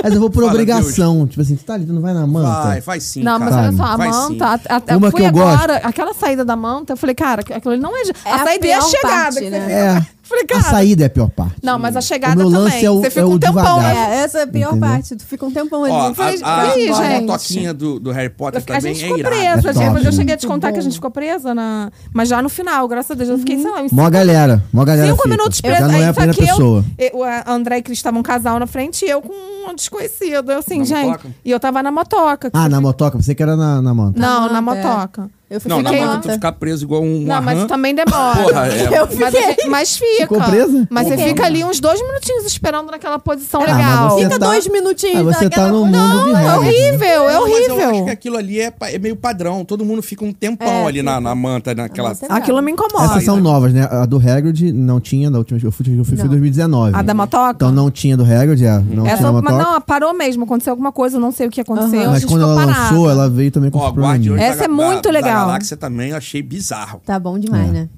Speaker 2: Mas eu vou por
Speaker 3: Fala,
Speaker 2: obrigação. Tipo assim, tu tá ali, tu não vai na manta.
Speaker 3: Vai, vai sim.
Speaker 4: Não, mas
Speaker 3: cara.
Speaker 4: olha só, a tá-
Speaker 3: Vai sim.
Speaker 4: manta, a- a-
Speaker 2: Uma
Speaker 4: eu fui
Speaker 2: que eu
Speaker 4: agora, aquela saída da manta, eu falei, cara, aquilo ali não é. de-
Speaker 1: É
Speaker 4: a
Speaker 1: a
Speaker 4: saída é a
Speaker 1: pior
Speaker 4: chegada.
Speaker 1: parte,
Speaker 4: que
Speaker 1: né?
Speaker 4: você-
Speaker 2: É.
Speaker 4: Falei,
Speaker 2: A
Speaker 4: cara.
Speaker 2: saída é a pior parte.
Speaker 4: Não, mas a chegada
Speaker 2: meu lance
Speaker 4: também.
Speaker 2: é o-
Speaker 4: você
Speaker 2: é
Speaker 4: fica
Speaker 2: o
Speaker 4: um tempão.
Speaker 2: devagar.
Speaker 4: né?
Speaker 1: É, essa é a pior
Speaker 2: Entendeu?
Speaker 1: parte. Tu fica um tempão ali.
Speaker 3: Ó,
Speaker 1: Faz-
Speaker 3: a, a,
Speaker 1: vai
Speaker 4: Ih,
Speaker 3: a
Speaker 1: embora.
Speaker 4: gente.
Speaker 3: motoquinha do, do Harry Potter
Speaker 4: A
Speaker 3: também
Speaker 4: gente
Speaker 3: é
Speaker 4: ficou
Speaker 3: irada.
Speaker 4: presa.
Speaker 2: É
Speaker 4: gente-
Speaker 2: top.
Speaker 4: eu cheguei a te
Speaker 1: Muito
Speaker 4: contar que a
Speaker 1: bom.
Speaker 4: gente ficou presa, na... mas já no final, graças a Deus, eu fiquei, sei lá, uns
Speaker 2: Mó galera, mó galera.
Speaker 4: Cinco
Speaker 2: fica.
Speaker 4: minutos preso.
Speaker 2: Já não
Speaker 4: aí,
Speaker 2: é a
Speaker 4: só
Speaker 2: primeira
Speaker 4: que eu-
Speaker 2: pessoa.
Speaker 4: Eu, a André e Cris estavam um casal na frente e eu com um desconhecido. Eu assim,
Speaker 3: Na
Speaker 4: gente.
Speaker 3: motoca?
Speaker 4: E eu tava na motoca. que-
Speaker 2: Ah, na motoca, pensei que era na, na manta.
Speaker 4: Não, na
Speaker 1: Na moto, é.
Speaker 4: motoca.
Speaker 1: Eu fui
Speaker 3: Não, na
Speaker 4: Fiquei
Speaker 3: mata
Speaker 4: lá.
Speaker 3: tu ficar preso igual um
Speaker 4: Não, mas tá
Speaker 3: rã.
Speaker 4: também demora.
Speaker 3: Porra, é.
Speaker 1: Eu
Speaker 4: Mas, a
Speaker 1: fiquei.
Speaker 4: gente- mas fica.
Speaker 2: Ficou presa?
Speaker 4: Mas você
Speaker 2: Fiquei.
Speaker 4: fica ali uns dois minutinhos esperando naquela posição
Speaker 2: mas
Speaker 4: legal.
Speaker 2: você-
Speaker 1: Fica
Speaker 2: tá-
Speaker 1: dois minutinhos.
Speaker 2: Ah, você tá
Speaker 1: naquela-
Speaker 2: no mundo
Speaker 1: Não,
Speaker 2: de
Speaker 1: é
Speaker 4: É
Speaker 2: regra.
Speaker 1: horrível.
Speaker 3: Não,
Speaker 4: horrível, é
Speaker 3: mas eu acho
Speaker 4: horrível.
Speaker 3: que aquilo ali é, pa- é meio padrão. Todo mundo fica um tempão
Speaker 1: É,
Speaker 3: ali na, na manta, naquela.
Speaker 1: manta é
Speaker 5: Aquilo me incomoda.
Speaker 2: Essas são novas, né? A do Hagrid não tinha na última vez que eu fui, eu fui, foi em
Speaker 4: Não.
Speaker 2: 2019.
Speaker 5: A da motoca?
Speaker 2: Então não tinha do Hagrid, é. Não
Speaker 4: Essa-
Speaker 2: tinha na
Speaker 4: mas
Speaker 2: motoca.
Speaker 4: não, parou mesmo. Aconteceu alguma coisa, eu não sei o que aconteceu.
Speaker 2: mas
Speaker 4: a gente
Speaker 2: quando
Speaker 4: ficou
Speaker 2: ela
Speaker 4: parado.
Speaker 2: lançou, ela veio também com
Speaker 3: Ó,
Speaker 2: os probleminhas.
Speaker 3: Guardiões
Speaker 4: Essa
Speaker 3: da,
Speaker 4: é muito
Speaker 3: da, Da
Speaker 4: legal.
Speaker 3: Galáxia também eu achei bizarro.
Speaker 1: Tá bom
Speaker 2: É,
Speaker 1: demais, né?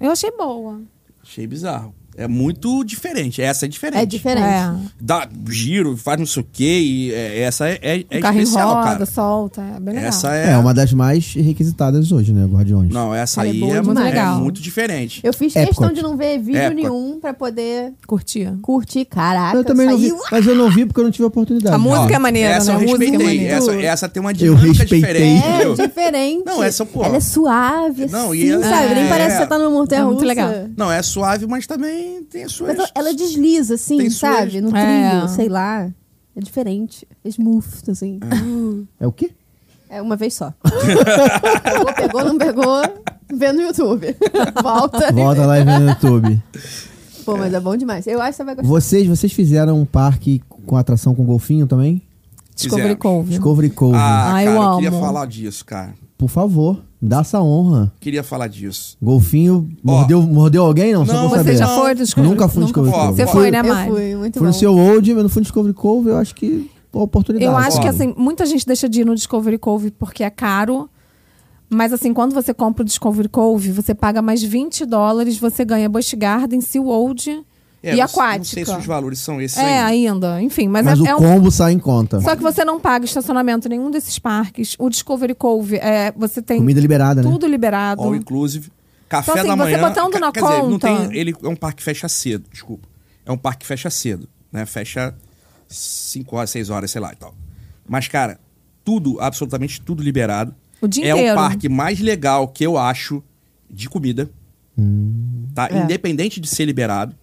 Speaker 4: Eu achei boa.
Speaker 3: Achei bizarro. É muito diferente. Essa é diferente.
Speaker 1: É diferente.
Speaker 4: É.
Speaker 3: Dá giro, faz não sei o quê. E é- essa é, é, é
Speaker 4: o carrinho
Speaker 3: especial,
Speaker 4: Um roda,
Speaker 3: cara.
Speaker 4: solta. É bem legal.
Speaker 3: Essa é.
Speaker 2: É, uma das mais requisitadas hoje, né, Guardiões?
Speaker 3: Não, essa
Speaker 1: Ela é
Speaker 3: aí
Speaker 1: boa
Speaker 3: é,
Speaker 1: demais.
Speaker 3: mu-
Speaker 4: Muito
Speaker 3: é
Speaker 4: legal.
Speaker 3: muito diferente.
Speaker 1: Eu fiz
Speaker 2: Epcot.
Speaker 1: questão de não ver vídeo
Speaker 3: Epcot.
Speaker 1: nenhum pra poder
Speaker 4: Curtia.
Speaker 1: curtir. Caraca,
Speaker 2: Eu também não vi,
Speaker 1: saiu-
Speaker 2: mas eu não vi porque eu não tive a oportunidade.
Speaker 5: A música é
Speaker 2: Ó,
Speaker 5: maneira, né?
Speaker 3: essa eu
Speaker 5: A música é
Speaker 3: respeitei.
Speaker 5: maneira.
Speaker 3: essa, essa tem uma
Speaker 2: Eu
Speaker 3: dinâmica
Speaker 2: respeitei.
Speaker 3: diferente.
Speaker 1: É,
Speaker 3: entendeu?
Speaker 1: diferente.
Speaker 3: Não, essa, pô.
Speaker 1: Ela é suave,
Speaker 3: Não,
Speaker 1: assim,
Speaker 3: e ela-
Speaker 1: sabe? Nem
Speaker 3: É.
Speaker 1: parece que você tá numa montanha
Speaker 4: É muito
Speaker 1: russa.
Speaker 4: legal.
Speaker 3: Não, é suave, mas também tem as
Speaker 1: Mas
Speaker 3: suas.
Speaker 1: ela- ela desliza, assim,
Speaker 3: Tem suas-
Speaker 1: sabe? No trilho,
Speaker 4: É.
Speaker 1: sei lá. É diferente. É smooth, assim. Uh.
Speaker 2: É o quê?
Speaker 1: É uma vez só. pegou, pegou, não pegou, vê no YouTube. Volta.
Speaker 2: Volta lá e vê no YouTube.
Speaker 1: Pô, mas é bom demais. Eu acho que você vai gostar.
Speaker 2: Vocês, vocês fizeram um parque com atração com golfinho também?
Speaker 4: Discovery
Speaker 3: Fizemos.
Speaker 4: Cove.
Speaker 2: Discovery Cove.
Speaker 3: Ah,
Speaker 4: Ah,
Speaker 3: cara,
Speaker 4: eu
Speaker 3: eu, queria
Speaker 4: amo.
Speaker 3: falar disso, cara.
Speaker 2: Por favor, dá essa honra.
Speaker 3: Queria falar disso.
Speaker 2: Golfinho
Speaker 3: Ó.
Speaker 2: mordeu, mordeu alguém? Não, só
Speaker 3: Não,
Speaker 2: pra
Speaker 4: Você
Speaker 2: saber.
Speaker 4: já foi do Discovery
Speaker 2: Nunca fui no Discovery
Speaker 3: fui.
Speaker 2: Cove.
Speaker 4: Você
Speaker 3: Ó,
Speaker 4: foi, né,
Speaker 1: Eu
Speaker 4: Mari?
Speaker 1: fui, muito
Speaker 2: Fui
Speaker 1: bom.
Speaker 2: no seu Old, mas não fui no Discovery Cove. Eu acho que é uma oportunidade.
Speaker 4: Eu acho
Speaker 3: Ó.
Speaker 4: que, assim, muita gente deixa de ir no Discovery Cove porque é caro. Mas, assim, quando você compra o Discovery Cove, você paga mais 20 dólares, você ganha Busch Garden, SeaWorld
Speaker 3: É,
Speaker 4: e
Speaker 3: não-
Speaker 4: Aquática.
Speaker 3: Não sei se os valores são esses
Speaker 4: É,
Speaker 3: aí.
Speaker 4: ainda. Enfim, mas,
Speaker 2: Mas
Speaker 4: é,
Speaker 2: o
Speaker 4: é um-
Speaker 2: combo sai em conta.
Speaker 4: Só que você não paga estacionamento em nenhum desses parques. O Discovery Cove, é, você tem
Speaker 2: Comida liberada, né?
Speaker 4: tudo liberado.
Speaker 3: All inclusive. Café
Speaker 4: assim,
Speaker 3: da
Speaker 4: você
Speaker 3: manhã.
Speaker 4: botando
Speaker 3: ca-
Speaker 4: na
Speaker 3: quer dizer, não
Speaker 4: conta-
Speaker 3: tem. Ele é um parque que fecha cedo, desculpa. É um parque que fecha cedo, né? Fecha 5 horas, 6 horas, sei lá e tal. Mas, cara, tudo, absolutamente tudo liberado.
Speaker 4: O dia
Speaker 3: é
Speaker 4: inteiro. né?
Speaker 3: o parque mais legal que eu acho de comida. Tá?
Speaker 4: É.
Speaker 3: Independente de ser liberado,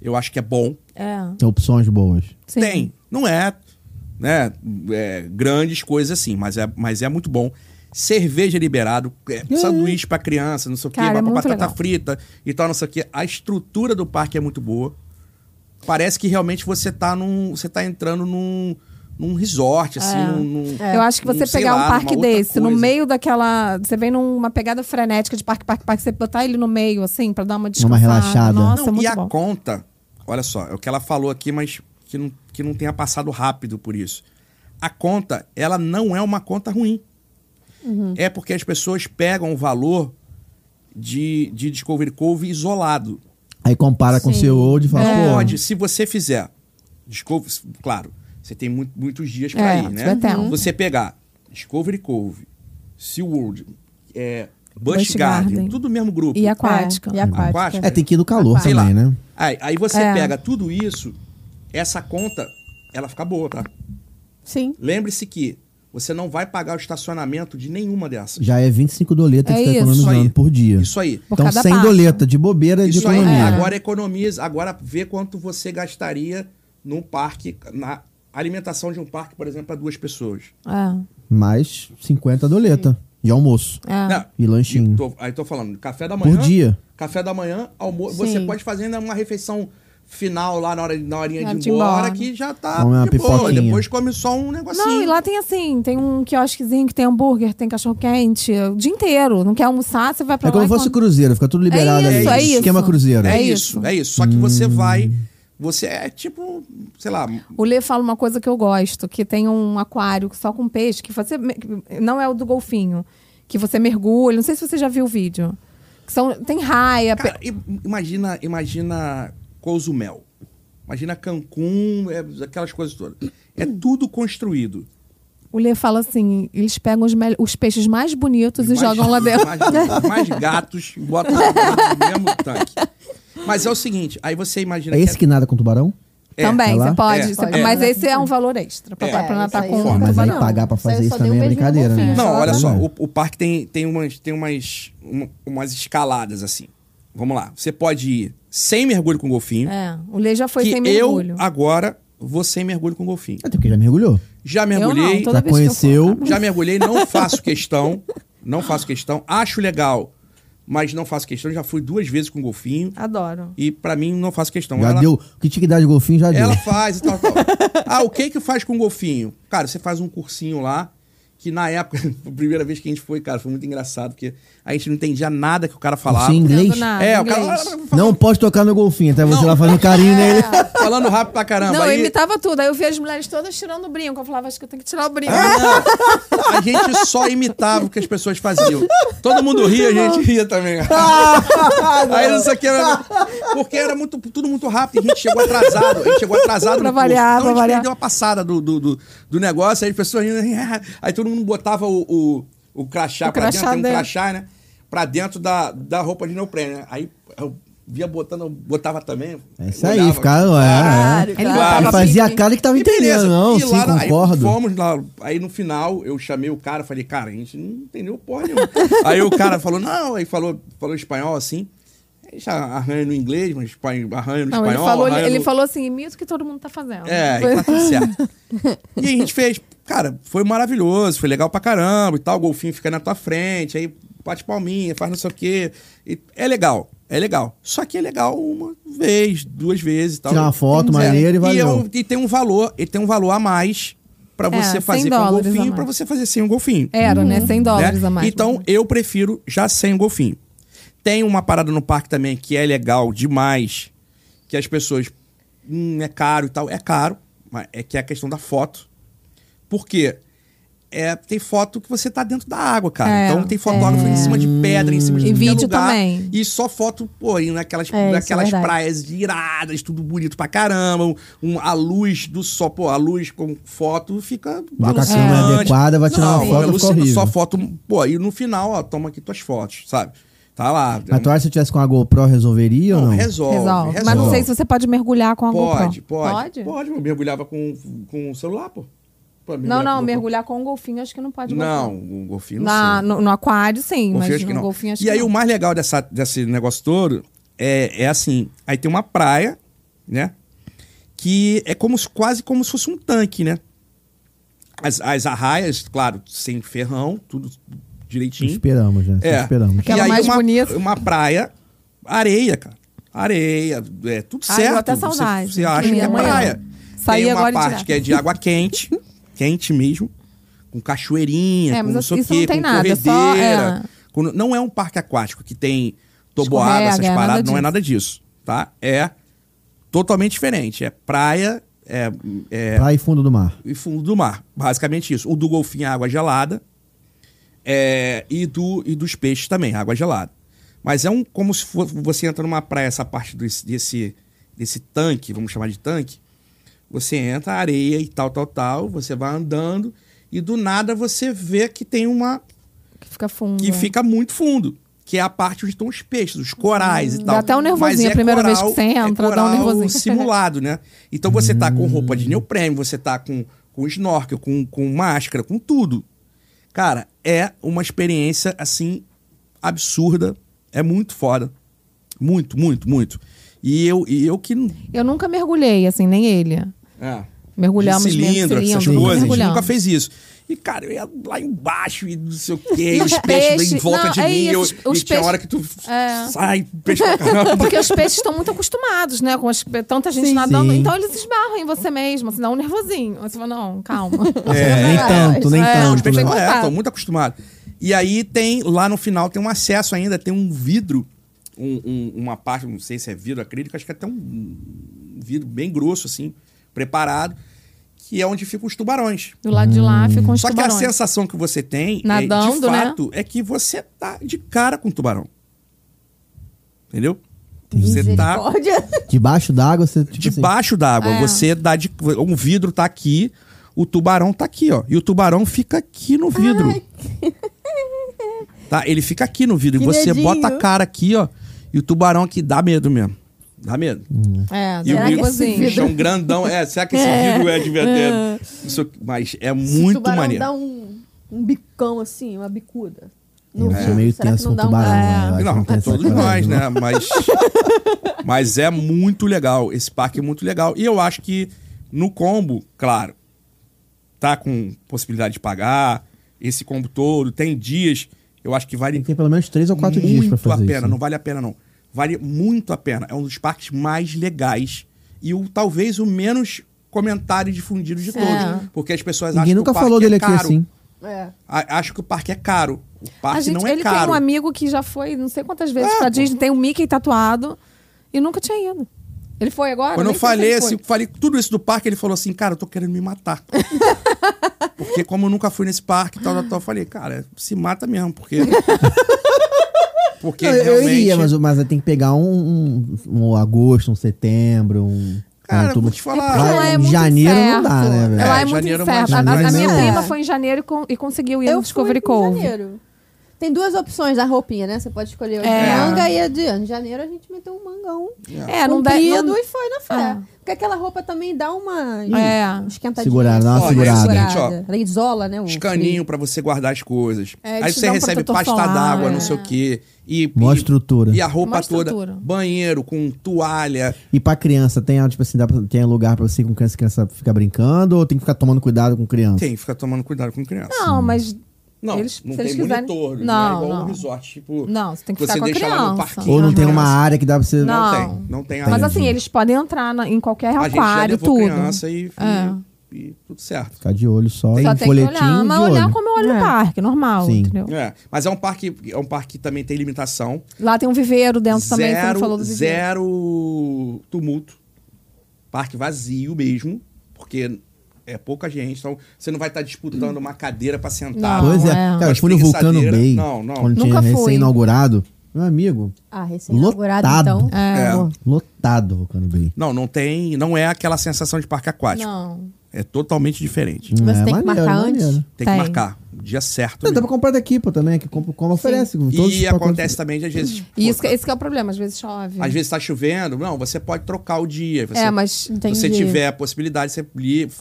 Speaker 3: eu acho que é bom.
Speaker 4: É,
Speaker 2: Tem opções boas.
Speaker 4: sim.
Speaker 3: Tem. Não é, né, é, grandes coisas assim, mas é, mas é muito bom. Cerveja liberado, é, sanduíche pra criança, não sei o quê,
Speaker 4: Cara,
Speaker 3: ba-
Speaker 4: é muito
Speaker 3: batata
Speaker 4: legal.
Speaker 3: frita e tal, não sei o quê. A estrutura do parque é muito boa. Parece que realmente você tá num. Você tá entrando num, num resort, assim,
Speaker 4: É.
Speaker 3: num, num-
Speaker 4: Eu acho que
Speaker 3: num,
Speaker 4: você
Speaker 3: Hum, sei
Speaker 4: pegar
Speaker 3: lá,
Speaker 4: um parque
Speaker 3: numa outra
Speaker 4: desse, no
Speaker 3: coisa.
Speaker 4: meio daquela. Você vem numa pegada frenética de parque, parque, parque, você botar ele no meio, assim, pra dar uma descansada.
Speaker 2: relaxada.
Speaker 4: Nossa, é
Speaker 3: e
Speaker 4: muito
Speaker 3: a
Speaker 4: bom.
Speaker 3: conta, olha só, é o que ela falou aqui, mas que não, que não tenha passado rápido por isso. A conta, ela não é uma conta ruim.
Speaker 4: Uhum.
Speaker 3: É porque as pessoas pegam o valor de, de Discovery Cove isolado.
Speaker 2: Aí compara com o seu Old e fala,
Speaker 4: É.
Speaker 3: Não
Speaker 2: pô,
Speaker 4: Ah.
Speaker 3: pode, se você fizer. Discovery, claro, você tem mu- muitos dias para
Speaker 4: É,
Speaker 3: ir, né?
Speaker 4: tiver tempo.
Speaker 3: Você pegar Discovery Cove, SeaWorld, é, Busch
Speaker 4: Busch
Speaker 3: Garden,
Speaker 4: Garden.
Speaker 3: tudo do mesmo grupo.
Speaker 4: E aquática.
Speaker 1: É, e aquática.
Speaker 3: Aquática.
Speaker 2: é, tem que ir no calor
Speaker 3: Sei
Speaker 2: também,
Speaker 3: lá.
Speaker 2: né?
Speaker 3: Aí, aí você
Speaker 4: É.
Speaker 3: pega tudo isso, essa conta, ela fica boa, tá?
Speaker 1: Sim.
Speaker 3: Lembre-se que você não vai pagar o estacionamento de nenhuma dessas.
Speaker 2: Já é 25 doleta
Speaker 4: É
Speaker 2: que você tá
Speaker 4: isso.
Speaker 2: economizando
Speaker 3: Isso aí.
Speaker 2: por dia.
Speaker 3: Isso aí.
Speaker 4: Por
Speaker 2: então,
Speaker 4: cada
Speaker 2: 100
Speaker 4: parque. É.
Speaker 2: doleta de bobeira de
Speaker 3: Isso aí.
Speaker 2: economia.
Speaker 3: Agora economiza, agora vê quanto você gastaria num parque, na alimentação de um parque, por exemplo, para duas pessoas.
Speaker 4: É,
Speaker 2: Mais 50 doleta de almoço.
Speaker 4: é.
Speaker 3: Não,
Speaker 2: E lanchinho.
Speaker 3: e tô- aí tô falando, café da manhã.
Speaker 2: Por dia.
Speaker 3: Café da manhã, almoço.
Speaker 1: Sim.
Speaker 3: Você pode fazer ainda uma refeição final lá na, hora, na horinha
Speaker 4: Na hora
Speaker 3: de
Speaker 4: de
Speaker 3: ir embora,
Speaker 4: embora.
Speaker 3: que já tá
Speaker 2: Come uma
Speaker 3: de boa.
Speaker 2: pipoquinha.
Speaker 3: Depois come só um negocinho.
Speaker 4: Não, e lá tem assim, tem um quiosquezinho que tem hambúrguer, tem cachorro-quente, o dia inteiro. Não quer almoçar, você vai pra
Speaker 2: É
Speaker 4: lá
Speaker 2: como
Speaker 4: e
Speaker 2: se fosse
Speaker 4: come.
Speaker 2: cruzeiro, fica tudo liberado
Speaker 4: isso,
Speaker 2: ali.
Speaker 4: é
Speaker 2: Esquema
Speaker 4: isso.
Speaker 2: cruzeiro.
Speaker 3: É,
Speaker 4: É
Speaker 3: isso,
Speaker 4: isso.
Speaker 3: é isso. Só que você vai. Você é tipo, sei lá.
Speaker 4: O Lê fala uma coisa que eu gosto, que tem um aquário só com peixe, que você... me- que Não é o do golfinho, que você mergulha. Não sei se você já viu o vídeo. Que são, tem raia... É pe-
Speaker 3: Cara, i- imagina, imagina Cozumel. Imagina Cancún, é, aquelas coisas todas. É
Speaker 4: Hum.
Speaker 3: tudo construído.
Speaker 4: O Lê fala assim, eles pegam os, mel- os peixes mais bonitos e
Speaker 3: Mais-
Speaker 4: jogam lá dentro.
Speaker 3: Mais, mais gatos e botam no mesmo tanque. Mas é o seguinte, aí você imagina.
Speaker 2: É esse que nada com tubarão?
Speaker 3: é-
Speaker 4: Também,
Speaker 2: É lá?
Speaker 4: você pode.
Speaker 3: É,
Speaker 4: você-
Speaker 3: é.
Speaker 4: Mas esse é um valor extra. Pra,
Speaker 3: É,
Speaker 4: pra não
Speaker 1: isso
Speaker 4: tá
Speaker 1: aí
Speaker 4: com
Speaker 1: eu não
Speaker 4: um
Speaker 2: mas aí
Speaker 1: tubarão.
Speaker 2: pagar pra fazer
Speaker 1: Isso aí eu
Speaker 2: isso
Speaker 1: só dei um
Speaker 2: também é
Speaker 1: beijo no
Speaker 2: brincadeira, né?
Speaker 1: golfinho.
Speaker 3: Não,
Speaker 1: Só
Speaker 3: olha
Speaker 1: lá
Speaker 3: só,
Speaker 2: vai.
Speaker 3: o, o parque tem, tem, umas, tem umas, um- umas escaladas assim. Vamos lá, você pode ir sem mergulho com golfinho,
Speaker 4: É, o Lê já foi
Speaker 3: que
Speaker 4: sem
Speaker 3: eu
Speaker 4: mergulho.
Speaker 3: agora vou sem mergulho com golfinho.
Speaker 2: Até porque É, já mergulhou.
Speaker 3: Já
Speaker 4: Eu não,
Speaker 3: mergulhei,
Speaker 4: toda
Speaker 2: Já
Speaker 4: vez que eu for,
Speaker 2: conheceu.
Speaker 4: tá?
Speaker 3: já mergulhei, não faço questão. Não faço questão. Acho legal, mas não faço questão. Já fui duas vezes com golfinho
Speaker 4: Adoro.
Speaker 3: e pra mim não faço questão.
Speaker 2: Já
Speaker 3: Ela-
Speaker 2: deu. O que tinha que dar de golfinho já deu.
Speaker 3: Ela faz e tal, tal. Ah, o que que faz com o golfinho? Cara, você faz um cursinho lá, que na época, a primeira vez que a gente foi, cara, foi muito engraçado, porque a gente não entendia nada que o cara falava.
Speaker 2: Sim, inglês?
Speaker 4: Entendo nada,
Speaker 3: é, o
Speaker 4: Ah, inglês.
Speaker 3: cara
Speaker 2: Não pode tocar no golfinho, até você lá fazendo
Speaker 4: É.
Speaker 2: carinho nele.
Speaker 3: falando rápido pra caramba.
Speaker 4: não, eu
Speaker 3: Aí,
Speaker 4: imitava tudo. Aí eu via as mulheres todas tirando o brinco. Eu falava, acho que eu tenho que tirar o brinco.
Speaker 3: Ah! A gente só imitava o que as pessoas faziam. Todo mundo ria, a gente ria também. Aí não sei o que era. Porque era muito, tudo muito rápido, a gente chegou atrasado. A gente chegou atrasado
Speaker 4: Pra
Speaker 3: no curso.
Speaker 4: variar, pra
Speaker 3: então a gente
Speaker 4: variar.
Speaker 3: perdeu a passada do, do, do, do negócio, aí as pessoas rindo. Aí todo mundo botava o, o, o crachá
Speaker 4: O
Speaker 3: pra
Speaker 4: crachá
Speaker 3: dentro, tem um
Speaker 4: dentro.
Speaker 3: crachá, né? Pra dentro da, da roupa de neoprene. né? Aí eu via botando, eu botava também.
Speaker 2: É isso aí,
Speaker 3: olhava.
Speaker 2: ficava. É, é.
Speaker 1: Ele
Speaker 2: Ele
Speaker 3: botava
Speaker 2: fazia a cara que tava
Speaker 3: E
Speaker 2: entendendo,
Speaker 3: beleza.
Speaker 2: não,
Speaker 3: E
Speaker 2: sim,
Speaker 3: lá na-
Speaker 2: concordo.
Speaker 3: Aí, fomos lá, aí no final eu chamei o cara, falei, cara, a gente não entendeu porra nenhuma. aí o cara falou, não, aí falou, falou espanhol assim. Aí já arranha no inglês, mas espan- arranha no
Speaker 4: Não,
Speaker 3: espanhol.
Speaker 4: ele falou,
Speaker 3: arranha
Speaker 4: ele
Speaker 3: no-
Speaker 4: falou assim, imita o que todo mundo tá fazendo.
Speaker 3: É,
Speaker 4: Foi-
Speaker 3: e tá tudo certo. e a gente fez, cara, foi maravilhoso, foi legal pra caramba e tal. O golfinho fica na tua frente, aí bate palminha, faz não sei o quê. E é legal, é legal. Só que é legal uma vez, duas vezes e tal.
Speaker 2: Tirar uma foto
Speaker 3: É,
Speaker 2: maneira e
Speaker 3: e,
Speaker 2: valeu.
Speaker 3: eu- e tem um valor, e tem um valor a mais pra
Speaker 4: É,
Speaker 3: você
Speaker 4: 100
Speaker 3: fazer com o
Speaker 4: dólares a
Speaker 3: golfinho
Speaker 4: mais.
Speaker 3: pra você fazer sem o golfinho.
Speaker 4: Era, né? 100 dólares
Speaker 3: né?
Speaker 4: a mais.
Speaker 3: Então, eu prefiro já sem o golfinho. Tem uma parada no parque também que é legal demais, que as pessoas. Hum, é caro e tal. É caro, mas é que é a questão da foto. Por quê? É, tem foto que você tá dentro da água, cara.
Speaker 4: É,
Speaker 3: então tem fotógrafo
Speaker 4: é.
Speaker 3: em cima de pedra, em cima de
Speaker 4: E
Speaker 3: qualquer
Speaker 4: vídeo
Speaker 3: lugar.
Speaker 4: também.
Speaker 3: E só foto, pô, e naquelas,
Speaker 1: É, isso é
Speaker 3: naquelas
Speaker 1: verdade.
Speaker 3: praias iradas, tudo bonito pra caramba. um- um- a luz do sol, pô, a luz com foto fica.
Speaker 2: Vai com a
Speaker 3: alucinante.
Speaker 2: câmera é adequada, vai tirar uma
Speaker 3: Não,
Speaker 2: foto, fica
Speaker 3: alucina-
Speaker 2: horrível.
Speaker 3: Só foto. Pô, e no final, ó, toma aqui tuas fotos, sabe? Tá lá.
Speaker 2: Mas tu acha que se eu tivesse com a GoPro, resolveria ou não?
Speaker 3: resolve,
Speaker 4: Resolve.
Speaker 3: resolve.
Speaker 4: Mas não sei se é você pode mergulhar com a
Speaker 3: Pode,
Speaker 4: GoPro.
Speaker 3: pode.
Speaker 4: Pode?
Speaker 3: Pode, eu mergulhava com, com o celular, pô. Pô,
Speaker 4: Não,
Speaker 3: mergulhar
Speaker 4: não,
Speaker 3: com o
Speaker 4: mergulhar com um golfinho acho que não pode.
Speaker 3: Não, o golfinho não
Speaker 4: Na, no, no aquário, sim,
Speaker 3: Golfinho
Speaker 4: mas
Speaker 3: acho que
Speaker 4: no
Speaker 3: não.
Speaker 4: um golfinho acho
Speaker 3: e
Speaker 4: que
Speaker 3: aí
Speaker 4: não.
Speaker 3: o mais legal dessa, desse negócio todo é, é assim, aí tem uma praia, né? Que é como se- quase como se fosse um tanque, né? As, as arraias, claro, sem ferrão, tudo direitinho.
Speaker 2: Esperamos, né?
Speaker 3: É.
Speaker 2: Esperamos.
Speaker 4: Aquela
Speaker 3: e aí
Speaker 4: mais
Speaker 3: uma,
Speaker 4: bonita.
Speaker 3: Uma praia, areia, cara. Areia, é tudo
Speaker 4: Ai,
Speaker 3: certo.
Speaker 4: deu até
Speaker 3: Você-
Speaker 4: saudade.
Speaker 3: Você, acha que
Speaker 4: Queria
Speaker 3: é
Speaker 4: amanhã.
Speaker 3: praia.
Speaker 4: Sair
Speaker 3: Tem uma
Speaker 4: agora e
Speaker 3: parte
Speaker 4: tirar.
Speaker 3: que é de água quente, quente mesmo, com cachoeirinha,
Speaker 4: É,
Speaker 3: com
Speaker 4: mas
Speaker 3: não sei o
Speaker 4: isso não
Speaker 3: quê,
Speaker 4: tem
Speaker 3: com
Speaker 4: nada, é só-
Speaker 3: corredeira.
Speaker 4: é.
Speaker 3: com- Não é um parque aquático que tem toboágua, essas
Speaker 4: Escorrega, é
Speaker 3: paradas,
Speaker 4: nada
Speaker 3: não é
Speaker 4: disso.
Speaker 3: nada disso, tá? É totalmente diferente. É praia, é- é
Speaker 2: Praia e fundo do mar.
Speaker 3: e fundo do mar. Basicamente isso. O do golfinho é água gelada é, e, do, e dos peixes também, água gelada. Mas é um como se fo- você entra numa praia, essa parte desse, desse, desse tanque, vamos chamar de tanque. Você entra, areia e tal, tal, tal. Você vai andando e do nada você vê que tem uma.
Speaker 4: Que fica fundo.
Speaker 3: que
Speaker 4: é.
Speaker 3: fica muito fundo. Que é a parte onde estão os peixes, os corais e
Speaker 4: Dá
Speaker 3: tal.
Speaker 4: até um nervosinho
Speaker 3: Mas é
Speaker 4: a primeira vez que
Speaker 3: coral-
Speaker 4: você entra,
Speaker 3: é
Speaker 4: dá um
Speaker 3: coral
Speaker 4: nervosinho. Hum.
Speaker 3: simulado, né? Então você tá com roupa de neoprene, você tá com, com snorkel, com, com máscara, com tudo. Cara, é uma experiência, assim, absurda. É muito foda. Muito, muito, muito. E eu, e eu que...
Speaker 4: Eu nunca mergulhei, assim, nem ele.
Speaker 3: É.
Speaker 4: Mergulhamos
Speaker 3: de cilindro,
Speaker 4: mesmo,
Speaker 3: essas
Speaker 4: cilindro,
Speaker 3: coisas. A gente
Speaker 4: mergulhamos.
Speaker 3: nunca fez isso. E, cara, eu ia lá embaixo e não sei o quê, e
Speaker 4: E
Speaker 3: os
Speaker 4: os
Speaker 3: peixes em
Speaker 4: peixes-
Speaker 3: volta
Speaker 4: não,
Speaker 3: de
Speaker 4: é
Speaker 3: mim.
Speaker 4: isso,
Speaker 3: eu-
Speaker 4: os-
Speaker 3: e
Speaker 4: os
Speaker 3: tinha
Speaker 4: peixes-
Speaker 3: hora que tu
Speaker 4: É.
Speaker 3: sai, peixe pra caramba.
Speaker 4: Porque os peixes estão muito acostumados, né? Com as- tanta gente nadando.
Speaker 2: Sim.
Speaker 4: Então eles esbarram em você mesmo, assim, dá um nervosinho. Aí Você fala, não, calma.
Speaker 2: nem tanto, nem
Speaker 4: É,
Speaker 3: Não,
Speaker 2: tanto.
Speaker 3: os peixes
Speaker 2: né?
Speaker 4: Contato.
Speaker 3: estão muito acostumados. E aí tem, lá no final, tem um acesso ainda, tem um vidro, um- um- uma parte, não sei se é vidro acrílico, acho que é até um, um vidro bem grosso, assim, preparado, que é onde ficam os tubarões.
Speaker 4: Do lado de lá ficam os
Speaker 3: Só que a
Speaker 4: tubarões.
Speaker 3: sensação que você tem, é, de
Speaker 4: Nadando, né?
Speaker 3: fato, é que você tá de cara com o tubarão. Entendeu? Você tá
Speaker 1: Misericórdia.
Speaker 2: Debaixo d'água, você, tipo assim,
Speaker 3: debaixo d'água.
Speaker 4: É.
Speaker 3: Você dá de. Um vidro tá aqui, o tubarão tá aqui, ó. E o tubarão fica aqui no vidro. Tá? Ele fica aqui no vidro.
Speaker 1: Que
Speaker 3: e você
Speaker 1: medinho.
Speaker 3: bota a cara aqui, ó. E o tubarão aqui dá medo mesmo. Dá medo.
Speaker 4: É,
Speaker 3: E
Speaker 1: Será que
Speaker 3: o
Speaker 4: dá um
Speaker 3: assim,
Speaker 1: esse
Speaker 4: nervosinho.
Speaker 1: vidro-
Speaker 3: bichão grandão. É, será que esse vidro é de verdade? Isso aqui- mas é
Speaker 1: Se o
Speaker 3: muito
Speaker 1: tubarão
Speaker 3: maneiro.
Speaker 1: dá um, um bicão assim, uma bicuda.
Speaker 2: eu
Speaker 1: no
Speaker 2: sou
Speaker 1: vidro,
Speaker 2: meio
Speaker 1: será que
Speaker 2: tenso
Speaker 1: não
Speaker 2: com
Speaker 1: dá um-
Speaker 2: tubarão.
Speaker 1: É.
Speaker 2: né? Eu acho que
Speaker 3: Não,
Speaker 2: não tem essa
Speaker 3: todos
Speaker 2: coragem,
Speaker 3: nós,
Speaker 2: não.
Speaker 3: né? Mas, mas é muito legal. Esse parque é muito legal. E eu acho que no combo, claro, tá com possibilidade de pagar esse combo todo. Tem dias Eu acho que vale
Speaker 2: Tem que ter pelo menos três ou quatro dias pra
Speaker 3: muito a
Speaker 2: fazer
Speaker 3: pena.
Speaker 2: isso. né?
Speaker 3: Não vale a pena, não. Vale muito a pena. É um dos parques mais legais e o, talvez o menos comentário difundido de todos.
Speaker 4: É.
Speaker 3: Porque as pessoas
Speaker 2: Ninguém
Speaker 3: acham
Speaker 2: nunca
Speaker 3: que o parque
Speaker 2: falou dele
Speaker 3: é
Speaker 2: aqui
Speaker 3: caro.
Speaker 2: assim.
Speaker 1: É.
Speaker 3: A- acham que o parque é caro. O parque
Speaker 4: A gente,
Speaker 3: não é
Speaker 4: ele
Speaker 3: caro.
Speaker 4: tem um amigo que já foi não sei quantas vezes
Speaker 3: É,
Speaker 4: pra
Speaker 3: pô.
Speaker 4: Disney, tem o Mickey tatuado e nunca tinha ido. Ele foi agora?
Speaker 3: Quando eu
Speaker 4: Ah, Nem sei se
Speaker 3: falei,
Speaker 4: ele foi.
Speaker 3: assim, falei tudo isso do parque, ele falou assim, cara, eu tô querendo me matar. porque como eu nunca fui nesse parque e tal, tal, tal, eu falei, cara, se mata mesmo, porque... porque
Speaker 2: Não, eu-
Speaker 3: realmente...
Speaker 2: Eu iria, mas, mas tem que pegar um, um, um agosto, um setembro, um. um
Speaker 3: Cara,
Speaker 2: outubro.
Speaker 3: vou te falar...
Speaker 4: Porque
Speaker 2: Vai,
Speaker 4: lá é
Speaker 2: em
Speaker 4: muito
Speaker 2: janeiro não
Speaker 4: incerto.
Speaker 2: dá, né, velho?
Speaker 4: Lá é,
Speaker 3: É,
Speaker 4: muito
Speaker 3: janeiro é
Speaker 4: incerto.
Speaker 3: mais-
Speaker 4: A, a- a minha
Speaker 2: mais-
Speaker 4: prima
Speaker 1: É.
Speaker 4: foi em janeiro e, con- e conseguiu ir no
Speaker 1: fui
Speaker 4: Discovery
Speaker 1: em
Speaker 4: Cove.
Speaker 1: janeiro. Tem duas opções da roupinha, né? Você pode escolher o
Speaker 4: É.
Speaker 1: de manga e a de... Em janeiro a gente meteu um mangão
Speaker 4: É, não dá.
Speaker 1: comprido
Speaker 4: Não...
Speaker 1: e foi na fé.
Speaker 4: É.
Speaker 1: Porque aquela roupa também dá uma
Speaker 4: É.
Speaker 1: esquentadinha.
Speaker 2: Segurada, dá uma
Speaker 1: Olha,
Speaker 2: segurada.
Speaker 3: Seguinte,
Speaker 1: Ela isola, né? o
Speaker 3: Escaninho pra você guardar as coisas.
Speaker 4: É, eles
Speaker 3: Aí você
Speaker 4: te dão um
Speaker 3: recebe
Speaker 4: protetor
Speaker 3: pasta
Speaker 4: solar,
Speaker 3: d'água,
Speaker 4: é.
Speaker 3: não sei o quê. E,
Speaker 2: Mó
Speaker 3: e-
Speaker 2: estrutura.
Speaker 3: E a roupa
Speaker 4: Mó
Speaker 3: toda.
Speaker 4: estrutura.
Speaker 3: Banheiro com toalha.
Speaker 2: E pra criança, tem, ah, tipo assim, dá pra- tem lugar pra você ir com criança, criança ficar brincando ou tem que ficar tomando cuidado com criança?
Speaker 3: Tem, fica tomando cuidado com criança.
Speaker 4: Não, mas.
Speaker 3: Não,
Speaker 4: Eles-
Speaker 3: não
Speaker 4: se
Speaker 3: tem
Speaker 4: eles quiserem-
Speaker 3: monitor. Não,
Speaker 4: Não,
Speaker 3: é igual
Speaker 4: não.
Speaker 3: um resort, tipo...
Speaker 4: Não, você tem que
Speaker 3: Você
Speaker 4: ficar com a
Speaker 3: deixa lá no
Speaker 4: criança.
Speaker 3: parquinho.
Speaker 2: Ou não tem
Speaker 3: Aham.
Speaker 2: uma área que dá pra você.
Speaker 4: Não.
Speaker 3: tem, não tem
Speaker 4: Mas
Speaker 3: área.
Speaker 4: assim, eles podem entrar na- em qualquer
Speaker 3: A gente já
Speaker 4: É um aquário,
Speaker 3: levou
Speaker 4: tudo. É.
Speaker 3: criança e, e- e tudo certo.
Speaker 2: Ficar de olho só,
Speaker 4: Só
Speaker 2: em
Speaker 4: tem que
Speaker 2: folhetim
Speaker 4: olhar,
Speaker 2: de
Speaker 4: mas
Speaker 2: olho.
Speaker 4: olhar como eu olho
Speaker 1: É.
Speaker 4: o parque, normal,
Speaker 2: Sim.
Speaker 4: entendeu?
Speaker 3: É, mas é um parque, é um parque que também tem limitação.
Speaker 4: Lá tem um viveiro dentro também, você não
Speaker 3: zero,
Speaker 4: falou do viveiro.
Speaker 3: zero tumulto. Parque vazio mesmo, porque é pouca gente, então você não vai estar disputando uma cadeira pra sentar.
Speaker 4: Não,
Speaker 2: Pois é.
Speaker 4: é.
Speaker 2: Cara, eu fui no Vulcano
Speaker 3: Preguiçadeira.
Speaker 2: Bay.
Speaker 3: né? Não, não.
Speaker 2: Quando
Speaker 4: Nunca fui.
Speaker 2: tinha recém-inaugurado. Meu amigo,
Speaker 1: Ah, recém-inaugurado,
Speaker 2: Lotado.
Speaker 1: então.
Speaker 4: É.
Speaker 3: É.
Speaker 1: Pô,
Speaker 2: lotado o Vulcano Bay.
Speaker 3: Não, não tem, não é aquela sensação de parque aquático.
Speaker 4: Não.
Speaker 3: É totalmente diferente.
Speaker 2: Hum,
Speaker 1: Mas
Speaker 2: é
Speaker 1: tem que
Speaker 2: maneiro,
Speaker 1: marcar
Speaker 2: maneiro.
Speaker 1: antes.
Speaker 3: Tem,
Speaker 4: Tem.
Speaker 3: que marcar o dia certo.
Speaker 2: Não, dá pra
Speaker 3: mesmo.
Speaker 2: comprar daqui, pô, também, que como, como oferece. com todos os
Speaker 3: E
Speaker 2: pacotes.
Speaker 3: acontece também de às vezes.
Speaker 4: E
Speaker 3: pô,
Speaker 4: isso que- esse que é o problema, às vezes chove.
Speaker 3: Às vezes tá chovendo, não, você pode trocar o dia. Você
Speaker 4: é, mas
Speaker 1: Entendi.
Speaker 3: Se você tiver a possibilidade, você liga,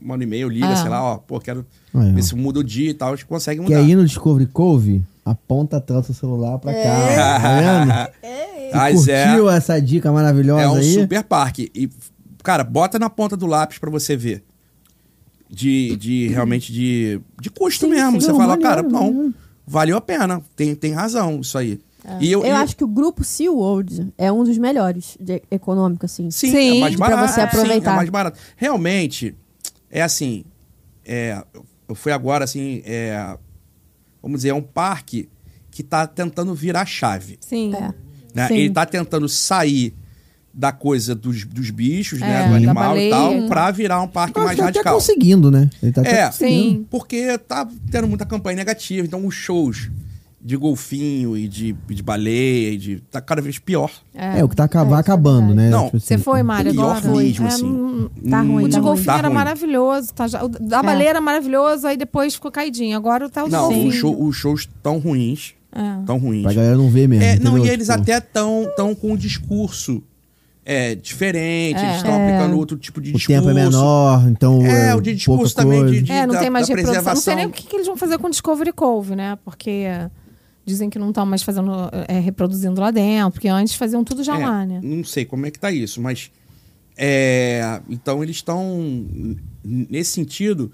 Speaker 3: manda um e-mail, liga,
Speaker 4: É.
Speaker 3: sei lá, ó, pô, quero
Speaker 2: Ah, é.
Speaker 3: ver se muda o dia e tal, a gente consegue
Speaker 2: Que é
Speaker 3: mudar.
Speaker 2: aí no Discovery Cove, aponta a tela do seu celular pra cá. ó, Tá vendo?
Speaker 3: Mas é,
Speaker 2: Curtiu essa dica maravilhosa
Speaker 3: é um
Speaker 2: aí?
Speaker 3: super parque. E, cara, bota na ponta do lápis pra você ver. De, de realmente de, de custo
Speaker 2: Sim,
Speaker 3: mesmo.
Speaker 2: sim.
Speaker 3: você
Speaker 2: Não,
Speaker 3: fala,
Speaker 2: maneiro,
Speaker 3: cara, não,
Speaker 2: maneiro.
Speaker 3: valeu a pena. Tem, tem razão isso aí. E
Speaker 1: Eu acho que o grupo SeaWorld é um dos melhores de- econômico, assim.
Speaker 3: Sim,
Speaker 4: Sim,
Speaker 3: é mais
Speaker 1: pra
Speaker 3: barato.
Speaker 1: você
Speaker 3: sim,
Speaker 1: aproveitar.
Speaker 3: é mais barato. Realmente, é assim. É, eu fui agora, assim. é, vamos dizer, é um parque que está tentando virar chave.
Speaker 4: Sim.
Speaker 1: É.
Speaker 3: né?
Speaker 1: Sim.
Speaker 3: Ele está tentando sair da coisa dos, dos bichos,
Speaker 4: É,
Speaker 3: né? Do
Speaker 4: da
Speaker 3: animal e
Speaker 4: baleia.
Speaker 3: tal, para virar um parque
Speaker 2: Mas
Speaker 3: mais
Speaker 2: tá até
Speaker 3: radical.
Speaker 2: conseguindo, né? Ele tá até
Speaker 3: É,
Speaker 2: conseguindo.
Speaker 4: Sim.
Speaker 3: porque tá tendo muita campanha negativa, então os shows de golfinho e de, e de baleia e de. tá cada vez pior.
Speaker 2: É, o que tá
Speaker 1: É,
Speaker 2: acaba-
Speaker 1: isso é
Speaker 2: acabando, né?
Speaker 3: Não,
Speaker 4: Você foi, Mário,
Speaker 3: pior
Speaker 4: agora?
Speaker 3: mesmo,
Speaker 4: É,
Speaker 3: assim.
Speaker 4: não- tá ruim. O de
Speaker 3: Tá
Speaker 4: golfinho
Speaker 3: ruim.
Speaker 4: era maravilhoso. Tá, já- o da baleia era maravilhoso, aí depois ficou caidinho. Agora tá o de
Speaker 3: Não,
Speaker 4: golfinho.
Speaker 3: os show- os shows tão ruins.
Speaker 4: É.
Speaker 3: Tão ruins.
Speaker 2: Pra galera não ver mesmo.
Speaker 3: É, não,
Speaker 2: entendeu?
Speaker 3: e eles
Speaker 2: Tipo,
Speaker 3: até estão tão com um discurso é, diferente,
Speaker 4: É.
Speaker 3: eles estão
Speaker 1: É.
Speaker 3: aplicando outro tipo de
Speaker 2: O
Speaker 3: discurso.
Speaker 2: tempo é menor, então.
Speaker 3: É,
Speaker 2: É,
Speaker 3: o de discurso
Speaker 2: pouca
Speaker 3: também de-
Speaker 2: coisa.
Speaker 3: de-
Speaker 4: É, não
Speaker 3: da-
Speaker 4: tem mais
Speaker 3: da
Speaker 4: reprodução. Não sei nem
Speaker 3: preservação.
Speaker 4: o que, que eles vão fazer com o Discovery Cove, né? Porque dizem que não estão mais fazendo, é, reproduzindo lá dentro, porque antes faziam tudo já
Speaker 3: É,
Speaker 4: lá, né?
Speaker 3: Não sei como é que tá isso, mas. é, então eles estão. n- Nesse sentido,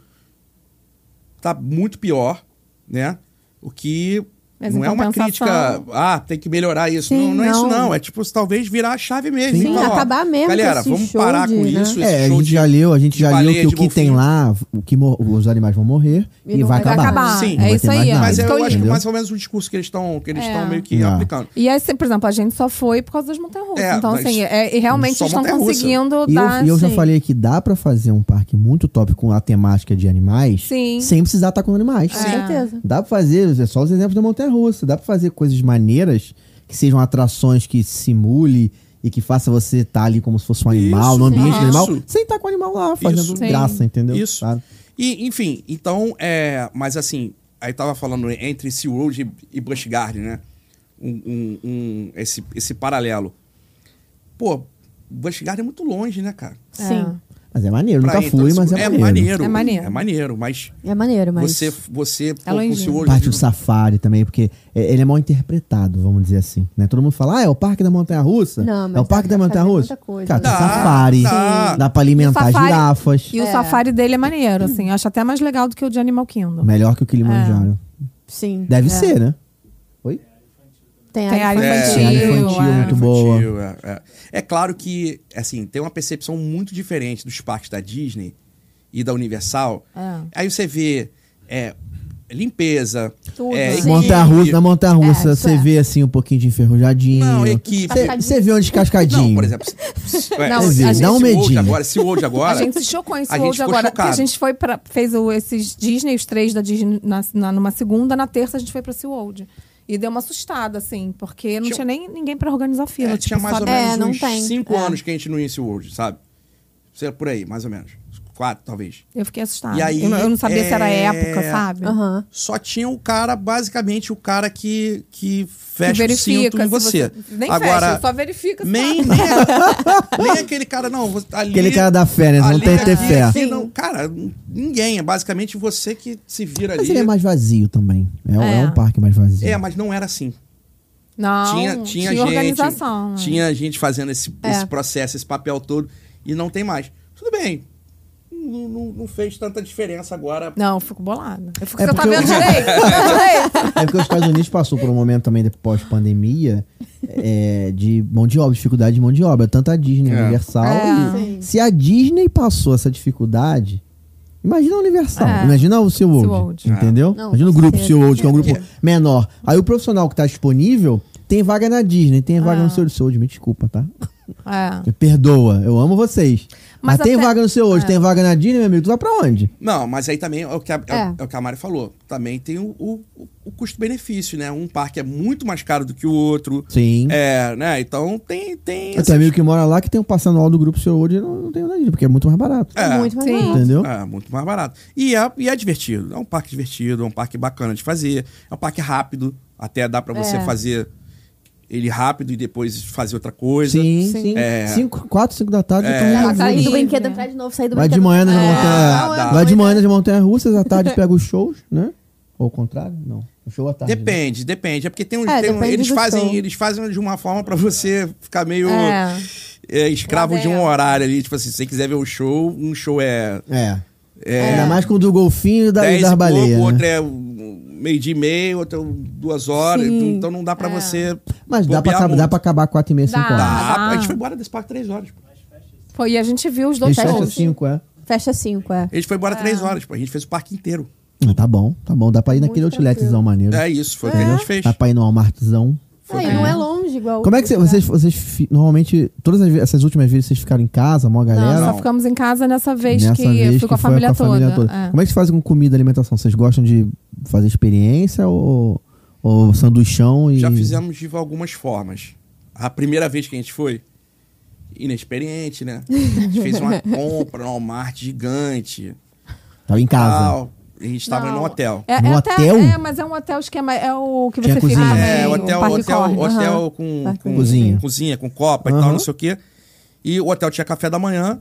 Speaker 3: tá muito pior, né? O que.
Speaker 4: Mas
Speaker 3: não
Speaker 4: em
Speaker 3: é uma
Speaker 4: compensação-
Speaker 3: crítica, ah, tem que melhorar isso.
Speaker 1: Sim,
Speaker 3: não, não é isso,
Speaker 1: não.
Speaker 3: não. É tipo, talvez virar a chave mesmo.
Speaker 1: Sim,
Speaker 3: Então, ó,
Speaker 1: acabar mesmo com
Speaker 3: Galera,
Speaker 1: esse
Speaker 3: vamos
Speaker 1: show
Speaker 3: parar
Speaker 1: de,
Speaker 3: com
Speaker 1: né?
Speaker 3: isso. esse
Speaker 2: É, a
Speaker 3: show
Speaker 2: gente
Speaker 3: de-
Speaker 2: já leu, a gente
Speaker 3: de
Speaker 2: já leu
Speaker 3: baleia,
Speaker 2: que o
Speaker 3: de
Speaker 2: que tem
Speaker 3: golfinho.
Speaker 2: lá, o que mor- os animais vão morrer
Speaker 1: E
Speaker 2: e,
Speaker 1: não
Speaker 2: vai
Speaker 1: vai
Speaker 2: acabar.
Speaker 4: acabar.
Speaker 3: Sim.
Speaker 2: Não
Speaker 4: É
Speaker 2: vai
Speaker 4: isso
Speaker 2: ter
Speaker 4: aí.
Speaker 2: mais
Speaker 4: é
Speaker 2: nada.
Speaker 3: Mas
Speaker 4: isso que
Speaker 3: eu acho que
Speaker 4: li.
Speaker 2: Entendeu?
Speaker 3: mais ou menos o discurso que eles estão que eles
Speaker 4: É.
Speaker 3: estão meio que
Speaker 2: Ah.
Speaker 3: aplicando.
Speaker 4: E aí, se- por exemplo, a gente só foi por causa das montanhas-russas.
Speaker 3: É,
Speaker 4: então,
Speaker 3: mas
Speaker 4: assim, é, e realmente
Speaker 3: só
Speaker 4: estão
Speaker 3: montanha-russa.
Speaker 4: conseguindo
Speaker 2: E eu,
Speaker 4: dar...
Speaker 2: e eu já
Speaker 4: assim,
Speaker 2: falei que dá pra fazer um parque muito top com a temática de animais,
Speaker 4: Sim.
Speaker 2: sem precisar estar com animais.
Speaker 1: Com certeza.
Speaker 2: Dá pra fazer, é só os exemplos da Montanha Russa, dá pra fazer coisas maneiras que sejam atrações que simule e que faça você estar ali como se fosse um animal,
Speaker 3: Isso,
Speaker 2: no ambiente
Speaker 3: sim.
Speaker 2: do animal,
Speaker 3: Isso.
Speaker 2: sem estar com o animal lá, fazendo
Speaker 3: Isso.
Speaker 4: Sim.
Speaker 2: graça, entendeu?
Speaker 3: Isso.
Speaker 2: Sabe?
Speaker 3: E, enfim, então, é, mas assim, aí tava falando entre SeaWorld e, e Busch Garden, né? Um, um- um- esse, esse paralelo. Pô, Busch Garden é muito longe, né, cara?
Speaker 1: Sim.
Speaker 2: Mas é maneiro,
Speaker 3: Pra
Speaker 2: nunca
Speaker 3: ir,
Speaker 2: fui,
Speaker 3: então,
Speaker 2: mas é, maneiro.
Speaker 4: É maneiro. é
Speaker 3: É maneiro, mas,
Speaker 1: É maneiro, mas...
Speaker 3: você, você pô, com
Speaker 4: longinho.
Speaker 3: SeaWorld...
Speaker 2: Parte do safari também, porque é- ele é mal interpretado, vamos dizer assim. Né? Todo mundo fala, ah, é o parque da montanha russa?
Speaker 1: Não, mas
Speaker 2: é o
Speaker 1: dá
Speaker 2: parque
Speaker 1: pra
Speaker 2: da montanha
Speaker 1: fazer
Speaker 2: russa?
Speaker 1: muita coisa.
Speaker 2: Cara, tem
Speaker 3: Dá,
Speaker 2: safari,
Speaker 3: dá.
Speaker 2: dá pra alimentar
Speaker 4: E o safari-
Speaker 2: girafas.
Speaker 4: E o
Speaker 1: É.
Speaker 4: safari dele é maneiro, assim. Eu acho até mais legal do que o de Animal Kingdom.
Speaker 2: Melhor que o Kilimanjaro.
Speaker 1: Sim.
Speaker 2: Deve
Speaker 1: é.
Speaker 2: ser, né? Oi?
Speaker 1: Tem
Speaker 4: Tem
Speaker 1: área
Speaker 4: área
Speaker 1: infantil.
Speaker 4: infantil.
Speaker 2: área infantil,
Speaker 4: é.
Speaker 2: muito boa.
Speaker 3: é, é. É claro que, assim, tem uma percepção muito diferente dos parques da Disney e da Universal.
Speaker 4: É.
Speaker 3: Aí você vê é, limpeza,
Speaker 1: Tudo.
Speaker 3: é,
Speaker 1: Sim.
Speaker 3: equipe.
Speaker 2: Montanha-russa, na
Speaker 1: É,
Speaker 2: montanha-russa,
Speaker 1: isso
Speaker 2: você
Speaker 1: é.
Speaker 2: vê assim um pouquinho de enferrujadinho.
Speaker 3: Não, equipe.
Speaker 2: Você- Você vê um descascadinho.
Speaker 3: Não, por exemplo. se- é,
Speaker 4: Não,
Speaker 3: se-
Speaker 4: a
Speaker 3: se
Speaker 4: gente-
Speaker 2: dá um
Speaker 3: World
Speaker 2: medinho.
Speaker 3: Agora, se o World agora.
Speaker 4: A gente se chocou em
Speaker 3: a gente
Speaker 4: World
Speaker 3: ficou
Speaker 4: agora. Porque a
Speaker 3: chocado.
Speaker 4: gente foi pra, fez o- esses Disney, os três da Disney, na, na- numa segunda, na terça a gente foi pra SeaWorld. E deu uma assustada, assim, porque não
Speaker 3: Tinha- um
Speaker 4: tinha, nem ninguém pra organizar fila.
Speaker 3: É,
Speaker 4: tipo,
Speaker 3: tinha mais
Speaker 4: só-
Speaker 3: ou
Speaker 1: É, não
Speaker 3: menos
Speaker 1: tem.
Speaker 3: uns 5
Speaker 1: É.
Speaker 3: anos que a gente não ia esse World, sabe? Sei lá, por aí, mais ou menos. Quatro, talvez.
Speaker 4: Eu fiquei assustada.
Speaker 3: E aí,
Speaker 4: eu, não, eu não sabia se era
Speaker 3: é,
Speaker 4: época, sabe?
Speaker 1: Aham.
Speaker 3: Só tinha o cara, basicamente, o cara que, que fecha
Speaker 4: Que
Speaker 3: o cinto em
Speaker 4: se
Speaker 3: você.
Speaker 4: Nem
Speaker 3: agora,
Speaker 4: fecha, só verifica. se
Speaker 3: nem,
Speaker 4: tá-
Speaker 3: nem, a- nem é aquele cara, não. você- Ali,
Speaker 2: Aquele cara da fé, né? Não
Speaker 3: ali, é
Speaker 2: tem que
Speaker 3: aqui,
Speaker 2: ter fé.
Speaker 3: aqui, não, cara, ninguém. É basicamente você que se vira
Speaker 2: Mas
Speaker 3: ali.
Speaker 2: ele é mais vazio também. É, um-
Speaker 4: É.
Speaker 2: é um parque mais vazio.
Speaker 3: É, mas não era assim.
Speaker 4: Não,
Speaker 3: tinha,
Speaker 4: tinha,
Speaker 3: tinha, gente,
Speaker 4: organização. né?
Speaker 3: Tinha gente fazendo esse,
Speaker 1: É.
Speaker 3: esse processo, esse papel todo, e não tem mais. Tudo bem. Não, não- não fez tanta diferença agora.
Speaker 4: Não, eu fico bolada. Eu fico,
Speaker 2: É
Speaker 4: você tá
Speaker 2: porque eu-
Speaker 4: vendo direito? Tá vendo direito?
Speaker 2: É porque os Estados Unidos passou por um momento também de pós-pandemia é, de mão de obra, dificuldade de mão de obra. Tanto a Disney,
Speaker 3: É.
Speaker 2: a Universal.
Speaker 4: É.
Speaker 2: e-
Speaker 1: Sim.
Speaker 2: se a Disney passou essa dificuldade, imagina a Universal.
Speaker 4: É.
Speaker 2: Imagina o seu World.
Speaker 4: SeaWorld.
Speaker 2: Entendeu?
Speaker 1: Não,
Speaker 2: imagina o
Speaker 1: com
Speaker 2: grupo
Speaker 1: certeza.
Speaker 2: seu World, que é um grupo
Speaker 3: É.
Speaker 2: menor. Aí o profissional que tá disponível tem vaga na Disney, tem vaga no seu World. Me desculpa, tá?
Speaker 4: É.
Speaker 2: Perdoa, eu amo vocês. Mas,
Speaker 4: Mas
Speaker 2: tem
Speaker 4: até-
Speaker 2: vaga no seu hoje, tem vaga na Disney, meu amigo. Tu vai pra onde?
Speaker 3: Não, mas aí também é o que a, é.
Speaker 1: É.
Speaker 3: o- é o que a Mari falou. Também tem o, o- o custo-benefício, né? Um parque é muito mais caro do que o outro.
Speaker 2: Sim.
Speaker 3: É, né? Então tem. tem
Speaker 2: Eu
Speaker 3: essas-
Speaker 2: tenho amigo que mora lá que tem um passo anual do grupo seu hoje e não, não tem nada disso, porque é muito mais barato.
Speaker 3: É.
Speaker 1: Muito mais
Speaker 4: Sim.
Speaker 1: barato.
Speaker 2: Entendeu?
Speaker 3: É, muito mais barato. E é, e é divertido. É um parque divertido, é um parque bacana de fazer. É um parque rápido. Até dá pra você
Speaker 1: É.
Speaker 3: fazer ele rápido e depois fazer outra coisa.
Speaker 2: Sim,
Speaker 1: Sim.
Speaker 2: sim.
Speaker 3: É.
Speaker 2: Cinco, quatro, cinco da tarde,
Speaker 3: É.
Speaker 2: eu tô
Speaker 1: Não,
Speaker 2: lá.
Speaker 4: Tá
Speaker 1: sair do
Speaker 4: livre,
Speaker 1: brinquedo,
Speaker 4: né?
Speaker 1: entrar de novo, sair do
Speaker 2: Vai de
Speaker 1: brinquedo.
Speaker 2: manhã né, nas
Speaker 1: É,
Speaker 3: montanhas-
Speaker 1: não, é
Speaker 3: Ah, Dá.
Speaker 1: uma
Speaker 2: Vai de
Speaker 1: boa
Speaker 2: manhã nas montanhas russas, à tarde pega os shows, né? Ou ao contrário? Não. O show à tarde. né?
Speaker 3: Depende, depende. É porque tem, um,
Speaker 1: É,
Speaker 3: tem um-
Speaker 1: depende
Speaker 3: eles
Speaker 1: do
Speaker 3: fazem
Speaker 1: show.
Speaker 3: eles fazem de uma forma pra você ficar meio
Speaker 4: É.
Speaker 3: é, escravo
Speaker 4: Lá
Speaker 3: de um
Speaker 4: dentro.
Speaker 3: horário ali. Tipo assim, se você quiser ver o show, um show é
Speaker 2: É.
Speaker 3: É.
Speaker 2: Ainda mais com o do golfinho e da, e
Speaker 3: 10
Speaker 2: das
Speaker 3: e pouco,
Speaker 2: baleias.
Speaker 3: o
Speaker 2: né?
Speaker 3: outro é um- meio dia e meio, outro é um- duas horas.
Speaker 1: Sim.
Speaker 3: Então não dá pra você.
Speaker 2: Mas dá pra,
Speaker 3: bobear
Speaker 2: acab-
Speaker 3: muito.
Speaker 2: dá pra acabar quatro e meia, cinco
Speaker 4: Dá.
Speaker 2: horas.
Speaker 3: Dá.
Speaker 4: Ah.
Speaker 3: A gente foi embora desse parque três horas. pô.
Speaker 4: Pô, e a gente viu os dois
Speaker 2: Eles fecham
Speaker 4: shows.
Speaker 2: cinco, é.
Speaker 1: Fecha 5, é.
Speaker 3: A gente foi embora três horas. pô. A gente fez o parque inteiro.
Speaker 2: Ah, tá bom, tá bom. Dá pra ir naquele
Speaker 1: Muito
Speaker 2: outletzão maneiro.
Speaker 3: É isso, foi o que a gente fez.
Speaker 2: Dá pra ir no Walmartzão.
Speaker 1: Ah, e não é longe igual. né?
Speaker 2: Como é que cê-
Speaker 1: outros
Speaker 2: vocês, vocês fi- normalmente, todas as ve- essas últimas vezes vocês ficaram em casa, mó galera?
Speaker 4: Não, só
Speaker 3: Não.
Speaker 4: ficamos em casa nessa vez
Speaker 2: Nessa
Speaker 4: que
Speaker 2: vez
Speaker 4: fui com a
Speaker 2: foi
Speaker 4: família toda. É.
Speaker 2: Como é que vocês fazem com comida e alimentação? Vocês gostam de fazer experiência ou, ou sanduichão e...
Speaker 3: Já fizemos de algumas formas. A primeira vez que a gente foi, inexperiente, né? A gente fez uma compra no Walmart gigante.
Speaker 2: Tava em casa.
Speaker 3: tal. A gente tava
Speaker 4: Não.
Speaker 3: no hotel.
Speaker 4: É,
Speaker 2: No
Speaker 4: é até-
Speaker 2: hotel?
Speaker 4: é, mas é um hotel esquema, é o que
Speaker 2: Tinha
Speaker 4: você
Speaker 2: cozinha.
Speaker 4: fica.
Speaker 3: É,
Speaker 4: meio,
Speaker 1: um
Speaker 3: hotel,
Speaker 4: parque
Speaker 3: hotel,
Speaker 4: corre.
Speaker 3: hotel
Speaker 4: Aham.
Speaker 3: com, com
Speaker 2: Cozinha.
Speaker 3: com cozinha, com copa e
Speaker 2: Aham.
Speaker 3: tal, não sei o quê. E o hotel tinha café da manhã,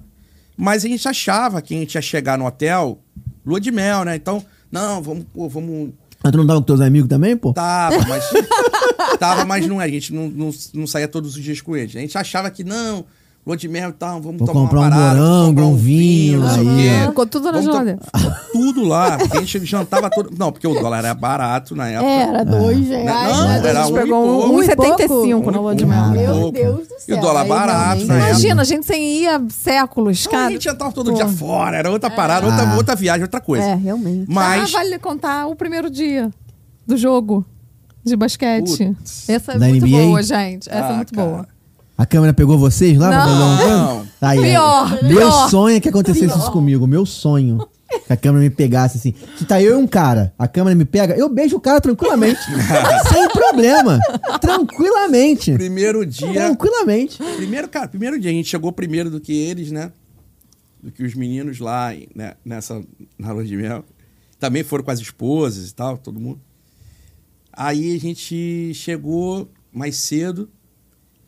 Speaker 3: mas a gente achava que a gente ia chegar no hotel lua de mel, né? Então, não, vamos, pô, vamos
Speaker 2: Mas Ah, tu não tava com teus amigos também, pô?
Speaker 3: Tava, mas. tava, mas não é. A gente não, não, não saía todos os dias com eles. A gente achava que não, lua de mel e tal, vamos
Speaker 2: Vou
Speaker 3: tomar uma
Speaker 2: comprar um
Speaker 3: parada, vamos
Speaker 2: morango,
Speaker 3: comprar
Speaker 2: um vinho,
Speaker 3: não sei o
Speaker 2: aí.
Speaker 3: quê.
Speaker 4: Ficou tudo na
Speaker 3: Vamos to-
Speaker 4: geladeira.
Speaker 3: Ficou tudo lá. porque A gente jantava todo. Não, porque o dólar era barato na época.
Speaker 1: É,
Speaker 2: Ah.
Speaker 1: era 2 reais.
Speaker 3: Não,
Speaker 1: né?
Speaker 4: A
Speaker 1: dois
Speaker 3: era
Speaker 4: gente
Speaker 3: um
Speaker 1: reais.
Speaker 3: e
Speaker 4: pegou
Speaker 3: pouco.
Speaker 4: um
Speaker 1: Um e pouco.
Speaker 4: 75 na lua de mel.
Speaker 2: Meu
Speaker 1: Meu Deus do
Speaker 3: Um E
Speaker 1: céu.
Speaker 3: o dólar
Speaker 1: aí
Speaker 3: barato,
Speaker 1: realmente-
Speaker 3: né?
Speaker 4: Imagina, a gente sem ia séculos,
Speaker 3: Não,
Speaker 4: cara.
Speaker 3: Então, a gente jantava todo dia fora, era outra parada,
Speaker 2: Ah.
Speaker 3: outra, outra viagem, outra coisa.
Speaker 1: É, realmente.
Speaker 3: Mas.
Speaker 4: Ah, vale contar o primeiro dia do jogo de basquete.
Speaker 3: Putz.
Speaker 4: Essa é
Speaker 2: Da
Speaker 4: muito
Speaker 2: NBA?
Speaker 4: boa, gente. Essa é
Speaker 3: Ah,
Speaker 4: muito
Speaker 3: cara.
Speaker 4: boa.
Speaker 2: A câmera pegou vocês lá? pra
Speaker 4: Não.
Speaker 2: fazer um plano?
Speaker 3: Não.
Speaker 2: Aí,
Speaker 4: Pior,
Speaker 2: meu
Speaker 4: pior.
Speaker 2: sonho é que acontecesse isso comigo. Meu sonho. Que a câmera me pegasse assim. Se tá eu e um cara, a câmera me pega, eu beijo o cara tranquilamente. sem problema. Tranquilamente.
Speaker 3: Primeiro dia.
Speaker 2: Tranquilamente.
Speaker 3: Primeiro, cara, primeiro dia, a gente chegou primeiro do que eles, né? Do que os meninos lá em- né, nessa na lua de mel. Também foram com as esposas e tal, todo mundo. Aí a gente chegou mais cedo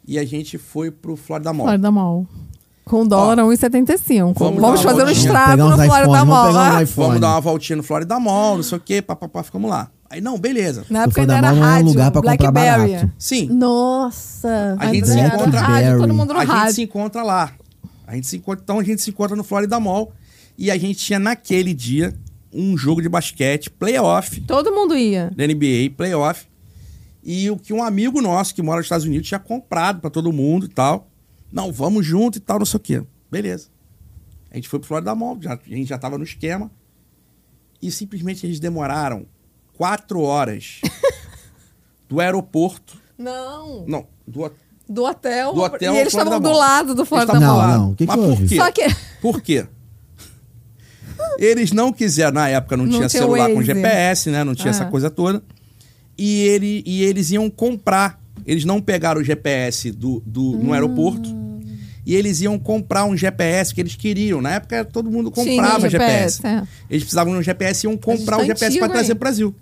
Speaker 3: e a gente foi pro Florida Mall.
Speaker 4: Florida Mall. Com dólar um a 1,75.
Speaker 3: vamos
Speaker 4: Vamos,
Speaker 3: dar uma
Speaker 4: fazer um
Speaker 3: voltinha.
Speaker 4: estrago
Speaker 2: Vamos
Speaker 4: no
Speaker 2: pegar uns
Speaker 4: Florida
Speaker 2: iPhone, vamos
Speaker 4: Mall.
Speaker 2: pegar
Speaker 4: lá.
Speaker 2: um
Speaker 3: Vamos
Speaker 2: iPhone.
Speaker 3: dar uma voltinha no Florida Mall, não sei o quê, papapá, ficamos lá. Aí, não, beleza.
Speaker 4: Na época ainda
Speaker 2: Florida
Speaker 4: era
Speaker 2: Mall não é um
Speaker 4: rádio,
Speaker 2: lugar pra comprar
Speaker 4: Blackberry.
Speaker 2: barato.
Speaker 3: Sim,
Speaker 1: Nossa.
Speaker 3: A gente
Speaker 4: Ainda
Speaker 2: é
Speaker 3: se
Speaker 4: era
Speaker 3: encontra-
Speaker 4: rádio, todo mundo no
Speaker 3: a gente se
Speaker 4: rádio.
Speaker 3: encontra lá. A gente se encontra, então a gente se encontra no Florida Mall. E a gente tinha naquele dia um jogo de basquete, playoff,
Speaker 4: Todo mundo ia.
Speaker 3: da NBA, playoff. E o que um amigo nosso que mora nos Estados Unidos tinha comprado pra todo mundo e tal. Não, vamos junto e tal, não sei o quê. Beleza. A gente foi pro Florida Mall, já, a gente já tava no esquema. E simplesmente eles demoraram quatro horas do aeroporto.
Speaker 4: Não.
Speaker 3: Não, do hotel.
Speaker 4: Do hotel.
Speaker 3: Do hotel
Speaker 4: e eles
Speaker 3: ao Florida
Speaker 4: estavam do
Speaker 3: Mall.
Speaker 4: lado do fora da
Speaker 2: estavam
Speaker 4: mão.
Speaker 2: Não,
Speaker 3: Mall.
Speaker 2: não, o que
Speaker 3: Mas
Speaker 2: que houve?
Speaker 3: por quê?
Speaker 4: Só que.
Speaker 3: Por quê? Eles não quiseram, na época não,
Speaker 4: Não
Speaker 3: tinha
Speaker 4: tinha
Speaker 3: celular com
Speaker 4: Waze.
Speaker 3: GPS, né? Não tinha essa
Speaker 4: Ah.
Speaker 3: coisa toda. E, ele, e eles iam comprar. Eles não pegaram o GPS do, do,
Speaker 4: Hum.
Speaker 3: no aeroporto. E eles iam comprar um GPS que eles queriam. Na época todo mundo comprava
Speaker 4: Tinha
Speaker 3: GPS.
Speaker 4: é.
Speaker 3: Eles precisavam de um GPS e iam comprar
Speaker 4: tá
Speaker 3: o GPS
Speaker 4: antigo,
Speaker 3: pra trazer
Speaker 4: hein?
Speaker 3: pro Brasil.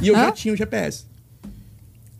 Speaker 3: E eu já
Speaker 4: Hã?
Speaker 3: tinha o GPS.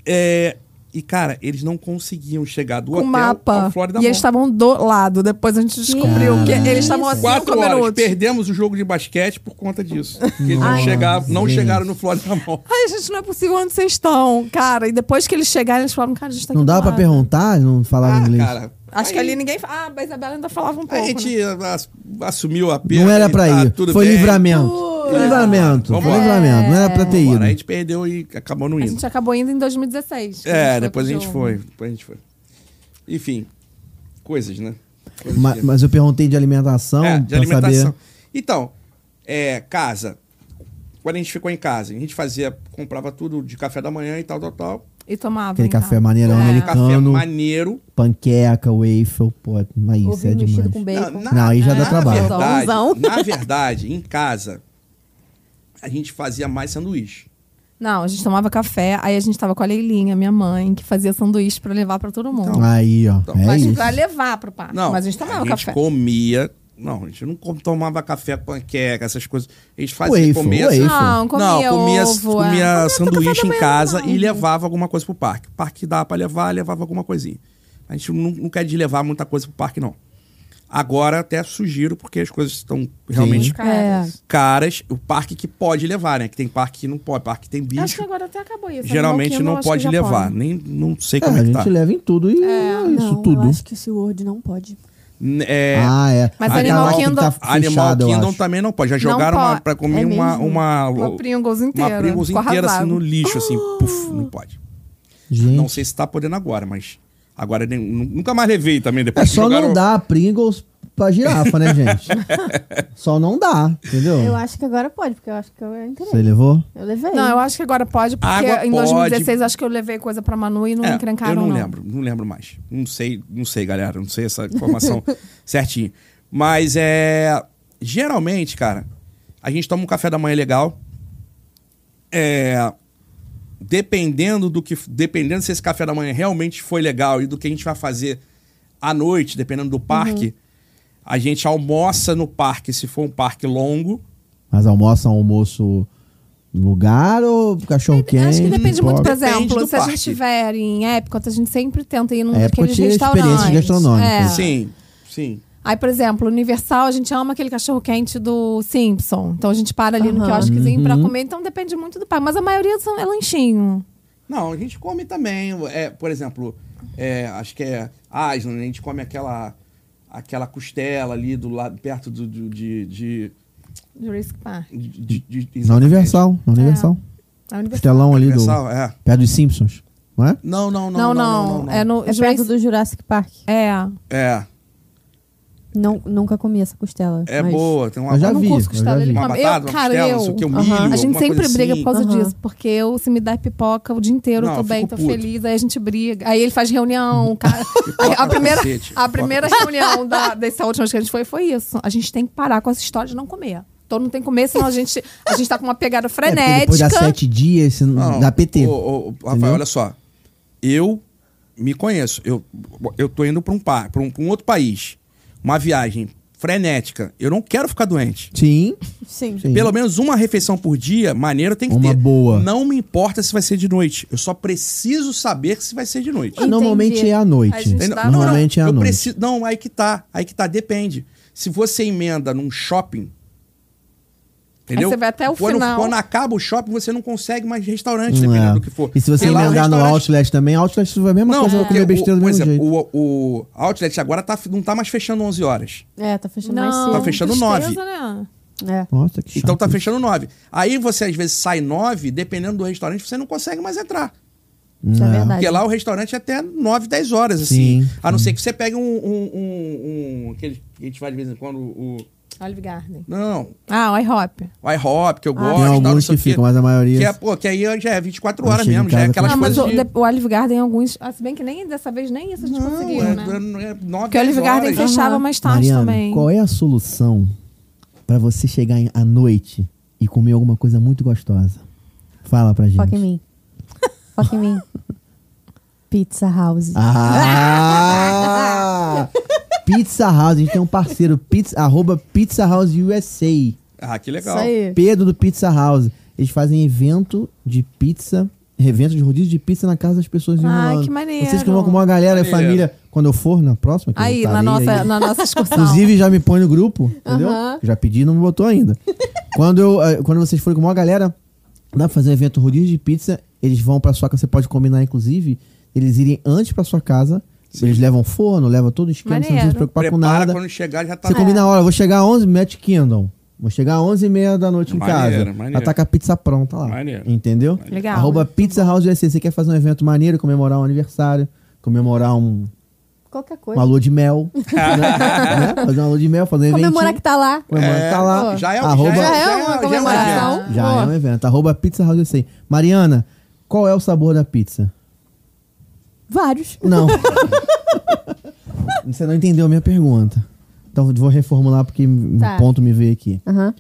Speaker 3: É, e, cara, eles não conseguiam chegar do
Speaker 4: Com
Speaker 3: hotel
Speaker 4: mapa.
Speaker 3: ao Florida
Speaker 4: E
Speaker 3: Mall.
Speaker 4: eles estavam do lado. Depois a gente descobriu que eles estavam assim.
Speaker 3: Quatro
Speaker 4: cinco
Speaker 3: horas.
Speaker 4: minutos.
Speaker 3: Perdemos o jogo de basquete por conta disso. Porque eles não,
Speaker 2: Nossa,
Speaker 3: chegavam, não
Speaker 2: gente.
Speaker 3: chegaram no Florida Mall.
Speaker 4: Ai, gente, não é possível onde vocês estão, cara. E depois que eles chegaram, eles falaram, cara, a gente tá aqui
Speaker 2: Não
Speaker 4: do
Speaker 2: dava pra
Speaker 4: lado.
Speaker 2: perguntar, não falava
Speaker 3: Ah,
Speaker 2: inglês.
Speaker 3: cara.
Speaker 4: Acho que
Speaker 3: aí-
Speaker 4: ali ninguém... fa- Ah, a Isabela ainda falava um pouco,
Speaker 3: A gente as- assumiu a perda.
Speaker 2: Não era
Speaker 3: e
Speaker 2: pra
Speaker 3: tá
Speaker 2: ir.
Speaker 3: tudo
Speaker 2: Foi
Speaker 3: bem.
Speaker 2: livramento. né? Foi
Speaker 1: Puta.
Speaker 2: livramento.
Speaker 3: Vamos
Speaker 2: Foi
Speaker 3: lá.
Speaker 2: livramento. Não era pra ter
Speaker 3: Bora, a
Speaker 2: ido.
Speaker 3: gente perdeu e acabou não
Speaker 4: né? A
Speaker 3: indo.
Speaker 4: gente acabou indo em 2016. que
Speaker 3: É,
Speaker 4: foi
Speaker 3: depois a
Speaker 4: pro
Speaker 3: gente
Speaker 4: jogo.
Speaker 3: foi. Depois a gente foi. Enfim, coisas, né? Coisas
Speaker 2: Ma-
Speaker 3: que-
Speaker 2: Mas eu perguntei de alimentação
Speaker 3: É,
Speaker 2: pra saber.
Speaker 3: Então, é, casa. Quando a gente ficou em casa, a gente fazia, comprava tudo de café da manhã e tal, tal, tal.
Speaker 4: E tomava.
Speaker 2: Aquele
Speaker 4: em casa.
Speaker 2: café maneirão né?
Speaker 4: É.
Speaker 2: Ah. americano.
Speaker 3: Café maneiro.
Speaker 2: Panqueca, waffel, pô, mas isso é
Speaker 1: Ovo mexido
Speaker 2: demais.
Speaker 1: com
Speaker 3: Na-
Speaker 1: bacon.
Speaker 3: na-
Speaker 2: Não, aí já dá
Speaker 3: na
Speaker 2: trabalho.
Speaker 3: verdade-
Speaker 1: Zonzão.
Speaker 3: na verdade, em casa, a gente fazia mais sanduíche.
Speaker 4: Não, a gente tomava café, aí a gente tava com a Leilinha, minha mãe, que fazia sanduíche pra levar pra todo mundo.
Speaker 2: Aí, ó.
Speaker 3: Então,
Speaker 2: É
Speaker 4: mas
Speaker 2: isso.
Speaker 4: pra levar pro parque.
Speaker 3: Não,
Speaker 4: mas a gente tomava café.
Speaker 3: comia... Não, a gente não com- tomava café, panqueca, essas coisas. A gente fazia,
Speaker 2: Waffle,
Speaker 3: comia...
Speaker 2: waffle.
Speaker 4: Não, comia
Speaker 3: assim. não, comia, assim,
Speaker 4: ovo, é.
Speaker 3: comia
Speaker 4: né? Comia café
Speaker 3: sanduíche
Speaker 4: da
Speaker 3: em
Speaker 4: manhã,
Speaker 3: casa
Speaker 4: não.
Speaker 3: e levava alguma coisa pro parque. O parque dá pra levar, levava alguma coisinha. A gente não, não quer de levar muita coisa pro parque, não. Agora até sugiro, porque as coisas estão realmente
Speaker 4: É.
Speaker 3: caras. O parque que pode levar, né? Que tem parque que não pode, parque que tem bicho.
Speaker 4: Acho que agora até acabou isso.
Speaker 3: geralmente
Speaker 4: Animal Kingdom,
Speaker 3: não
Speaker 4: acho que
Speaker 3: pode
Speaker 4: já
Speaker 3: levar. né? Nem
Speaker 4: pode.
Speaker 3: não sei
Speaker 2: É,
Speaker 3: como
Speaker 2: a
Speaker 3: é que
Speaker 2: gente
Speaker 3: tá.
Speaker 2: leva em tudo e é isso
Speaker 1: não,
Speaker 2: tudo.
Speaker 1: eu acho que esse Word não pode.
Speaker 3: N- é,
Speaker 2: Ah, é.
Speaker 4: Mas
Speaker 2: Aquela
Speaker 4: Animal
Speaker 2: lá que
Speaker 4: Kingdom-
Speaker 2: tá
Speaker 3: Animal
Speaker 2: fechada, eu
Speaker 3: Kingdom tá-
Speaker 2: acho.
Speaker 3: também não pode. Já
Speaker 4: Não
Speaker 3: jogaram uma
Speaker 4: pode.
Speaker 3: para comer
Speaker 1: É
Speaker 3: uma
Speaker 1: mesmo?
Speaker 3: uma
Speaker 4: Uma Pringles inteira.
Speaker 3: uma Pringles
Speaker 4: Ficou
Speaker 3: inteira assim
Speaker 4: arrasado.
Speaker 3: no lixo assim, puf, não pode.
Speaker 2: Gente.
Speaker 3: Não sei se tá podendo agora, mas agora nem- nu- nunca mais levei também
Speaker 2: É
Speaker 3: depois que
Speaker 2: só
Speaker 3: jogaram.
Speaker 2: não dar Pringles pra girafa, né, gente? só não dá, entendeu?
Speaker 1: Eu acho que agora pode, porque eu acho que eu entrei.
Speaker 2: Você levou?
Speaker 1: Eu levei.
Speaker 4: Não, eu acho que agora pode, porque
Speaker 3: Água
Speaker 4: em
Speaker 3: pode.
Speaker 4: 2016 acho que eu levei coisa pra Manu e não
Speaker 3: É,
Speaker 4: encrencaram,
Speaker 3: eu não,
Speaker 4: não.
Speaker 3: lembro, não lembro mais. Não sei, não sei, galera, não sei essa informação certinho. Mas é geralmente, cara, a gente toma um café da manhã legal. É, dependendo do que, dependendo se esse café da manhã realmente foi legal e do que a gente vai fazer à noite, dependendo do parque, a gente almoça no parque, se for um parque longo.
Speaker 2: Mas almoça almoço no lugar ou cachorro quente?
Speaker 4: Acho que depende muito, por
Speaker 2: pobre?
Speaker 3: Depende
Speaker 4: exemplo,
Speaker 3: do
Speaker 4: se a gente
Speaker 3: parque.
Speaker 4: estiver em Epcot, a gente sempre tenta ir num
Speaker 2: Epcot
Speaker 4: daqueles
Speaker 2: é experiência
Speaker 4: restaurantes.
Speaker 2: gastronômica.
Speaker 4: É.
Speaker 3: Sim, sim.
Speaker 4: Aí, por exemplo, Universal, a gente ama aquele cachorro quente do Simpson. Então a gente para ali no
Speaker 1: Aham.
Speaker 4: quiosquezinho
Speaker 2: Uhum.
Speaker 4: pra comer. Então depende muito do pai. Mas a maioria são, é lanchinho.
Speaker 3: Não, a gente come também. É, por exemplo, é, acho que é Aslan, a gente come aquela, aquela costela ali do lado, perto do, do- de, de,
Speaker 4: Jurassic Park.
Speaker 3: de, de- de- exatamente.
Speaker 2: Na Universal, na Universal.
Speaker 4: É Universal.
Speaker 2: Costelão ali do.
Speaker 3: Universal, é.
Speaker 2: Perto dos Simpsons, não é?
Speaker 3: Não, não,
Speaker 4: Não,
Speaker 3: não.
Speaker 4: não,
Speaker 3: Não, não, não.
Speaker 4: É no
Speaker 1: É perto
Speaker 4: Jurassic...
Speaker 1: do Jurassic Park.
Speaker 4: É.
Speaker 3: É,
Speaker 1: Não, nunca comi essa costela.
Speaker 3: é
Speaker 1: mas-
Speaker 3: boa. Tem uma
Speaker 2: Eu já
Speaker 4: eu não
Speaker 2: vi,
Speaker 4: curto
Speaker 2: eu
Speaker 4: costela,
Speaker 2: já
Speaker 4: ele
Speaker 2: vi.
Speaker 3: Uma
Speaker 4: come.
Speaker 3: batata,
Speaker 4: eu,
Speaker 3: uma
Speaker 4: cara,
Speaker 3: costela,
Speaker 4: eu...
Speaker 3: não sei o que, um
Speaker 4: Aham.
Speaker 3: milho,
Speaker 4: A gente
Speaker 3: alguma
Speaker 4: sempre
Speaker 3: coisa
Speaker 4: briga
Speaker 3: assim.
Speaker 4: por causa
Speaker 1: Aham.
Speaker 4: disso. Porque eu, se me der pipoca o dia inteiro,
Speaker 3: Não,
Speaker 4: eu tô
Speaker 3: eu
Speaker 4: bem,
Speaker 3: fico
Speaker 4: tô
Speaker 3: puto.
Speaker 4: feliz. Aí a gente briga. Aí ele faz reunião. Cara.
Speaker 3: Pipoca
Speaker 4: a, a
Speaker 3: pra
Speaker 4: primeira,
Speaker 3: cacete,
Speaker 4: a
Speaker 3: pipoca
Speaker 4: primeira reunião da, dessa última vez que a gente foi, foi isso. A gente tem que parar com essa história de não comer. Todo mundo tem que comer, senão a gente, a gente tá com uma pegada
Speaker 2: É, porque depois
Speaker 4: frenética.
Speaker 2: dá sete dias, se não-
Speaker 3: Não,
Speaker 2: dá PT.
Speaker 3: ô, ô, ô, Rafael,
Speaker 2: Entendeu?
Speaker 3: olha só. Eu me conheço. Eu, eu tô indo pra um, par, pra um, pra um outro país. Uma viagem frenética. Eu não quero ficar doente.
Speaker 2: Sim.
Speaker 1: Sim.
Speaker 2: Sim.
Speaker 3: Pelo menos uma refeição por dia, maneira tem que
Speaker 2: Uma
Speaker 3: ter.
Speaker 2: boa.
Speaker 3: Não me importa se vai ser de noite. Eu só preciso saber se vai ser de noite.
Speaker 2: Ah, Normalmente
Speaker 1: Entendi.
Speaker 2: é à
Speaker 4: A
Speaker 2: noite.
Speaker 4: gente dá-
Speaker 3: Não, não,
Speaker 2: Normalmente é à
Speaker 3: eu
Speaker 2: noite.
Speaker 3: preciso- não, aí que tá. Aí que tá, depende. Se você emenda num shopping. Entendeu?
Speaker 4: você vai até o
Speaker 3: quando,
Speaker 4: final.
Speaker 3: Quando acaba o shopping, você não consegue mais restaurante,
Speaker 2: Não é.
Speaker 3: dependendo do que for.
Speaker 2: E se você
Speaker 3: Sei lá, um
Speaker 2: emendar no
Speaker 3: restaurante-
Speaker 2: Outlet também, Outlet vai a mesma coisa, vai
Speaker 3: porque
Speaker 2: comer besteira
Speaker 3: o, é
Speaker 2: do
Speaker 3: por
Speaker 2: mesmo
Speaker 3: exemplo,
Speaker 2: jeito.
Speaker 3: O, o Outlet agora tá, não tá mais fechando 11 horas.
Speaker 1: É, tá fechando mais
Speaker 4: Não,
Speaker 1: cedo.
Speaker 3: Tá fechando
Speaker 4: tristeza,
Speaker 3: nove.
Speaker 4: Né?
Speaker 1: É.
Speaker 2: Nossa, que chato.
Speaker 3: Então tá fechando nove. Aí você às vezes sai nove, dependendo do restaurante, você não consegue mais entrar.
Speaker 1: Isso é
Speaker 2: Não.
Speaker 1: verdade.
Speaker 3: Porque lá o restaurante é até 9, 10 horas, assim.
Speaker 2: Sim,
Speaker 3: a não ser que você pegue um. um, um, um- aquele que a gente vai de vez em quando. O,
Speaker 4: Olive Garden.
Speaker 3: não,
Speaker 4: Ah, o iHop.
Speaker 3: o iHop, que eu gosto.
Speaker 2: Ah, Tem
Speaker 3: tal, não
Speaker 2: alguns
Speaker 3: sei
Speaker 2: que
Speaker 3: o quê.
Speaker 2: ficam, mas a maioria.
Speaker 3: Que é, pô, que aí já é 24
Speaker 2: Quando
Speaker 3: horas
Speaker 2: chega em
Speaker 3: mesmo, já é
Speaker 2: casa,
Speaker 3: aquelas
Speaker 4: Ah, mas
Speaker 3: coisas.
Speaker 4: o,
Speaker 3: de...
Speaker 4: de- o Olive Garden, alguns. Ah, se bem que nem dessa vez nem isso a gente conseguiu,
Speaker 3: é,
Speaker 4: né?
Speaker 3: é 9,
Speaker 4: Porque o Olive Garden
Speaker 3: horas.
Speaker 4: fechava
Speaker 1: Aham.
Speaker 4: mais tarde
Speaker 2: Mariana,
Speaker 4: também.
Speaker 2: qual é a solução pra você chegar em- à noite e comer alguma coisa muito gostosa? Fala pra gente.
Speaker 1: Foca em mim. Foca em mim. Pizza House.
Speaker 2: Ah! Pizza House, a gente tem um parceiro, pizza, arroba Pizza House USA.
Speaker 3: Ah,
Speaker 1: É Isso
Speaker 3: que legal.
Speaker 4: É.
Speaker 1: aí.
Speaker 2: Pedro do Pizza House. Eles fazem evento de pizza, evento de rodízio de pizza na casa das pessoas. em
Speaker 4: Ai,
Speaker 2: Orlando.
Speaker 4: que maneiro.
Speaker 2: Vocês que vão com uma galera, e
Speaker 3: Maneiro.
Speaker 2: família, quando eu for na próxima. que eu
Speaker 3: tá
Speaker 4: Aí, na
Speaker 2: estarei
Speaker 4: nossa,
Speaker 2: aí.
Speaker 4: na nossa excursão.
Speaker 2: Inclusive, já me põe no grupo, entendeu?
Speaker 1: Aham.
Speaker 2: Já pedi e não me botou ainda. quando, eu, eh, quando vocês forem com uma galera, dá pra fazer um evento rodízio de pizza, eles vão pra sua casa, você pode combinar, inclusive, eles irem antes pra sua casa. Eles levam forno, levam todo o esquema, você não precisa se
Speaker 4: Maneiro.
Speaker 2: preocupar com
Speaker 3: Prepara
Speaker 2: nada.
Speaker 3: quando chegar já tá.
Speaker 2: Você combina a hora, vou chegar às 11, mete Kindle. Vou chegar às 11 e meia da noite em
Speaker 3: Maneiro,
Speaker 2: casa.
Speaker 3: maneiro.
Speaker 2: Ela tá com a pizza pronta lá.
Speaker 3: Maneiro.
Speaker 2: Entendeu?
Speaker 4: Legal.
Speaker 2: Arroba Pizza House USA. Você quer fazer um evento maneiro, comemorar um aniversário, comemorar um,
Speaker 1: Qualquer coisa.
Speaker 2: uma lua de mel. né? Né? Fazer uma lua de mel, fazer um evento.
Speaker 1: Comemorar que tá lá.
Speaker 2: Comemorar que tá lá.
Speaker 3: Já é,
Speaker 2: Arroba-
Speaker 3: já,
Speaker 1: Já é
Speaker 3: já
Speaker 1: uma
Speaker 3: já
Speaker 1: comemoração.
Speaker 3: evento.
Speaker 2: Já
Speaker 1: Pô.
Speaker 2: é um evento. Arroba Pizza House USA. Mariana, qual é o sabor da pizza?
Speaker 1: Vários.
Speaker 2: Não. Você não entendeu a minha pergunta. Então vou reformular porque um
Speaker 1: Tá.
Speaker 2: ponto me veio aqui.
Speaker 1: Aham.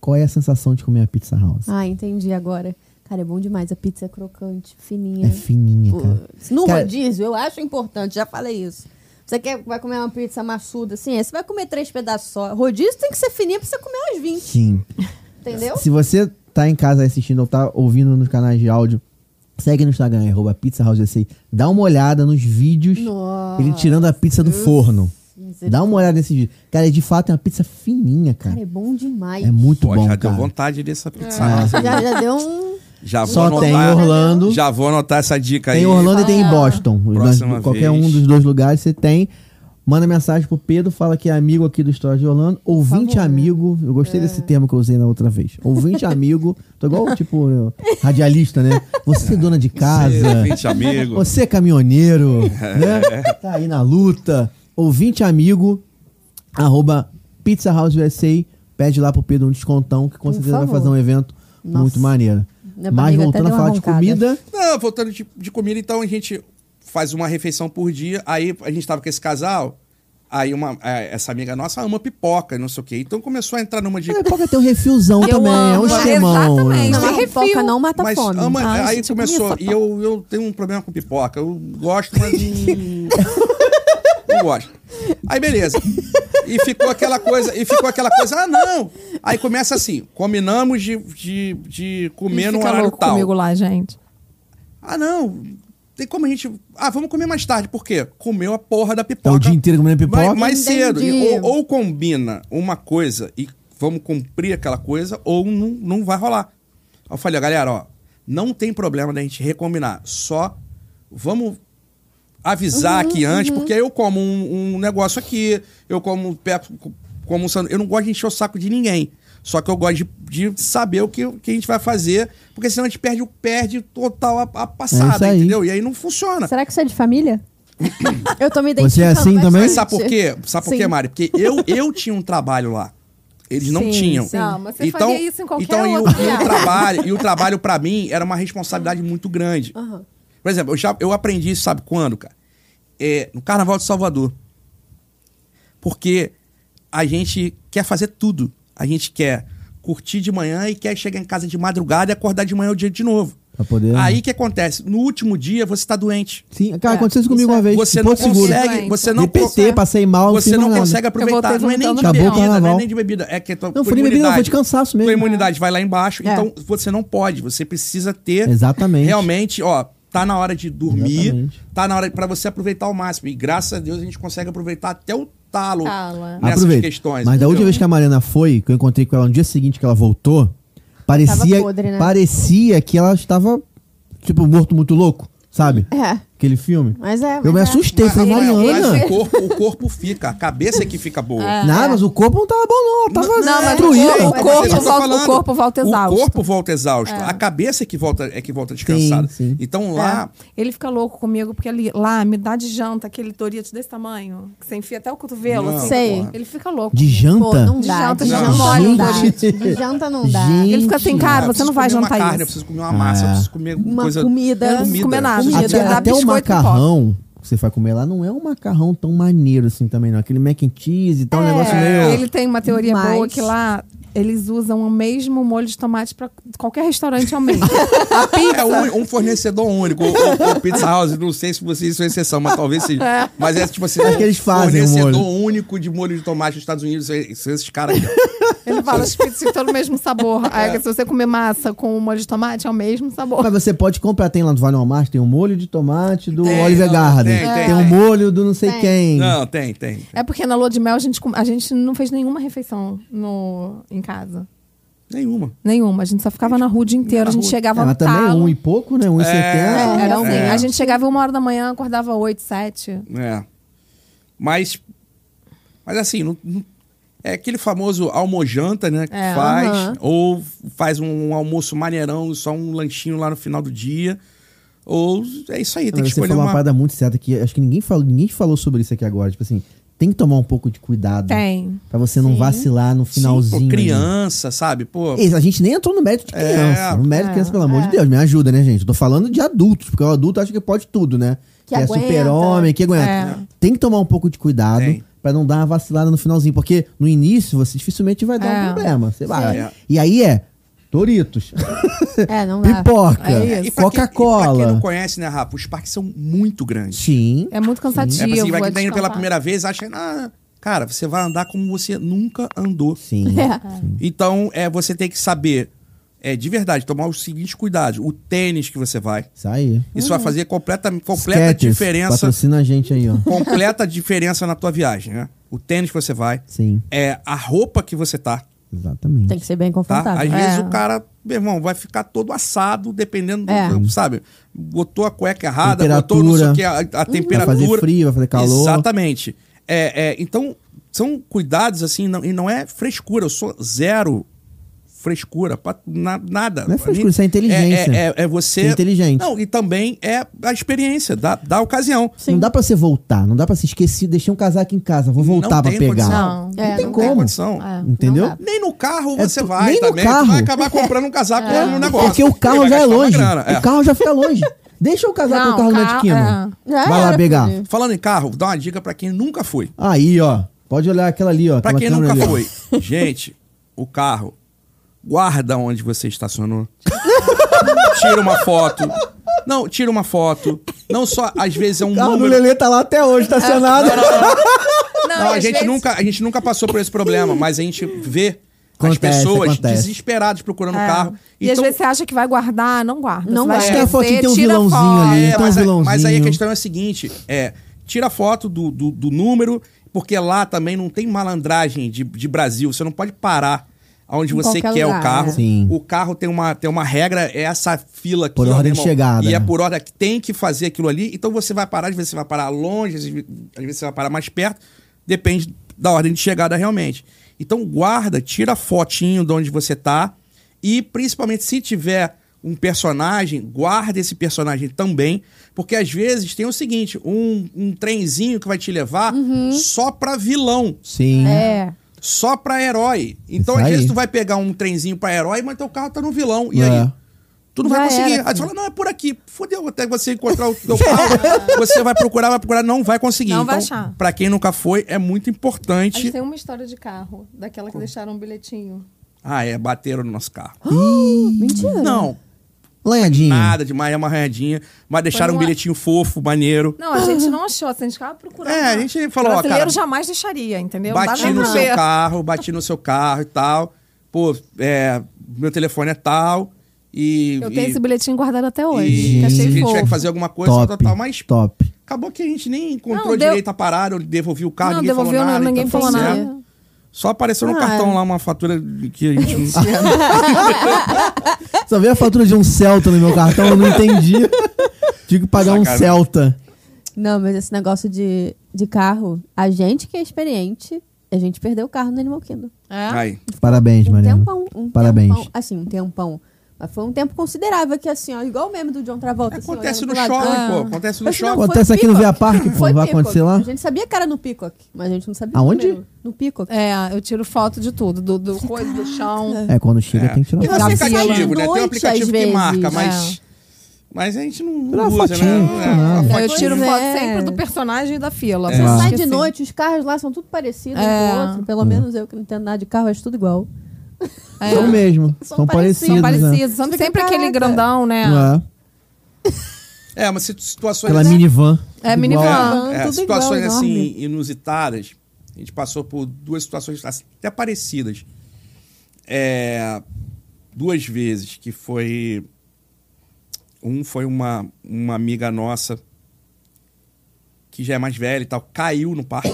Speaker 2: Qual é a sensação de comer a Pizza House?
Speaker 1: Ah, entendi agora. Cara, é bom demais. A pizza é crocante, fininha.
Speaker 2: É fininha, cara.
Speaker 1: Putz. No
Speaker 2: Cara-
Speaker 1: rodízio, eu acho importante, já falei isso. Você quer, vai comer uma pizza maçuda assim? aí Você vai comer três pedaços só. Rodízio tem que ser fininha pra você comer umas 20,
Speaker 2: Sim.
Speaker 1: entendeu?
Speaker 2: Se você tá em casa assistindo ou tá ouvindo nos canais de áudio, segue no Instagram, arroba Pizza House USA. Dá uma olhada nos vídeos,
Speaker 1: Nossa.
Speaker 2: ele tirando a pizza do forno.
Speaker 1: Misericórdia.
Speaker 2: Dá uma olhada nesse vídeo. Cara, é de fato é uma pizza fininha,
Speaker 1: Cara,
Speaker 2: cara.
Speaker 1: é bom demais.
Speaker 2: É muito
Speaker 3: Pô,
Speaker 2: bom,
Speaker 3: já
Speaker 2: cara. É.
Speaker 3: deu vontade
Speaker 1: É.
Speaker 3: dessa pizza.
Speaker 1: Já, já deu um.
Speaker 3: Já vou
Speaker 2: Só
Speaker 3: anotar.
Speaker 2: tem em Orlando.
Speaker 3: Já vou anotar essa dica aí.
Speaker 2: Tem em Orlando e tem em Boston.
Speaker 3: Próxima
Speaker 2: Nas- qualquer
Speaker 3: vez.
Speaker 2: um dos dois lugares você tem. Manda mensagem pro Pedro, fala que é amigo aqui do História de Orlando. Ouvinte amigo. Eu gostei desse termo que eu usei na outra vez. Ouvinte amigo. Tô igual, tipo, eu- radialista, né? Você é dona de casa.
Speaker 3: Gente, amigo.
Speaker 2: Você é caminhoneiro, né? Tá aí na luta. Ouvinte amigo, arroba Pizza House USA. Pede lá pro Pedro um descontão, que com
Speaker 1: Por
Speaker 2: certeza vai
Speaker 1: favor.
Speaker 2: fazer um evento
Speaker 1: Nossa.
Speaker 2: muito maneiro.
Speaker 1: Minha
Speaker 2: Mas
Speaker 1: barriga
Speaker 2: voltando
Speaker 1: até
Speaker 2: a
Speaker 1: deu
Speaker 2: falar
Speaker 1: uma
Speaker 2: de
Speaker 1: roncada.
Speaker 2: comida,
Speaker 3: Não, voltando de, de comida, então a gente faz uma refeição por dia. Aí a gente tava com esse casal, aí uma, é, essa amiga nossa ama pipoca, não sei o quê. Então começou a entrar numa de.
Speaker 2: A pipoca tem um refilzão
Speaker 4: Eu
Speaker 2: também, é um
Speaker 4: amo,
Speaker 2: esquemão.
Speaker 4: exatamente.
Speaker 2: né?
Speaker 1: Não, a
Speaker 4: Tem
Speaker 1: pipoca
Speaker 4: refil.
Speaker 1: não mata
Speaker 3: mas
Speaker 1: fome.
Speaker 3: ama-
Speaker 4: Ai,
Speaker 3: aí
Speaker 4: gente, eu comi
Speaker 3: começou.
Speaker 4: essa
Speaker 3: E eu, eu tenho um problema com pipoca. Eu gosto, mas. hum, não gosto. Aí beleza. E ficou aquela coisa, e ficou aquela coisa, ah, não! Aí começa assim, combinamos de, de, de comer
Speaker 4: Ele
Speaker 3: num
Speaker 4: fica
Speaker 3: horário
Speaker 4: louco
Speaker 3: tal.
Speaker 4: comigo lá, gente.
Speaker 3: Ah, não. Tem como a gente. Ah, vamos comer mais tarde. Por quê? Comeu a porra da pipoca.
Speaker 2: Tá o dia inteiro comendo pipoca.
Speaker 3: Mais, mais
Speaker 1: Entendi.
Speaker 3: cedo. E ou, ou combina uma coisa e vamos cumprir aquela coisa, ou não, não vai rolar. Aí Eu falei, ó, galera, ó, não tem problema da gente recombinar. Só vamos avisar aqui antes, porque aí eu como um, um negócio aqui, eu como peço- como um sandu- Eu não gosto de encher o saco de ninguém. Só que eu gosto de, de saber o que, que a gente vai fazer, porque senão a gente perde, o- perde total a, a passada,
Speaker 2: aí.
Speaker 3: entendeu? E aí não funciona.
Speaker 1: Será que isso é de família? eu tô me identificando.
Speaker 2: Você é assim
Speaker 1: bastante.
Speaker 2: também?
Speaker 3: Mas sabe por quê? Sabe por
Speaker 1: Sim.
Speaker 3: quê, Mari? Porque eu, eu tinha um trabalho lá. Eles não
Speaker 4: Sim,
Speaker 3: tinham.
Speaker 4: sim. Não, mas você faria isso em qualquer
Speaker 3: então, e o-
Speaker 4: outro
Speaker 3: e o
Speaker 4: lugar.
Speaker 3: trabalho, e o trabalho para mim era uma responsabilidade muito grande.
Speaker 1: Aham.
Speaker 3: Por exemplo, eu, já, eu aprendi isso, sabe quando, cara? É, no Carnaval de Salvador. Porque a gente quer fazer tudo. A gente quer curtir de manhã e quer chegar em casa de madrugada e acordar de manhã o dia de novo.
Speaker 2: Pra poder-
Speaker 3: Aí o que acontece? No último dia você tá doente.
Speaker 2: Sim, cara,
Speaker 4: É,
Speaker 2: aconteceu isso
Speaker 4: isso
Speaker 2: comigo
Speaker 4: é.
Speaker 2: uma vez.
Speaker 3: Você
Speaker 2: em
Speaker 3: não
Speaker 2: Porto Seguro.
Speaker 3: consegue, você não
Speaker 2: DPT, passei mal, não
Speaker 3: você
Speaker 2: fiz
Speaker 3: não
Speaker 2: mais
Speaker 3: consegue
Speaker 2: nada.
Speaker 3: aproveitar.
Speaker 4: voltei
Speaker 3: Não é nem de
Speaker 4: vomitando
Speaker 2: no
Speaker 3: bebida,
Speaker 2: avião.
Speaker 3: não é nem de bebida. É que tua,
Speaker 2: Não,
Speaker 3: tua
Speaker 2: foi nem bebida, não,
Speaker 3: imunidade-
Speaker 2: foi de cansaço mesmo.
Speaker 3: Tua imunidade vai lá embaixo,
Speaker 1: É.
Speaker 3: então você não pode. Você precisa ter
Speaker 2: Exatamente.
Speaker 3: realmente, ó, tá na hora de dormir,
Speaker 2: Exatamente.
Speaker 3: tá na hora para você aproveitar ao máximo. E graças a Deus a gente consegue aproveitar até o talo
Speaker 4: Talo, é.
Speaker 3: nessas
Speaker 2: Aproveita.
Speaker 3: questões.
Speaker 2: Mas da
Speaker 3: entendeu?
Speaker 2: última vez que a Mariana foi, que eu encontrei com ela no dia seguinte que ela voltou, parecia,
Speaker 1: podre, né?
Speaker 2: parecia que ela estava, tipo, morto muito louco, sabe?
Speaker 1: É.
Speaker 2: Aquele filme.
Speaker 1: Mas é.
Speaker 2: Eu me
Speaker 1: mas é. né?
Speaker 2: assustei, falei,
Speaker 3: Mas- mas-
Speaker 2: Mariana.
Speaker 3: Mas o corpo, o corpo fica, a cabeça é que fica boa.
Speaker 2: Não, mas o corpo não tava bom, não. Tava
Speaker 4: Não, mas o
Speaker 2: destruído.
Speaker 4: corpo- o corpo
Speaker 3: Mas é isso que eu tô
Speaker 4: volta- o
Speaker 3: falando.
Speaker 4: corpo volta exausto.
Speaker 3: O corpo volta exausto. A cabeça é que volta, é que volta descansada.
Speaker 2: sim.
Speaker 3: Então lá,
Speaker 4: É. Ele fica louco comigo porque ele lá me dá de janta aquele Doritos desse tamanho, que você enfia até o cotovelo.
Speaker 3: Não,
Speaker 4: assim.
Speaker 1: Sei.
Speaker 4: Ele fica louco.
Speaker 2: De janta?
Speaker 1: Pô, não
Speaker 4: De
Speaker 1: dá.
Speaker 4: janta,
Speaker 1: De
Speaker 4: não
Speaker 1: janta
Speaker 4: dá.
Speaker 1: não dá.
Speaker 2: Gente.
Speaker 1: De janta não dá.
Speaker 2: Gente.
Speaker 4: Ele fica assim,
Speaker 3: ah,
Speaker 4: cara,
Speaker 3: eu
Speaker 4: você
Speaker 3: preciso
Speaker 4: não vai
Speaker 3: comer uma
Speaker 4: jantar
Speaker 3: carne, Eu
Speaker 4: isso.
Speaker 3: preciso comer uma massa, eu preciso comer
Speaker 1: Uma
Speaker 3: coisa. É
Speaker 1: comida.
Speaker 3: comida.
Speaker 1: Não
Speaker 4: preciso comer nada,
Speaker 1: Comida.
Speaker 4: gente.
Speaker 2: Até,
Speaker 4: Dá
Speaker 2: até o
Speaker 4: biscoito e
Speaker 2: macarrão que você vai comer lá não é um macarrão tão maneiro assim também, não. Aquele mac and cheese e tal,
Speaker 1: É.
Speaker 2: um negócio meio.
Speaker 4: É, Ele tem uma teoria
Speaker 1: Mas-
Speaker 4: boa que lá eles usam o mesmo molho de tomate pra qualquer restaurante é o mesmo. A pizza.
Speaker 3: É um, um fornecedor único. O, o- o Pizza House, não sei se vocês são exceção, mas talvez seja. Mas é tipo assim:
Speaker 2: Acho que eles fazem o
Speaker 3: fornecedor
Speaker 2: molho.
Speaker 3: único de molho de tomate nos Estados Unidos. São são esses caras aqui.
Speaker 4: Ele fala as pizzas têm todo o mesmo sabor. Aí, se você comer massa com molho de tomate, é o mesmo sabor.
Speaker 2: Mas você pode comprar, tem lá no Vale Walmart, tem o molho de tomate do
Speaker 3: Tem,
Speaker 2: Oliver
Speaker 3: não,
Speaker 2: Garden.
Speaker 3: tem, tem,
Speaker 2: o
Speaker 3: tem.
Speaker 2: molho do não sei
Speaker 1: Tem.
Speaker 2: quem.
Speaker 3: Não, tem, tem.
Speaker 4: É porque na lua de mel a gente, com- a gente não fez nenhuma refeição no, em casa.
Speaker 3: Nenhuma.
Speaker 4: Nenhuma. A gente só ficava na rua o dia inteiro. A gente chegava
Speaker 2: É,
Speaker 4: no
Speaker 2: mas também
Speaker 4: talo.
Speaker 2: um e pouco, né? Um e setenta.
Speaker 1: É.
Speaker 4: Era assim.
Speaker 1: É.
Speaker 4: A gente chegava uma hora da manhã, acordava oito, sete.
Speaker 3: É. Mas. Mas assim, não- não- é aquele famoso almojanta, né? Que
Speaker 4: É,
Speaker 3: faz.
Speaker 1: aham.
Speaker 3: Ou faz um almoço maneirão, só um lanchinho lá no final do dia. Ou é isso aí, tem
Speaker 2: Mas
Speaker 3: que
Speaker 2: você
Speaker 3: escolher
Speaker 2: falou uma...
Speaker 3: uma.
Speaker 2: parada muito certa que acho que ninguém falou, ninguém falou sobre isso aqui agora. Tipo assim, tem que tomar um pouco de cuidado.
Speaker 4: Tem.
Speaker 2: Pra você não vacilar no
Speaker 3: Sim,
Speaker 2: finalzinho.
Speaker 3: pô,
Speaker 2: ali.
Speaker 3: criança, sabe? Pô,
Speaker 2: Isso, a gente nem entrou no mérito de
Speaker 3: É.
Speaker 2: criança. no mérito de criança, pelo amor de Deus, me ajuda, né, gente? Eu tô falando de adultos, porque o adulto acha que pode tudo, né?
Speaker 1: Que
Speaker 2: é
Speaker 1: aguenta.
Speaker 2: super-homem, que aguenta.
Speaker 4: É.
Speaker 2: Tem que tomar um pouco de cuidado
Speaker 3: Tem.
Speaker 2: pra não dar uma vacilada no finalzinho, porque no início você dificilmente vai dar
Speaker 4: É.
Speaker 2: um problema. Você vai.
Speaker 3: É.
Speaker 2: E aí é Doritos,
Speaker 1: É, não dá.
Speaker 2: pipoca,
Speaker 3: e
Speaker 4: É
Speaker 3: pra quem- e Pra quem não
Speaker 2: Coca-Cola.
Speaker 3: conhece, né, Rafa? Os parques são muito grandes.
Speaker 2: Sim.
Speaker 4: É muito
Speaker 3: É
Speaker 4: cansativo.
Speaker 3: assim, vai quem tá indo
Speaker 4: descansar.
Speaker 3: pela primeira vez, acha. Ah, cara, você vai andar como você nunca andou.
Speaker 2: Sim.
Speaker 1: É.
Speaker 3: Então, é, você tem que saber, é, de verdade, tomar os seguintes cuidados. O tênis que você vai.
Speaker 2: Isso aí.
Speaker 3: Isso vai fazer completa, completa
Speaker 2: Skechers,
Speaker 3: diferença.
Speaker 2: Patrocina a gente aí, ó.
Speaker 3: Completa diferença na tua viagem, né? O tênis que você vai.
Speaker 2: Sim,
Speaker 3: É a roupa que você tá,
Speaker 2: exatamente.
Speaker 1: Tem que ser bem
Speaker 3: tá? Às
Speaker 1: confortável.
Speaker 3: vezes
Speaker 4: É.
Speaker 3: o cara, meu irmão, vai ficar todo assado, dependendo do,
Speaker 1: É.
Speaker 3: do- sabe? Botou a cueca errada, botou não sei o
Speaker 2: Temperatura.
Speaker 3: que, a, a temperatura.
Speaker 2: Vai fazer frio, vai fazer calor.
Speaker 3: Exatamente. É, é, então, são cuidados assim, não- e não é frescura. Eu sou zero frescura, pra- na- nada.
Speaker 2: Não é
Speaker 3: Pra
Speaker 2: frescura,
Speaker 3: mim,
Speaker 2: isso é inteligência.
Speaker 3: É, é- é você.
Speaker 2: Ser inteligente.
Speaker 3: Não, e também é a experiência, da, da ocasião.
Speaker 2: Não dá pra você voltar, não dá pra se esquecer, deixei um casaco em casa, vou voltar
Speaker 3: Não
Speaker 2: pra
Speaker 3: tem
Speaker 2: pegar.
Speaker 3: condição.
Speaker 1: Não. É,
Speaker 2: tem
Speaker 1: não
Speaker 2: como.
Speaker 3: condição.
Speaker 4: É, não
Speaker 2: Entendeu?
Speaker 1: dá.
Speaker 3: Nem no carro
Speaker 2: É
Speaker 3: você
Speaker 2: tu-
Speaker 3: vai
Speaker 2: nem no
Speaker 3: também. Tu
Speaker 2: carro. É
Speaker 3: vai acabar comprando um casaco
Speaker 1: É.
Speaker 3: lá no negócio.
Speaker 2: Porque o carro
Speaker 3: Vai
Speaker 2: já é
Speaker 3: gastar uma
Speaker 2: longe.
Speaker 3: grana, é.
Speaker 2: O carro já fica longe. Deixa o casaco
Speaker 4: Não,
Speaker 2: no carro do
Speaker 4: carro-
Speaker 2: Medquino.
Speaker 1: é. Já
Speaker 2: Vai lá
Speaker 1: era,
Speaker 2: pegar.
Speaker 1: filho.
Speaker 3: Falando em carro, dá uma dica pra quem nunca foi.
Speaker 2: Aí, ó. Pode olhar aquela ali, ó.
Speaker 3: Pra
Speaker 2: aquela
Speaker 3: quem
Speaker 2: câmera
Speaker 3: nunca
Speaker 2: ali, ó.
Speaker 3: foi. um Gente, o carro, guarda onde você estacionou. tira uma foto. Não, tira uma foto. Não só, às vezes é um
Speaker 2: O carro do
Speaker 3: número.
Speaker 2: Lelê tá lá até hoje, estacionado.
Speaker 3: Não, a
Speaker 4: às
Speaker 3: gente,
Speaker 4: vezes-
Speaker 3: nunca, a gente nunca passou por esse problema, mas a gente vê
Speaker 2: Acontece,
Speaker 3: as pessoas
Speaker 2: acontece.
Speaker 3: desesperadas procurando o
Speaker 4: É.
Speaker 3: carro. Então,
Speaker 4: E às vezes você acha que vai guardar, não guarda.
Speaker 1: Não
Speaker 4: Você vai
Speaker 1: guarda.
Speaker 2: Tem a foto que
Speaker 4: esquecer,
Speaker 2: tem um
Speaker 4: tira
Speaker 2: vilãozinho
Speaker 4: foto.
Speaker 2: ali.
Speaker 3: É,
Speaker 2: Então,
Speaker 3: mas, a- mas aí a
Speaker 2: vilãozinho.
Speaker 3: questão é a seguinte: é, tira a foto do, do, do número, porque lá também não tem malandragem de, de Brasil. Você não pode parar onde você
Speaker 1: qualquer
Speaker 3: quer
Speaker 1: lugar,
Speaker 3: o carro.
Speaker 1: né?
Speaker 2: é. Sim.
Speaker 3: O carro tem uma, tem uma regra, é essa fila aqui.
Speaker 2: Por
Speaker 3: ó,
Speaker 2: ordem
Speaker 3: meu
Speaker 2: de
Speaker 3: irmão.
Speaker 2: chegada,
Speaker 3: E é
Speaker 2: né?
Speaker 3: por hora que tem que fazer aquilo ali. Então você vai parar, às vezes você vai parar longe, às vezes às vezes você vai parar mais perto. Depende da ordem de chegada realmente. Então guarda, tira a fotinho de onde você tá. E principalmente se tiver um personagem, guarda esse personagem também. Porque às vezes tem o seguinte: um, um trenzinho que vai te levar só pra vilão
Speaker 2: Sim.
Speaker 1: É.
Speaker 3: só pra herói. Então,
Speaker 2: Isso
Speaker 3: às
Speaker 2: aí.
Speaker 3: vezes, tu vai pegar um trenzinho pra herói, mas teu carro tá no vilão. E
Speaker 2: É.
Speaker 3: aí? Tu não
Speaker 1: Já
Speaker 3: vai conseguir.
Speaker 1: era,
Speaker 3: aí tu fala, não, é por aqui. Fudeu, até você encontrar o teu carro. você vai procurar, vai procurar, não vai conseguir.
Speaker 4: Não
Speaker 3: então,
Speaker 4: vai achar.
Speaker 3: pra quem nunca foi, é muito
Speaker 4: A gente
Speaker 3: importante.
Speaker 4: tem uma história de carro, daquela que deixaram um bilhetinho.
Speaker 3: Ah, é, bateram no nosso carro.
Speaker 1: Mentira.
Speaker 3: Não,
Speaker 2: Lanhadinho.
Speaker 3: nada demais, é uma arranhadinha. Mas deixaram um
Speaker 4: uma-
Speaker 3: bilhetinho fofo, maneiro.
Speaker 4: Não, a gente não achou, assim, a gente ficava procurando.
Speaker 3: É, a gente falou, ó,
Speaker 4: O brasileiro
Speaker 3: cara,
Speaker 4: jamais deixaria, entendeu? Não dá
Speaker 3: Bati
Speaker 4: nem
Speaker 3: no
Speaker 4: pra
Speaker 3: seu
Speaker 4: ver.
Speaker 3: carro, bati no seu carro e tal. Pô, é, meu telefone é tal. E,
Speaker 4: Eu tenho
Speaker 3: e-
Speaker 4: esse bilhetinho guardado até hoje,
Speaker 3: E
Speaker 4: que
Speaker 3: se a
Speaker 4: achei
Speaker 3: gente
Speaker 4: fofo.
Speaker 3: tiver que fazer alguma coisa,
Speaker 2: top.
Speaker 3: total, mas
Speaker 2: Top.
Speaker 3: acabou que a gente nem encontrou
Speaker 4: Não, deu-
Speaker 3: direito a parada, eu devolvi o carro,
Speaker 4: Não,
Speaker 3: ninguém
Speaker 4: devolveu,
Speaker 3: falou nada.
Speaker 4: não, ninguém
Speaker 3: então
Speaker 4: falou
Speaker 3: tá certo.
Speaker 4: nada. é.
Speaker 3: Só apareceu no
Speaker 1: Ah.
Speaker 3: cartão lá uma fatura que a gente não
Speaker 4: né?
Speaker 2: Só veio a fatura de um Celta no meu cartão, eu não entendi. Tive que pagar um
Speaker 3: Sacanagem.
Speaker 2: Celta.
Speaker 1: Não, mas esse negócio de, de carro, a gente que é experiente, a gente perdeu o carro no Animal Kingdom.
Speaker 4: É?
Speaker 3: Aí.
Speaker 2: Parabéns,
Speaker 1: Um
Speaker 2: Mariana.
Speaker 1: tempão. Um
Speaker 2: Parabéns.
Speaker 1: Tempão, assim, um tempão. Mas foi um tempo considerável que, assim, ó, igual o meme do John Travolta. assim,
Speaker 3: Acontece
Speaker 1: olhando
Speaker 3: no
Speaker 1: pro lado.
Speaker 3: shopping,
Speaker 1: Ah.
Speaker 3: pô. Acontece no
Speaker 1: Mas não,
Speaker 3: shopping.
Speaker 1: foi
Speaker 2: Acontece aqui no Via
Speaker 1: Peacock.
Speaker 2: Parque, pô.
Speaker 1: Foi
Speaker 2: Tipo, Vai
Speaker 1: Peacock.
Speaker 2: acontecer lá?
Speaker 1: A gente sabia que era no Peacock, mas a gente não sabia.
Speaker 2: Aonde?
Speaker 1: primeiro. No Peacock.
Speaker 4: É, eu tiro foto de tudo, do, do coisa, do chão.
Speaker 2: É, quando chega tem que tirar
Speaker 3: Tem um
Speaker 2: uma
Speaker 1: você
Speaker 2: foto.
Speaker 1: sai de
Speaker 3: aplicativo, né? Tem
Speaker 1: noite,
Speaker 3: um
Speaker 1: às
Speaker 3: aplicativo que
Speaker 1: vezes.
Speaker 4: é.
Speaker 3: marca, mas. Mas a gente não
Speaker 2: Tira uma
Speaker 3: usa,
Speaker 2: fotinha, não
Speaker 3: né?
Speaker 2: custa nada.
Speaker 3: a
Speaker 2: É,
Speaker 4: É, eu
Speaker 3: fotinha.
Speaker 4: tiro
Speaker 1: Pois
Speaker 4: foto
Speaker 1: é.
Speaker 4: sempre do personagem e da fila.
Speaker 2: Você Ah.
Speaker 1: Sai
Speaker 4: Porque,
Speaker 1: de
Speaker 4: assim,
Speaker 1: noite, os carros lá são tudo parecidos um
Speaker 4: É.
Speaker 1: com o outro.
Speaker 2: Hum.
Speaker 1: Pelo menos eu que não entendo nada de carro, acho tudo igual.
Speaker 4: é,
Speaker 2: São mesmo. São,
Speaker 1: São parecidos,
Speaker 2: parecidos, né?
Speaker 4: São parecidos. São
Speaker 1: Você
Speaker 4: sempre
Speaker 1: caraca.
Speaker 4: é aquele grandão, né?
Speaker 2: Não é?
Speaker 3: É, mas situ- situações
Speaker 2: Aquela
Speaker 3: assim,
Speaker 2: minivan.
Speaker 4: É,
Speaker 2: Igual.
Speaker 4: minivan.
Speaker 1: minivan,
Speaker 3: é,
Speaker 1: tudo
Speaker 3: situações
Speaker 1: igual,
Speaker 3: assim
Speaker 1: enorme.
Speaker 3: inusitadas. A gente passou por duas situações assim, até parecidas. É, duas vezes, que foi. Um foi uma, uma amiga nossa que já é mais velha e tal, caiu no parque.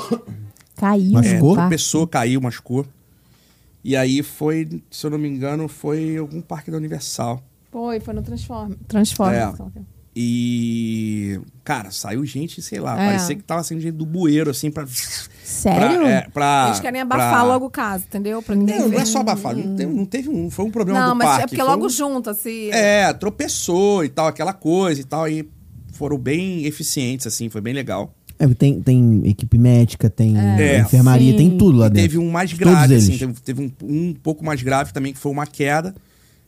Speaker 1: Caiu,
Speaker 2: Mas
Speaker 1: no
Speaker 2: ficou?
Speaker 3: A
Speaker 1: parque.
Speaker 3: pessoa caiu, machucou. E aí foi, se eu não me engano, foi algum parque da Universal.
Speaker 4: Foi, foi no Transform. Transform.
Speaker 3: É. E, cara, saiu gente, sei lá,
Speaker 4: É.
Speaker 3: parecia que tava saindo gente do bueiro, assim, pra.
Speaker 1: Sério?
Speaker 3: Pra, é, pra-
Speaker 4: Eles querem abafar
Speaker 3: pra-
Speaker 4: logo o caso, entendeu? Pra ninguém
Speaker 3: Não,
Speaker 4: ver.
Speaker 3: não é só abafar, não, teve, não teve um. Foi um problema
Speaker 4: Não,
Speaker 3: do
Speaker 4: mas
Speaker 3: parque.
Speaker 4: é porque
Speaker 3: foi
Speaker 4: logo
Speaker 3: um-
Speaker 4: junta, assim. se...
Speaker 3: É, tropeçou e tal, aquela coisa e tal. E foram bem eficientes, assim, foi bem legal.
Speaker 2: É, tem, tem equipe médica, tem
Speaker 3: É.
Speaker 2: enfermaria,
Speaker 1: Sim.
Speaker 2: tem tudo lá
Speaker 3: e
Speaker 2: dentro.
Speaker 3: teve um mais
Speaker 2: De todos
Speaker 3: grave, assim,
Speaker 2: eles.
Speaker 3: teve, teve um, um pouco mais grave também, que foi uma queda,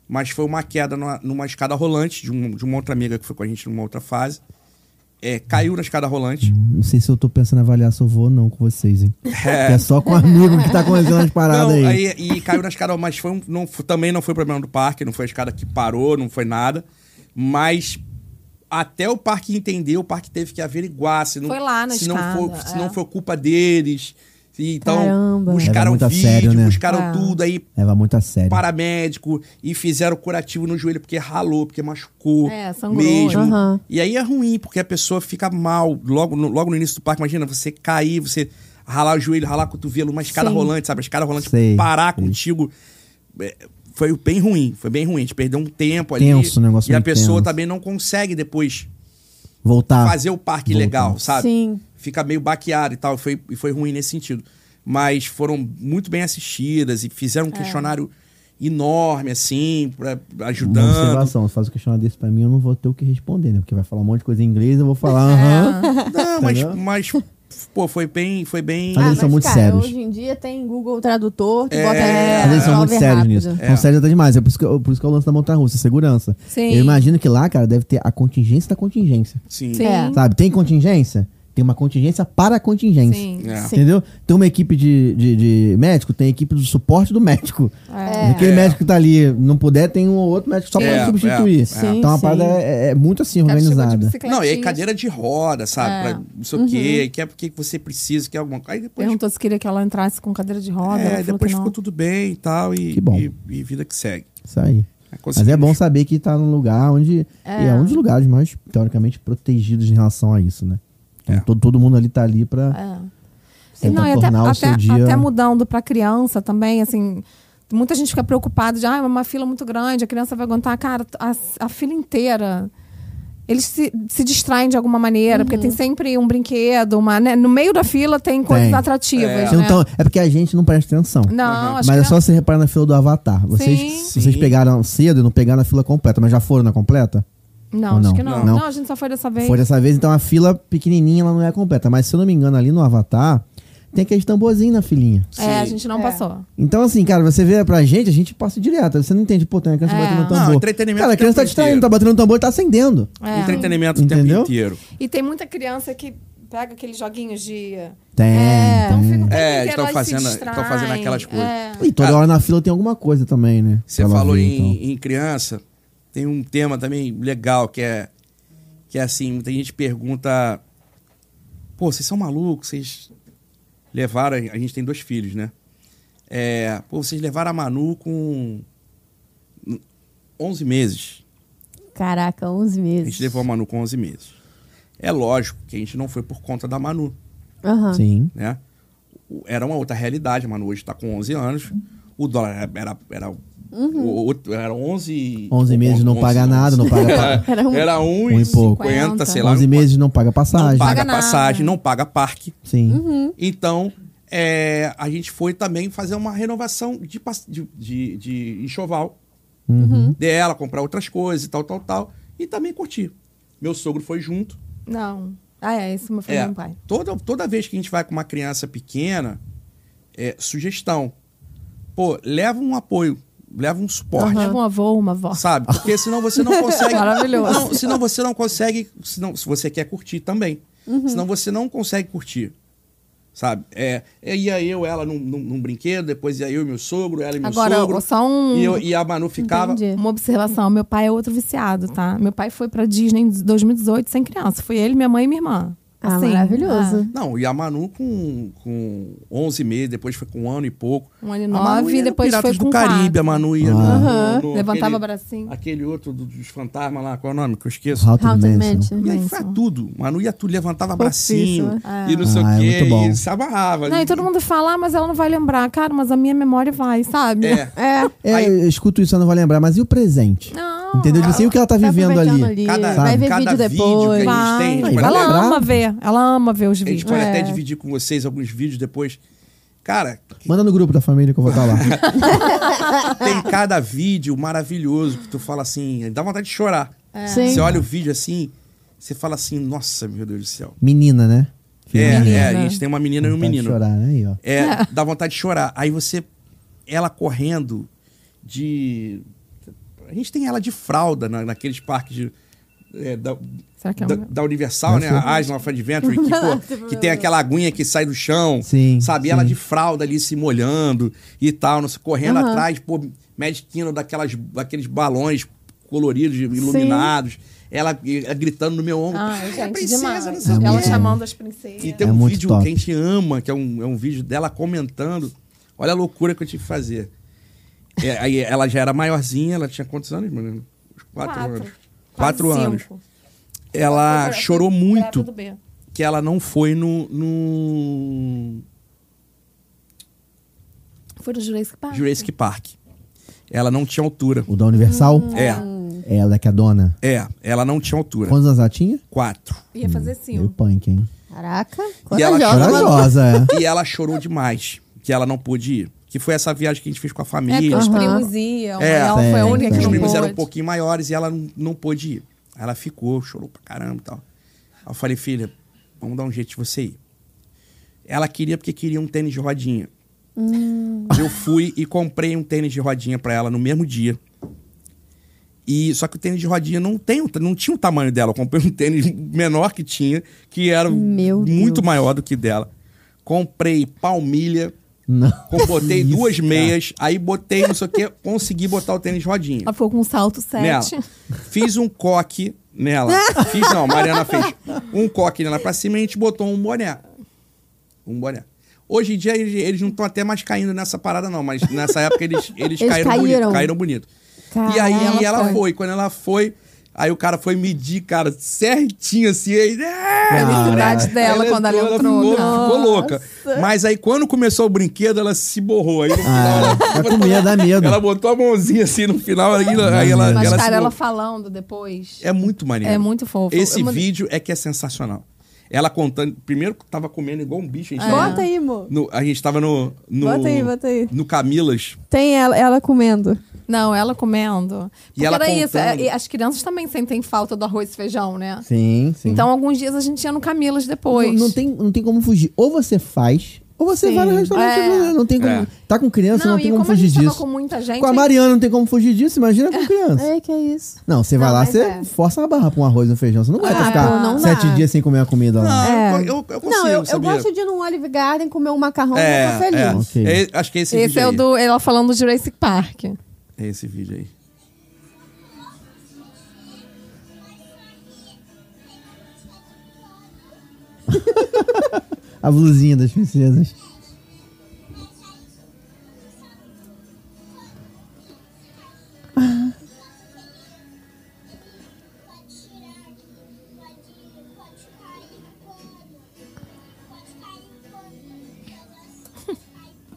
Speaker 3: mas foi uma queda numa, numa escada rolante de, um- de uma outra amiga que foi com a gente numa outra fase. É, caiu na escada rolante.
Speaker 2: Não sei se eu tô pensando em avaliar se eu vou ou não com vocês, hein? É, só com amigo que tá acontecendo as paradas
Speaker 3: Não,
Speaker 2: aí.
Speaker 3: aí- e caiu na escada, mas foi um- não, f- também não foi problema do parque, não foi a escada que parou, não foi nada. Mas até o parque entender, o parque teve que averiguar se não,
Speaker 4: Foi lá na
Speaker 3: se não,
Speaker 4: escada,
Speaker 3: for, se
Speaker 4: é.
Speaker 3: não foi culpa deles. Se- Então,
Speaker 1: Caramba.
Speaker 2: Leva
Speaker 3: buscaram
Speaker 2: muito a
Speaker 3: vídeo,
Speaker 2: sério, né?
Speaker 3: buscaram
Speaker 4: É.
Speaker 3: tudo aí.
Speaker 2: Leva muito a sério.
Speaker 3: Paramédico e fizeram curativo no joelho porque ralou, porque machucou.
Speaker 4: É, sangrou.
Speaker 3: Mesmo.
Speaker 1: Aham.
Speaker 3: E aí é ruim, porque a pessoa fica mal logo no, logo no início do parque. Imagina você cair, você ralar o joelho, ralar o cotovelo, uma escada
Speaker 1: Sim.
Speaker 3: rolante, sabe? A escada rolante
Speaker 2: Sei.
Speaker 3: parar contigo. É, Foi bem ruim, foi bem ruim. A gente perdeu um tempo ali.
Speaker 2: Tenso, um negócio
Speaker 3: E a
Speaker 2: meio
Speaker 3: pessoa
Speaker 2: tenso.
Speaker 3: também não consegue depois
Speaker 2: Voltar.
Speaker 3: fazer o parque
Speaker 2: Voltar.
Speaker 3: legal, sabe?
Speaker 1: Sim.
Speaker 3: Fica meio baqueado e tal. Foi, e foi ruim nesse sentido. Mas foram muito bem assistidas e fizeram um
Speaker 4: É.
Speaker 3: questionário enorme, assim, pra,
Speaker 2: Uma
Speaker 3: ajudando.
Speaker 2: observação, se faz o questionário desse pra mim, eu não vou ter o que responder, né? Porque vai falar um monte de coisa em inglês, eu vou
Speaker 1: É.
Speaker 2: falar, aham.
Speaker 3: Não, mas,
Speaker 2: Entendeu?
Speaker 3: mas pô, foi bem, foi bem.
Speaker 2: Mas eles são muito
Speaker 1: Ah, cara,
Speaker 2: sérios.
Speaker 1: hoje em dia tem Google Tradutor, tu
Speaker 3: É.
Speaker 1: bota
Speaker 2: Mas eles são
Speaker 1: resolve
Speaker 2: muito sérios
Speaker 1: rápido.
Speaker 2: nisso. São sérios até demais. É por isso que, por isso que é o lance da montanha russa, segurança.
Speaker 4: Sim.
Speaker 2: Eu imagino que lá, cara, deve ter a contingência da contingência.
Speaker 3: Sim.
Speaker 4: Sim.
Speaker 1: É.
Speaker 2: Sabe? Tem contingência? Tem uma contingência para a contingência.
Speaker 4: Sim.
Speaker 3: É.
Speaker 4: Sim.
Speaker 2: Entendeu? Tem uma equipe de, de, de médico, tem a equipe do suporte do médico.
Speaker 1: É.
Speaker 2: Aquele médico que tá ali não puder, tem um outro médico só
Speaker 3: É,
Speaker 2: pra substituir.
Speaker 3: é,
Speaker 1: Sim,
Speaker 2: então a
Speaker 1: sim.
Speaker 2: parada é, é muito assim,
Speaker 4: O cara chegou de
Speaker 2: organizada.
Speaker 4: bicicletinha,
Speaker 3: Não, e aí cadeira de roda, sabe?
Speaker 4: É. Uhum.
Speaker 3: Pra não sei o quê, quer porque você precisa, quer alguma coisa. Aí depois.
Speaker 4: Perguntou se queria que ela entrasse com cadeira de roda.
Speaker 3: é,
Speaker 4: ela falou
Speaker 3: depois
Speaker 4: que não.
Speaker 3: ficou tudo bem e tal. E,
Speaker 2: Que bom.
Speaker 3: E, e vida que segue.
Speaker 2: Isso aí. Mas é
Speaker 3: conseguimos.
Speaker 2: bom saber que tá num lugar onde. É, um dos lugares mais, teoricamente, protegidos em relação a isso, né? Então,
Speaker 3: É.
Speaker 2: Todo, todo mundo ali tá ali pra.
Speaker 4: É.
Speaker 2: Você
Speaker 4: não,
Speaker 2: tá
Speaker 4: e até,
Speaker 2: tornar o seu
Speaker 4: até,
Speaker 2: dia-
Speaker 4: até mudando para criança também, assim, muita gente fica preocupada de, ah, é uma fila muito grande, a criança vai aguentar. Cara, a, a fila inteira. Eles se, se distraem de alguma maneira, porque tem sempre um brinquedo, uma, né? No meio da fila tem coisas
Speaker 2: Tem.
Speaker 4: atrativas.
Speaker 3: É.
Speaker 4: né?
Speaker 2: Você não tá- é porque a gente não presta atenção.
Speaker 4: Não, acho
Speaker 2: Mas é
Speaker 4: que
Speaker 2: só você reparar na fila do Avatar. Vocês,
Speaker 4: Sim.
Speaker 2: vocês
Speaker 3: Sim.
Speaker 2: pegaram cedo e não pegaram a fila completa, mas já foram na completa?
Speaker 4: não.
Speaker 2: Ou não?
Speaker 4: Não, acho que não.
Speaker 2: Não.
Speaker 4: não. a gente só foi dessa vez.
Speaker 2: Foi dessa vez, então a fila pequenininha ela não é completa. Mas se eu não me engano, ali no Avatar, tem aquele tamborzinho na filinha.
Speaker 4: É, a
Speaker 3: Sim.
Speaker 4: gente não
Speaker 1: É.
Speaker 4: passou.
Speaker 2: Então, assim, cara, você vê pra gente, a gente passa direto. Você não entende, pô, tem uma criança
Speaker 4: É.
Speaker 2: batendo no
Speaker 3: Não,
Speaker 2: tambor.
Speaker 3: entretenimento
Speaker 2: cara, a
Speaker 3: o
Speaker 2: criança tá
Speaker 3: tempo
Speaker 2: distraindo,
Speaker 3: inteiro.
Speaker 2: tá batendo no tambor e tá acendendo.
Speaker 4: É.
Speaker 3: Entretenimento
Speaker 2: Entendeu?
Speaker 3: o tempo inteiro.
Speaker 4: E tem muita criança que pega aqueles joguinhos de.
Speaker 2: Tem,
Speaker 4: Então
Speaker 2: tem.
Speaker 4: fica o tempo
Speaker 3: É, eles
Speaker 4: inteiro,
Speaker 3: tão
Speaker 4: aí se
Speaker 3: fazendo-
Speaker 4: distraem.
Speaker 3: tão fazendo aquelas coisas.
Speaker 4: É.
Speaker 2: E toda
Speaker 3: Cara,
Speaker 2: hora na fila tem alguma coisa também, né?
Speaker 3: Você
Speaker 2: Pra ela
Speaker 3: falou
Speaker 2: ver,
Speaker 3: em,
Speaker 2: então.
Speaker 3: em criança, tem um tema também legal que é que é assim, muita gente pergunta, pô, vocês são malucos, vocês levaram, a gente tem dois filhos, né? É, pô, vocês levaram a Manu com 11 meses.
Speaker 1: Caraca, 11
Speaker 3: A
Speaker 1: meses.
Speaker 3: gente levou a Manu com 11 meses. É lógico que a gente não foi por conta da Manu,
Speaker 1: Aham.
Speaker 2: Sim.
Speaker 3: né? tá O- Era uma outra realidade, a Manu hoje está com 11 anos, o dólar era, era, era O outro era 11...
Speaker 2: 11 meses não paga nada, não paga
Speaker 3: Era,
Speaker 1: Era um-
Speaker 3: era
Speaker 2: Um e pouco.
Speaker 3: 1,50, sei lá.
Speaker 2: 11 meses não paga
Speaker 3: Não
Speaker 2: passagem.
Speaker 3: paga
Speaker 4: Paga nada.
Speaker 3: passagem, não paga parque.
Speaker 2: Sim.
Speaker 3: Então, é, a gente foi também fazer uma renovação de, pas- de, de, de enxoval
Speaker 2: Uhum.
Speaker 3: dela, comprar outras coisas e tal, tal, tal. E também curtir. Meu sogro foi junto.
Speaker 4: Não. Ah, é, esse foi
Speaker 3: É,
Speaker 4: meu pai.
Speaker 3: toda, toda vez que a gente vai com uma criança pequena, é, sugestão. Pô, leva um apoio, leva um suporte.
Speaker 4: Leva um avô, uma avó.
Speaker 3: Sabe? Porque senão você não consegue.
Speaker 4: Maravilhoso.
Speaker 3: Não, senão você não consegue. Senão, se você quer curtir também.
Speaker 4: Uhum.
Speaker 3: Senão você não consegue curtir. Sabe? É, é, ia eu, ela num, num- num brinquedo, depois ia eu e meu sogro, ela e meu
Speaker 4: Agora,
Speaker 3: sogro.
Speaker 4: só um-
Speaker 3: E, eu- e a Manu ficava.
Speaker 1: Entendi.
Speaker 4: Uma observação, meu pai é outro viciado, tá? Meu pai foi pra Disney em 2018 sem criança. Foi ele, minha mãe e minha irmã.
Speaker 1: Ah,
Speaker 4: Assim,
Speaker 1: maravilhoso.
Speaker 3: Não, e a Manu com, com 11 meses, depois foi com um ano e pouco.
Speaker 4: Um ano e
Speaker 3: A Manu
Speaker 4: nove,
Speaker 3: ia no
Speaker 4: depois
Speaker 3: Piratas
Speaker 4: foi com
Speaker 3: do Caribe,
Speaker 4: quatro.
Speaker 3: a Manu
Speaker 2: Ah.
Speaker 3: ia. no-
Speaker 2: Aham.
Speaker 3: no- no-
Speaker 4: Levantava o
Speaker 3: aquele-
Speaker 4: bracinho.
Speaker 3: Aquele outro do- dos fantasmas lá, qual é o nome que eu esqueço?
Speaker 2: Halter
Speaker 1: Haunted
Speaker 2: Mansion.
Speaker 1: Mansion.
Speaker 3: E aí
Speaker 4: Benção.
Speaker 3: foi tudo. Manu ia tudo, levantava
Speaker 1: Fofíssima.
Speaker 3: bracinho e não sei
Speaker 2: Ah, é
Speaker 3: o quê.
Speaker 2: muito bom.
Speaker 3: E se amarrava.
Speaker 4: Não, e todo mundo fala, ah, mas ela não vai lembrar. Cara, mas a minha memória vai, sabe?
Speaker 3: É.
Speaker 1: É.
Speaker 2: É,
Speaker 3: Aí-
Speaker 2: eu escuto isso, eu não vou lembrar. Mas e o presente?
Speaker 4: Não.
Speaker 2: Entendeu? Eu sei o que ela tá vivendo
Speaker 1: aproveitando
Speaker 2: ali.
Speaker 3: Cada-
Speaker 1: vai ver
Speaker 3: cada
Speaker 1: vídeo
Speaker 3: vídeo
Speaker 1: depois.
Speaker 3: que
Speaker 4: Vai.
Speaker 3: Tem, tipo,
Speaker 4: ela
Speaker 2: ela lembrar?
Speaker 4: ama ver. Ela ama ver os
Speaker 3: A gente
Speaker 4: vídeos.
Speaker 3: pode até
Speaker 1: É.
Speaker 3: dividir com vocês alguns vídeos depois. Cara,
Speaker 2: Manda no grupo da família que eu vou estar lá.
Speaker 3: tem cada vídeo maravilhoso que tu fala assim, dá vontade de chorar.
Speaker 1: Sim.
Speaker 3: Você olha o vídeo assim, você fala assim, nossa, meu Deus do céu.
Speaker 2: Menina, né?
Speaker 3: É,
Speaker 4: Menina.
Speaker 3: é, a gente tem uma menina e um
Speaker 2: Vontade de
Speaker 3: menino.
Speaker 2: chorar, né? Aí, ó.
Speaker 3: É, dá vontade de chorar. Aí você. Ela correndo de. A gente tem ela de fralda na- naqueles parques de. é, da,
Speaker 4: Será que é Ah, tipo, um-
Speaker 3: da, da Universal,
Speaker 2: é
Speaker 3: né? A Island of Adventure, que, pô, que tem
Speaker 4: é.
Speaker 3: aquela aguinha que sai do chão.
Speaker 2: Sim,
Speaker 3: sabe?
Speaker 2: sim.
Speaker 3: Ela de fralda ali se molhando e tal, não sei, correndo atrás, pô, Magic Kingdom daquelas, daqueles balões coloridos, iluminados. Ela eh, gritando no meu ombro.
Speaker 4: Ai,
Speaker 3: "Ah,
Speaker 4: gente,
Speaker 3: princesa, não
Speaker 4: demais.
Speaker 3: sei o
Speaker 2: É
Speaker 3: quê."
Speaker 4: Ela
Speaker 2: muito
Speaker 4: chamando as princesas.
Speaker 3: E tem
Speaker 2: É
Speaker 3: um
Speaker 2: muito
Speaker 3: vídeo
Speaker 2: top.
Speaker 3: que a gente ama, que é um, é um vídeo dela comentando. Olha a loucura que eu tive que fazer. É, aí ela já era maiorzinha, ela tinha quantos anos, menino? Uns Quatro,
Speaker 4: Quatro.
Speaker 3: anos.
Speaker 4: Quase
Speaker 3: Quatro
Speaker 4: cinco.
Speaker 3: anos. Ela
Speaker 4: Eu- eu-
Speaker 3: Ah, chorou
Speaker 4: eu-
Speaker 3: muito
Speaker 4: do B.
Speaker 3: que ela não foi no, no
Speaker 4: Foi do Jurassic Park.
Speaker 3: Jurassic Park. Ela não tinha altura.
Speaker 2: O da Universal?
Speaker 3: É,
Speaker 2: Ela que é a dona.
Speaker 3: é, ela não tinha altura.
Speaker 2: Quantos anos ela tinha?
Speaker 3: Quatro.
Speaker 4: Ia fazer assim,
Speaker 2: Meio
Speaker 4: cinco.
Speaker 2: punk, hein?
Speaker 1: Caraca.
Speaker 3: ela
Speaker 1: Corajosa,
Speaker 3: chorando.
Speaker 1: mano.
Speaker 2: Corajosa, é.
Speaker 3: E ela chorou demais, que ela não pôde ir. Que foi essa viagem que a gente fez com a
Speaker 4: É, porque
Speaker 3: família.
Speaker 4: os
Speaker 1: Aham.
Speaker 4: primos iam.
Speaker 3: É,
Speaker 4: ela foi a
Speaker 2: tem,
Speaker 4: única
Speaker 2: tem.
Speaker 4: que
Speaker 3: Os
Speaker 4: não
Speaker 3: primos eram
Speaker 4: pôde.
Speaker 3: um pouquinho maiores e ela não, não pôde ir. Aí Ela ficou, chorou pra caramba e tal. Aí eu falei, filha, vamos dar um jeito de você ir. Ela queria porque queria um tênis de rodinha.
Speaker 1: Hum.
Speaker 3: Eu fui e comprei um tênis de rodinha pra ela no mesmo dia. E só que o tênis de rodinha não tem, o- não tinha o tamanho dela. Eu comprei um tênis menor que tinha, que era
Speaker 1: Meu
Speaker 3: muito
Speaker 1: Deus.
Speaker 3: maior do que dela. Comprei palmilha,
Speaker 2: Não.
Speaker 3: com- botei
Speaker 2: Isso,
Speaker 3: duas
Speaker 2: cara.
Speaker 3: meias, aí botei não sei o que, consegui botar o tênis de rodinha
Speaker 4: Ela ficou com um salto
Speaker 3: nela.
Speaker 4: sete.
Speaker 3: Fiz um coque nela. Fiz, não, a Mariana fez um coque nela pra cima e a gente botou um boné. Um boné. Hoje em dia eles, eles não estão até mais caindo nessa parada, não, mas nessa época eles, eles,
Speaker 1: Eles
Speaker 3: caíram,
Speaker 1: caíram.
Speaker 3: bonito. Caíram bonito. E aí
Speaker 1: Caraca.
Speaker 3: ela, foi. Quando ela foi, aí o cara foi medir, cara, certinho assim. Aí, é,
Speaker 2: Ah,
Speaker 4: Felicidade dela
Speaker 3: ela
Speaker 4: quando ela entrou.
Speaker 3: Ficou,
Speaker 4: Nossa.
Speaker 3: ficou louca. Mas aí quando começou o brinquedo, ela se borrou. Aí no final,
Speaker 2: Ah,
Speaker 3: ela,
Speaker 2: dá com medo, dá medo.
Speaker 3: ela botou a mãozinha assim no final. Aí, ela- aí ela,
Speaker 4: Mas,
Speaker 3: ela se
Speaker 4: cara,
Speaker 3: borrou.
Speaker 4: ela falando depois.
Speaker 3: É muito maneiro.
Speaker 4: É muito fofo.
Speaker 3: Esse
Speaker 4: Eu mandei-
Speaker 3: vídeo é que é sensacional. Ela contando. Primeiro que tava comendo igual um bicho. A gente, tava,
Speaker 1: Bota aí, amor.
Speaker 3: no, a gente tava no, no.
Speaker 1: É. Bota aí, bota aí.
Speaker 3: No Camilas.
Speaker 1: Tem ela, ela comendo.
Speaker 4: Não, ela comendo. Porque
Speaker 3: ela
Speaker 4: era isso.
Speaker 3: contando.
Speaker 4: é, e as crianças também sentem falta do arroz e feijão, né?
Speaker 2: Sim, sim.
Speaker 4: Então, alguns dias a gente ia no Camilas depois.
Speaker 2: não, não tem, não tem como fugir. Ou você faz, ou você
Speaker 4: Sim.
Speaker 2: vai no restaurante.
Speaker 4: É.
Speaker 2: né? Não tem como.
Speaker 3: É.
Speaker 2: Tá com criança, não,
Speaker 4: e
Speaker 2: tem como,
Speaker 4: como a
Speaker 2: fugir
Speaker 4: gente tava
Speaker 2: disso.
Speaker 4: com muita gente.
Speaker 2: Com a Mariana não tem como fugir disso, imagina com criança.
Speaker 1: Ei, que é isso.
Speaker 2: Não, você vai
Speaker 4: Não,
Speaker 2: lá,
Speaker 4: mas
Speaker 2: você
Speaker 4: é.
Speaker 2: força a barra pra um arroz e um feijão. Você não aguenta
Speaker 1: Ah,
Speaker 2: ficar
Speaker 1: pô, não dá.
Speaker 2: sete dias sem comer a comida lá.
Speaker 3: Não, eu, eu, eu
Speaker 2: Um
Speaker 3: consigo,
Speaker 1: não, eu, eu
Speaker 3: sabia?
Speaker 1: gosto de ir num Olive Garden comer um macarrão e eu
Speaker 3: É,
Speaker 1: tô feliz.
Speaker 3: é.
Speaker 2: Ok.
Speaker 3: É, Acho que é esse,
Speaker 4: Esse
Speaker 3: vídeo
Speaker 4: é o
Speaker 3: aí.
Speaker 4: do. Ela falando do Jurassic Park.
Speaker 3: É esse vídeo aí.
Speaker 2: A blusinha das princesas.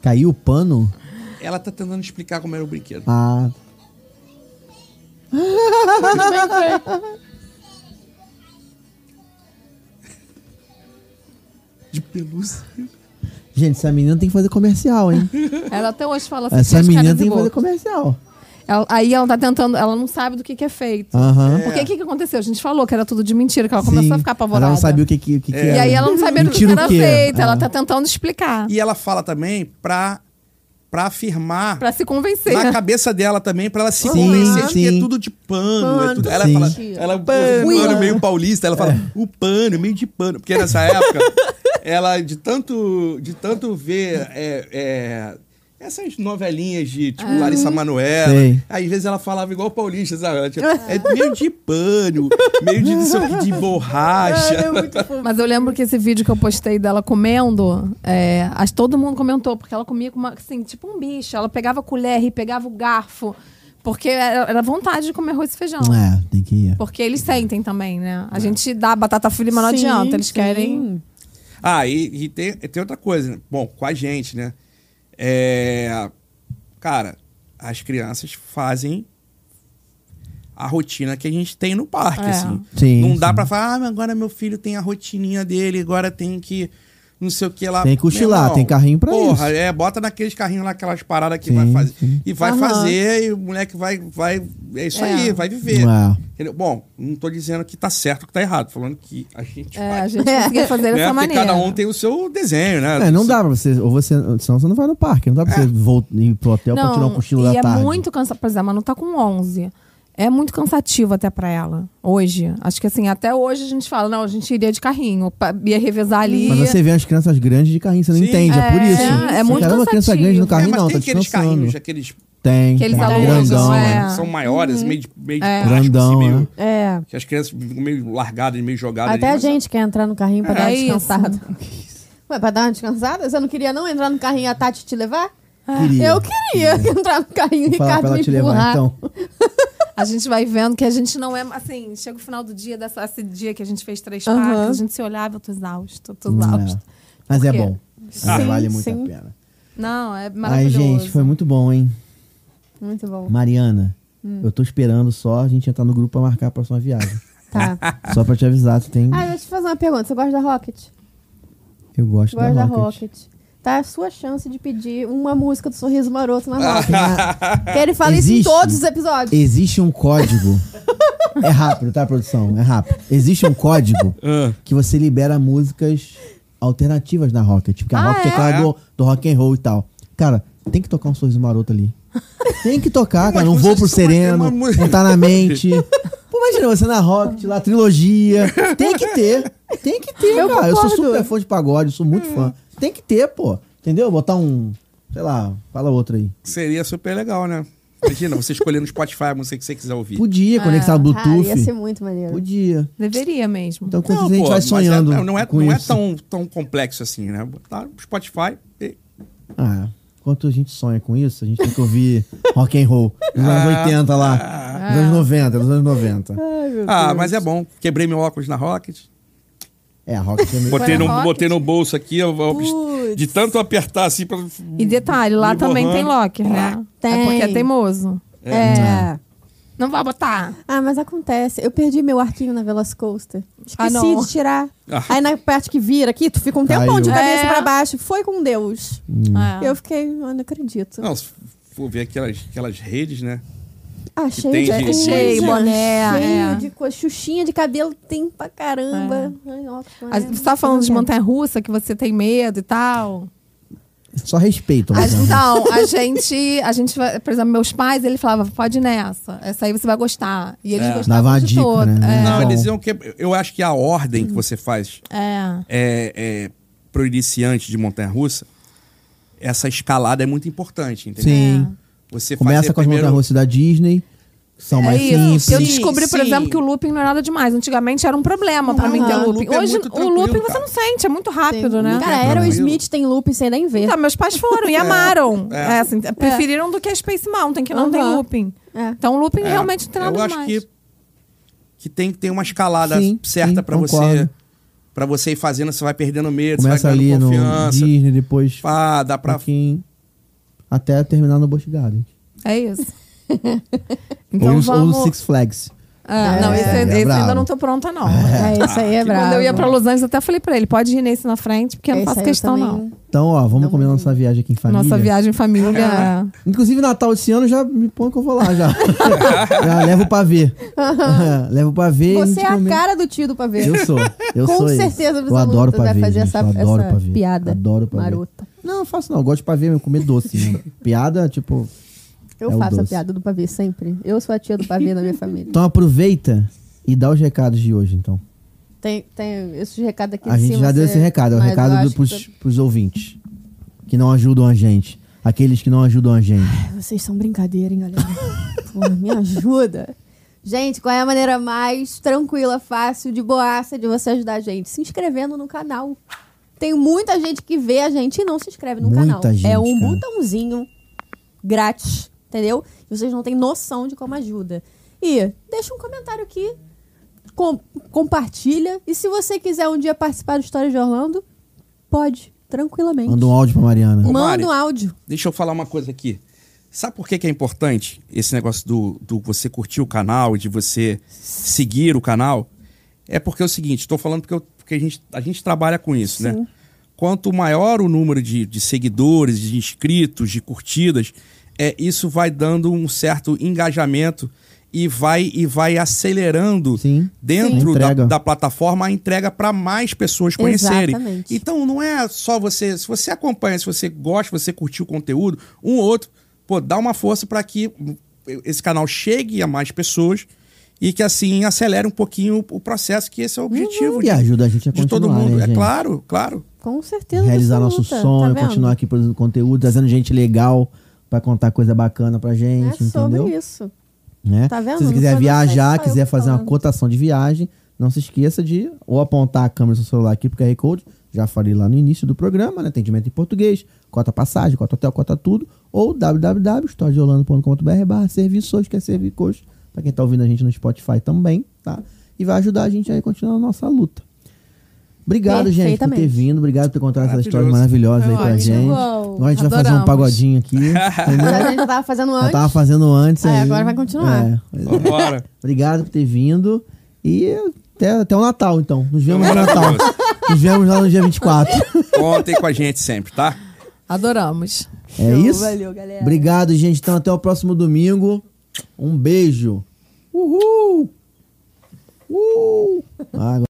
Speaker 2: Caiu o pano?
Speaker 3: Ela tá tentando explicar como era o brinquedo.
Speaker 2: Ah,
Speaker 3: De pelúcia.
Speaker 2: gente, essa menina tem que fazer comercial, hein?
Speaker 4: Ela até hoje fala assim,
Speaker 2: Essa
Speaker 4: "As
Speaker 2: menina
Speaker 4: caras e
Speaker 2: tem que fazer
Speaker 4: bocas".
Speaker 2: comercial.
Speaker 4: Ela- Aí ela tá tentando, ela não sabe do que, que é feito.
Speaker 2: Aham.
Speaker 4: Porque o que, que aconteceu? A gente falou que era tudo de mentira, que ela começou
Speaker 2: Sim.
Speaker 4: a ficar apavorada.
Speaker 2: Ela não sabia o que que, o que, que
Speaker 4: E
Speaker 2: era.
Speaker 4: aí ela não sabia do que
Speaker 2: Mentira o
Speaker 4: era
Speaker 2: quê?
Speaker 4: feito. Ela
Speaker 2: Ah.
Speaker 4: tá tentando explicar.
Speaker 3: E ela fala também pra, pra afirmar
Speaker 4: Pra se convencer.
Speaker 3: na cabeça dela também, pra ela se
Speaker 2: Sim,
Speaker 3: convencer de que
Speaker 2: sim.
Speaker 3: é tudo de pano. é tudo- Ela
Speaker 2: Sim.
Speaker 3: fala, ela é um pano meio paulista, ela fala, o pano, meio de pano. Porque nessa época, ela, de tanto, de tanto ver é, é, essas novelinhas de, tipo, Larissa Manoela,
Speaker 2: Sei.
Speaker 3: às vezes ela falava igual paulista, sabe? Ela, tipo, é meio de pano, meio de, não sei o que, de borracha.
Speaker 4: Mas eu lembro que esse vídeo que eu postei dela comendo, é, as, todo mundo comentou, porque ela comia com uma, assim, tipo um bicho. Ela pegava a colher e pegava o garfo. Porque era, era vontade de comer arroz e feijão.
Speaker 2: É, tem que ir.
Speaker 4: Porque eles sentem também, né? A gente dá batata frita, mas não
Speaker 1: Sim,
Speaker 4: adianta. Eles
Speaker 1: sim.
Speaker 4: querem.
Speaker 3: Ah, e, e tem, e tem outra coisa, né? Bom, com a gente, né? É, cara, as crianças fazem a rotina que a gente tem no parque,
Speaker 4: É.
Speaker 3: assim.
Speaker 2: Sim,
Speaker 3: Não dá
Speaker 2: sim.
Speaker 3: pra falar, ah, mas agora meu filho tem a rotininha dele, agora tem que não sei o que lá.
Speaker 2: Tem que cochilar,
Speaker 3: Meu irmão,
Speaker 2: tem carrinho pra
Speaker 3: porra,
Speaker 2: isso.
Speaker 3: é, bota naqueles carrinhos lá, aquelas paradas que
Speaker 2: Sim,
Speaker 3: vai fazer.
Speaker 2: sim.
Speaker 3: E vai
Speaker 4: Aham.
Speaker 3: fazer, e o moleque vai, vai, é isso
Speaker 4: É.
Speaker 3: aí, vai viver.
Speaker 2: É.
Speaker 3: Entendeu? Bom, não tô dizendo que tá certo ou que tá errado, tô falando que a gente
Speaker 4: É,
Speaker 3: faz
Speaker 4: a gente conseguia fazer
Speaker 3: né?
Speaker 4: dessa
Speaker 3: Porque
Speaker 4: maneira.
Speaker 3: cada um tem o seu desenho, né?
Speaker 2: É, não dá pra você. Ou você. Senão você não vai no parque. Não dá pra
Speaker 3: É.
Speaker 2: você voltar, ir pro hotel pra tirar um cochilo
Speaker 4: e
Speaker 2: da
Speaker 4: é
Speaker 2: tarde.
Speaker 4: muito cansativo. Por exemplo, a Manu tá com 11. É muito cansativo até pra ela, hoje. Acho que assim, até hoje a gente fala, não, a gente iria de carrinho, pa- ia revezar ali.
Speaker 2: Mas você vê as crianças grandes de carrinho, você não
Speaker 3: Sim.
Speaker 2: entende, é, por
Speaker 4: É,
Speaker 2: isso.
Speaker 4: é
Speaker 2: Você,
Speaker 4: muito
Speaker 2: Caramba, criança
Speaker 4: cansativo.
Speaker 2: grande no
Speaker 3: É,
Speaker 2: carrinho
Speaker 3: mas
Speaker 2: não,
Speaker 3: tem
Speaker 2: tá
Speaker 3: aqueles
Speaker 2: descansando.
Speaker 3: carrinhos, aqueles assim,
Speaker 2: Tem,
Speaker 4: Aqueles
Speaker 2: tem.
Speaker 4: alunos,
Speaker 2: grandão,
Speaker 4: é.
Speaker 2: né?
Speaker 3: que são maiores, meio de, meio de plástico,
Speaker 2: Grandão,
Speaker 3: assim, meio-
Speaker 2: né?
Speaker 1: É.
Speaker 3: Que as crianças ficam meio largadas, meio jogadas.
Speaker 1: Até
Speaker 3: ali,
Speaker 1: a
Speaker 3: mas-
Speaker 1: gente quer entrar no carrinho pra dar uma
Speaker 4: É isso.
Speaker 1: descansada. Ué, pra dar uma descansada? Você não queria não entrar no carrinho e a Tati te levar?
Speaker 2: Queria.
Speaker 1: Eu queria entrar no carrinho e o
Speaker 2: Vou falar
Speaker 1: Ricardo
Speaker 2: pra ela
Speaker 1: me
Speaker 2: te
Speaker 1: empurrar.
Speaker 2: levar, então.
Speaker 4: A gente vai vendo que a gente não é, assim, chega o final do dia, dessa, esse dia que a gente fez três
Speaker 1: Aham.
Speaker 4: parques, a gente se olhava, eu tô exausto, tô
Speaker 2: É.
Speaker 4: exausto.
Speaker 2: Mas é
Speaker 4: Por quê?
Speaker 2: bom.
Speaker 1: Sim,
Speaker 2: vale muito
Speaker 1: sim.
Speaker 2: a pena.
Speaker 4: Não, é
Speaker 2: Ai,
Speaker 4: maravilhoso.
Speaker 2: gente, foi muito bom, hein?
Speaker 1: Muito bom.
Speaker 2: Mariana, eu tô esperando só a gente entrar no grupo pra marcar a próxima viagem.
Speaker 1: Tá.
Speaker 2: só pra te avisar, tu tem.
Speaker 1: Ah, deixa eu te fazer uma pergunta. Você gosta da Rocket?
Speaker 2: Eu gosto
Speaker 1: Gosta da
Speaker 2: da Rocket.
Speaker 1: Rocket. Tá a sua chance de pedir uma música do Sorriso Maroto na Rocket. Porque ele fala
Speaker 2: Ah, Existe.
Speaker 1: isso em todos os episódios.
Speaker 2: Existe um código. é rápido, tá, produção? É rápido. Existe um código
Speaker 3: Ah.
Speaker 2: que você libera músicas alternativas na Rocket. Porque a
Speaker 4: Ah,
Speaker 2: Rocket é,
Speaker 4: é?
Speaker 2: aquela do, do rock and roll e tal. Cara, tem que tocar um sorriso maroto ali. Tem que tocar, cara. Não vou
Speaker 3: músicas
Speaker 2: pro
Speaker 3: que são mais-
Speaker 2: sereno,
Speaker 3: tem uma música-
Speaker 2: não tá na mente. Pô, imagina você na Rocket, lá, trilogia. Tem que ter. Tem que ter,
Speaker 1: Eu
Speaker 2: cara. Eu sou
Speaker 1: concordo.
Speaker 2: super fã de pagode, sou muito fã. Tem que ter, pô. Entendeu? Botar um. Sei lá, fala outro aí.
Speaker 3: Seria super legal, né? Imagina, você escolher no Spotify a música que você quiser ouvir.
Speaker 2: Podia conectar o
Speaker 1: Ah, Cara,
Speaker 2: Bluetooth.
Speaker 1: ia ser muito maneiro.
Speaker 2: Podia.
Speaker 4: Deveria mesmo.
Speaker 2: Então, quando a
Speaker 3: pô,
Speaker 2: gente vai
Speaker 3: mas é-
Speaker 2: sonhando.
Speaker 3: não é,
Speaker 2: com
Speaker 3: não é
Speaker 2: isso.
Speaker 3: tão, tão complexo assim, né? Botar no Spotify e...
Speaker 2: Ah, enquanto a gente sonha com isso, a gente tem que ouvir rock and roll. Dos anos 80 lá. Dos anos 90, dos anos 90.
Speaker 3: Ah, mas é bom. Quebrei meu óculos na Rocket.
Speaker 2: É, a rock é meio...
Speaker 3: Botei
Speaker 4: na
Speaker 3: no,
Speaker 4: Rocket?
Speaker 3: botei no bolso aqui, eu- eu- de tanto apertar assim pra...
Speaker 4: E detalhe, lá
Speaker 3: Me
Speaker 4: também tem
Speaker 3: borrando.
Speaker 4: locker, né? É
Speaker 1: Tem.
Speaker 4: porque é teimoso.
Speaker 1: É.
Speaker 4: Não vai botar.
Speaker 1: Ah, mas acontece. Eu perdi meu arquinho na Velocicoaster.
Speaker 4: Ah,
Speaker 1: Esqueci
Speaker 4: não.
Speaker 1: de tirar.
Speaker 3: Ah.
Speaker 1: Aí na parte que vira aqui, tu fica um tempão de
Speaker 4: Caiu.
Speaker 1: cabeça
Speaker 4: É.
Speaker 1: pra baixo. Foi com Deus.
Speaker 2: Hum.
Speaker 4: É.
Speaker 1: Eu fiquei, eu não acredito.
Speaker 3: Não, se for ver aquelas, aquelas redes, né?
Speaker 1: Ah, cheio
Speaker 3: tem
Speaker 1: de
Speaker 3: gente.
Speaker 1: coisa.
Speaker 4: Cheio, boné,
Speaker 1: Cheio
Speaker 4: é.
Speaker 1: de coisa. Xuxinha de cabelo tem pra caramba. Ai, ó, que
Speaker 4: A-
Speaker 1: maneiro.
Speaker 4: Você tá falando de montanha-russa, que você tem medo e tal?
Speaker 2: Só respeito.
Speaker 4: A-
Speaker 2: mas não.
Speaker 4: Então, a gente, a gente, vai- por exemplo, meus pais, ele falava, pode ir nessa, essa aí você vai gostar. E eles
Speaker 3: É.
Speaker 4: gostavam
Speaker 2: Dava uma
Speaker 4: de
Speaker 2: dica,
Speaker 4: toda.
Speaker 2: né?
Speaker 3: Não,
Speaker 2: bom.
Speaker 3: eles iam é que... Eu acho que a ordem que você faz
Speaker 4: É. é.
Speaker 3: é, é, pro iniciante de montanha-russa, essa escalada é muito importante, entendeu?
Speaker 2: Sim.
Speaker 3: Você
Speaker 2: Começa
Speaker 3: fazer
Speaker 2: com as
Speaker 3: primeiro-
Speaker 2: montanhas russas da Disney, que são mais
Speaker 4: É isso.
Speaker 2: simples.
Speaker 4: Eu
Speaker 3: Sim,
Speaker 4: descobri, por
Speaker 3: sim.
Speaker 4: exemplo, que o looping não é nada demais. Antigamente era um problema pra mim ter
Speaker 1: Aham.
Speaker 4: o looping.
Speaker 3: O looping é
Speaker 4: Hoje,
Speaker 3: muito
Speaker 4: o
Speaker 3: tranquilo,
Speaker 4: looping
Speaker 3: cara.
Speaker 4: você não sente, é muito rápido,
Speaker 1: Tem-
Speaker 4: né?
Speaker 1: Cara,
Speaker 3: Tranquilo.
Speaker 1: Aerosmith tem looping sem nem ver.
Speaker 4: Então, meus pais foram e amaram.
Speaker 3: É.
Speaker 4: É, assim, preferiram do que a Space Mountain, que não tem
Speaker 1: Aham.
Speaker 4: looping.
Speaker 1: É.
Speaker 4: Então, o looping
Speaker 3: É,
Speaker 4: realmente não tem nada
Speaker 3: Eu acho
Speaker 4: demais.
Speaker 3: que que tem que ter uma escalada
Speaker 2: Sim,
Speaker 3: certa
Speaker 2: sim,
Speaker 3: pra você
Speaker 2: concordo.
Speaker 3: para você ir fazendo, você vai perdendo medo,
Speaker 2: Começa
Speaker 3: você vai
Speaker 2: ali
Speaker 3: ganhando
Speaker 2: no
Speaker 3: confiança.
Speaker 2: Disney, depois
Speaker 3: Pá, dá
Speaker 2: pra...
Speaker 3: pra
Speaker 2: pouquinho. até terminar no Busch Garden.
Speaker 4: É isso.
Speaker 2: ou,
Speaker 4: Então
Speaker 2: no- ou no
Speaker 4: vamos.
Speaker 2: Six Flags.
Speaker 4: Ah, não,
Speaker 1: É,
Speaker 4: esse,
Speaker 2: é
Speaker 4: esse
Speaker 2: brabo.
Speaker 4: ainda não tô pronta, não.
Speaker 1: É, isso aí é brabo.
Speaker 4: Ah, Quando eu ia pra Los Angeles, até falei pra ele: pode ir nesse na frente, porque eu não
Speaker 1: Esse
Speaker 4: faço
Speaker 1: aí
Speaker 4: questão,
Speaker 1: também-
Speaker 4: não.
Speaker 2: Então, ó, vamos combinar nossa viagem aqui em família.
Speaker 4: Nossa viagem em família. é.
Speaker 2: Inclusive, Natal esse ano já me põe que eu vou lá já. já levo pra ver. É, levo pra ver. e a
Speaker 1: Você
Speaker 2: gente
Speaker 1: é a
Speaker 2: comenta.
Speaker 1: cara do tio do pavê.
Speaker 2: Eu sou. Eu
Speaker 1: Com
Speaker 2: sou esse.
Speaker 1: certeza você
Speaker 2: eu adoro
Speaker 1: vai
Speaker 2: pavê,
Speaker 1: fazer
Speaker 2: gente,
Speaker 1: essa,
Speaker 2: eu adoro
Speaker 1: essa
Speaker 2: pavê.
Speaker 1: piada
Speaker 2: Adoro pavê.
Speaker 1: marota.
Speaker 2: Não, eu faço não. Eu gosto de pavê, eu comer doce. né? Piada, tipo...
Speaker 1: Eu
Speaker 2: É o
Speaker 1: faço a
Speaker 2: doce.
Speaker 1: piada do pavê sempre. Eu sou a tia do pavê na minha família.
Speaker 2: Então aproveita e dá os recados de hoje, então.
Speaker 1: Tem, tem esse recado aqui
Speaker 2: a
Speaker 1: em
Speaker 2: gente
Speaker 1: cima,
Speaker 2: já deu
Speaker 1: você-
Speaker 2: esse recado. É o
Speaker 1: mas eu
Speaker 2: recado
Speaker 1: acho
Speaker 2: do,
Speaker 1: que
Speaker 2: pros, pros ouvintes. Que não ajudam a gente. Aqueles que não ajudam a gente.
Speaker 1: Vocês são brincadeira, hein, galera? Porra, me ajuda. Gente, qual é a maneira mais tranquila, fácil, de boaça de você ajudar a gente? Se inscrevendo no canal. Tem muita gente que vê a gente e não se inscreve no
Speaker 2: Muita
Speaker 1: canal.
Speaker 2: gente,
Speaker 1: é um
Speaker 2: cara.
Speaker 1: botãozinho grátis, entendeu? E vocês não têm noção de como ajuda. E deixa um comentário aqui, com- compartilha. E se você quiser um dia participar do História de Orlando, pode, tranquilamente.
Speaker 2: Manda um áudio pra Mariana.
Speaker 3: Ô, Mari.
Speaker 1: Manda um áudio.
Speaker 3: Deixa eu falar uma coisa aqui. Sabe por que, que é importante esse negócio do, do você curtir o canal e de você seguir o canal? É porque é o seguinte, estou falando porque, eu- porque a, gente, a gente trabalha com isso, né? Quanto maior o número de, de seguidores, de inscritos, de curtidas, é, isso vai dando um certo engajamento e vai, e vai acelerando
Speaker 2: Sim.
Speaker 3: dentro
Speaker 2: Sim.
Speaker 3: da,
Speaker 2: Entrega.
Speaker 3: da plataforma a entrega para mais pessoas conhecerem.
Speaker 1: Exatamente.
Speaker 3: Então não é só você, se você acompanha, se você gosta, se você curtiu o conteúdo, um ou outro, pô, dá uma força para que esse canal chegue a mais pessoas e que assim acelere um pouquinho o processo, que esse é o objetivo
Speaker 2: E
Speaker 3: de,
Speaker 2: ajuda a gente a
Speaker 3: de
Speaker 2: continuar,
Speaker 3: todo mundo.
Speaker 2: né,
Speaker 3: é
Speaker 2: gente?
Speaker 3: claro, claro.
Speaker 1: Com certeza.
Speaker 2: realizar nosso
Speaker 1: absoluta,
Speaker 2: sonho,
Speaker 1: tá vendo?
Speaker 2: continuar aqui produzindo conteúdo, trazendo gente legal pra contar coisa bacana pra
Speaker 1: É
Speaker 2: gente,
Speaker 1: sobre
Speaker 2: entendeu?
Speaker 1: isso.
Speaker 2: Né?
Speaker 1: Tá vendo?
Speaker 2: Se você
Speaker 1: Não sou-
Speaker 2: quiser
Speaker 1: não sei,
Speaker 2: viajar,
Speaker 1: só eu
Speaker 2: quiser
Speaker 1: que
Speaker 2: fazer uma
Speaker 1: falando.
Speaker 2: cotação de viagem, não se esqueça de ou apontar a câmera do seu celular aqui pro QR Code, já falei lá no início do programa, né? Atendimento em português, cota passagem, cota hotel, cota tudo, ou www.storedeolando.com.br barra serviços, que é servicos, pra quem tá ouvindo a gente no Spotify também, tá? E vai ajudar a gente aí a continuar a nossa luta. Obrigado, gente, por ter
Speaker 1: Perfeitamente.
Speaker 2: vindo. Obrigado por ter contado essas histórias
Speaker 3: Maravilhoso.
Speaker 2: maravilhosas aí
Speaker 4: Foi
Speaker 2: pra
Speaker 4: ótimo.
Speaker 2: gente.
Speaker 1: Uau,
Speaker 2: Agora a gente vai fazer um
Speaker 4: adoramos.
Speaker 2: pagodinho aqui.
Speaker 1: Mas
Speaker 2: entendeu?
Speaker 1: a gente tava fazendo
Speaker 2: Já
Speaker 1: antes.
Speaker 2: tava fazendo antes.
Speaker 1: É,
Speaker 2: aí.
Speaker 1: agora vai continuar.
Speaker 2: É, pois é.
Speaker 3: Vambora.
Speaker 2: Obrigado por ter vindo. E até, até o Natal, então. Nos vemos no Natal.
Speaker 3: Maravilhoso.
Speaker 2: Nos vemos lá no dia 24.
Speaker 3: Contem com a gente sempre, tá?
Speaker 4: Adoramos.
Speaker 2: É
Speaker 1: Show,
Speaker 2: isso?
Speaker 1: Valeu, galera.
Speaker 2: Obrigado, gente. Então, até o próximo domingo. Um beijo. Uhul! Uhul! Ah, agora-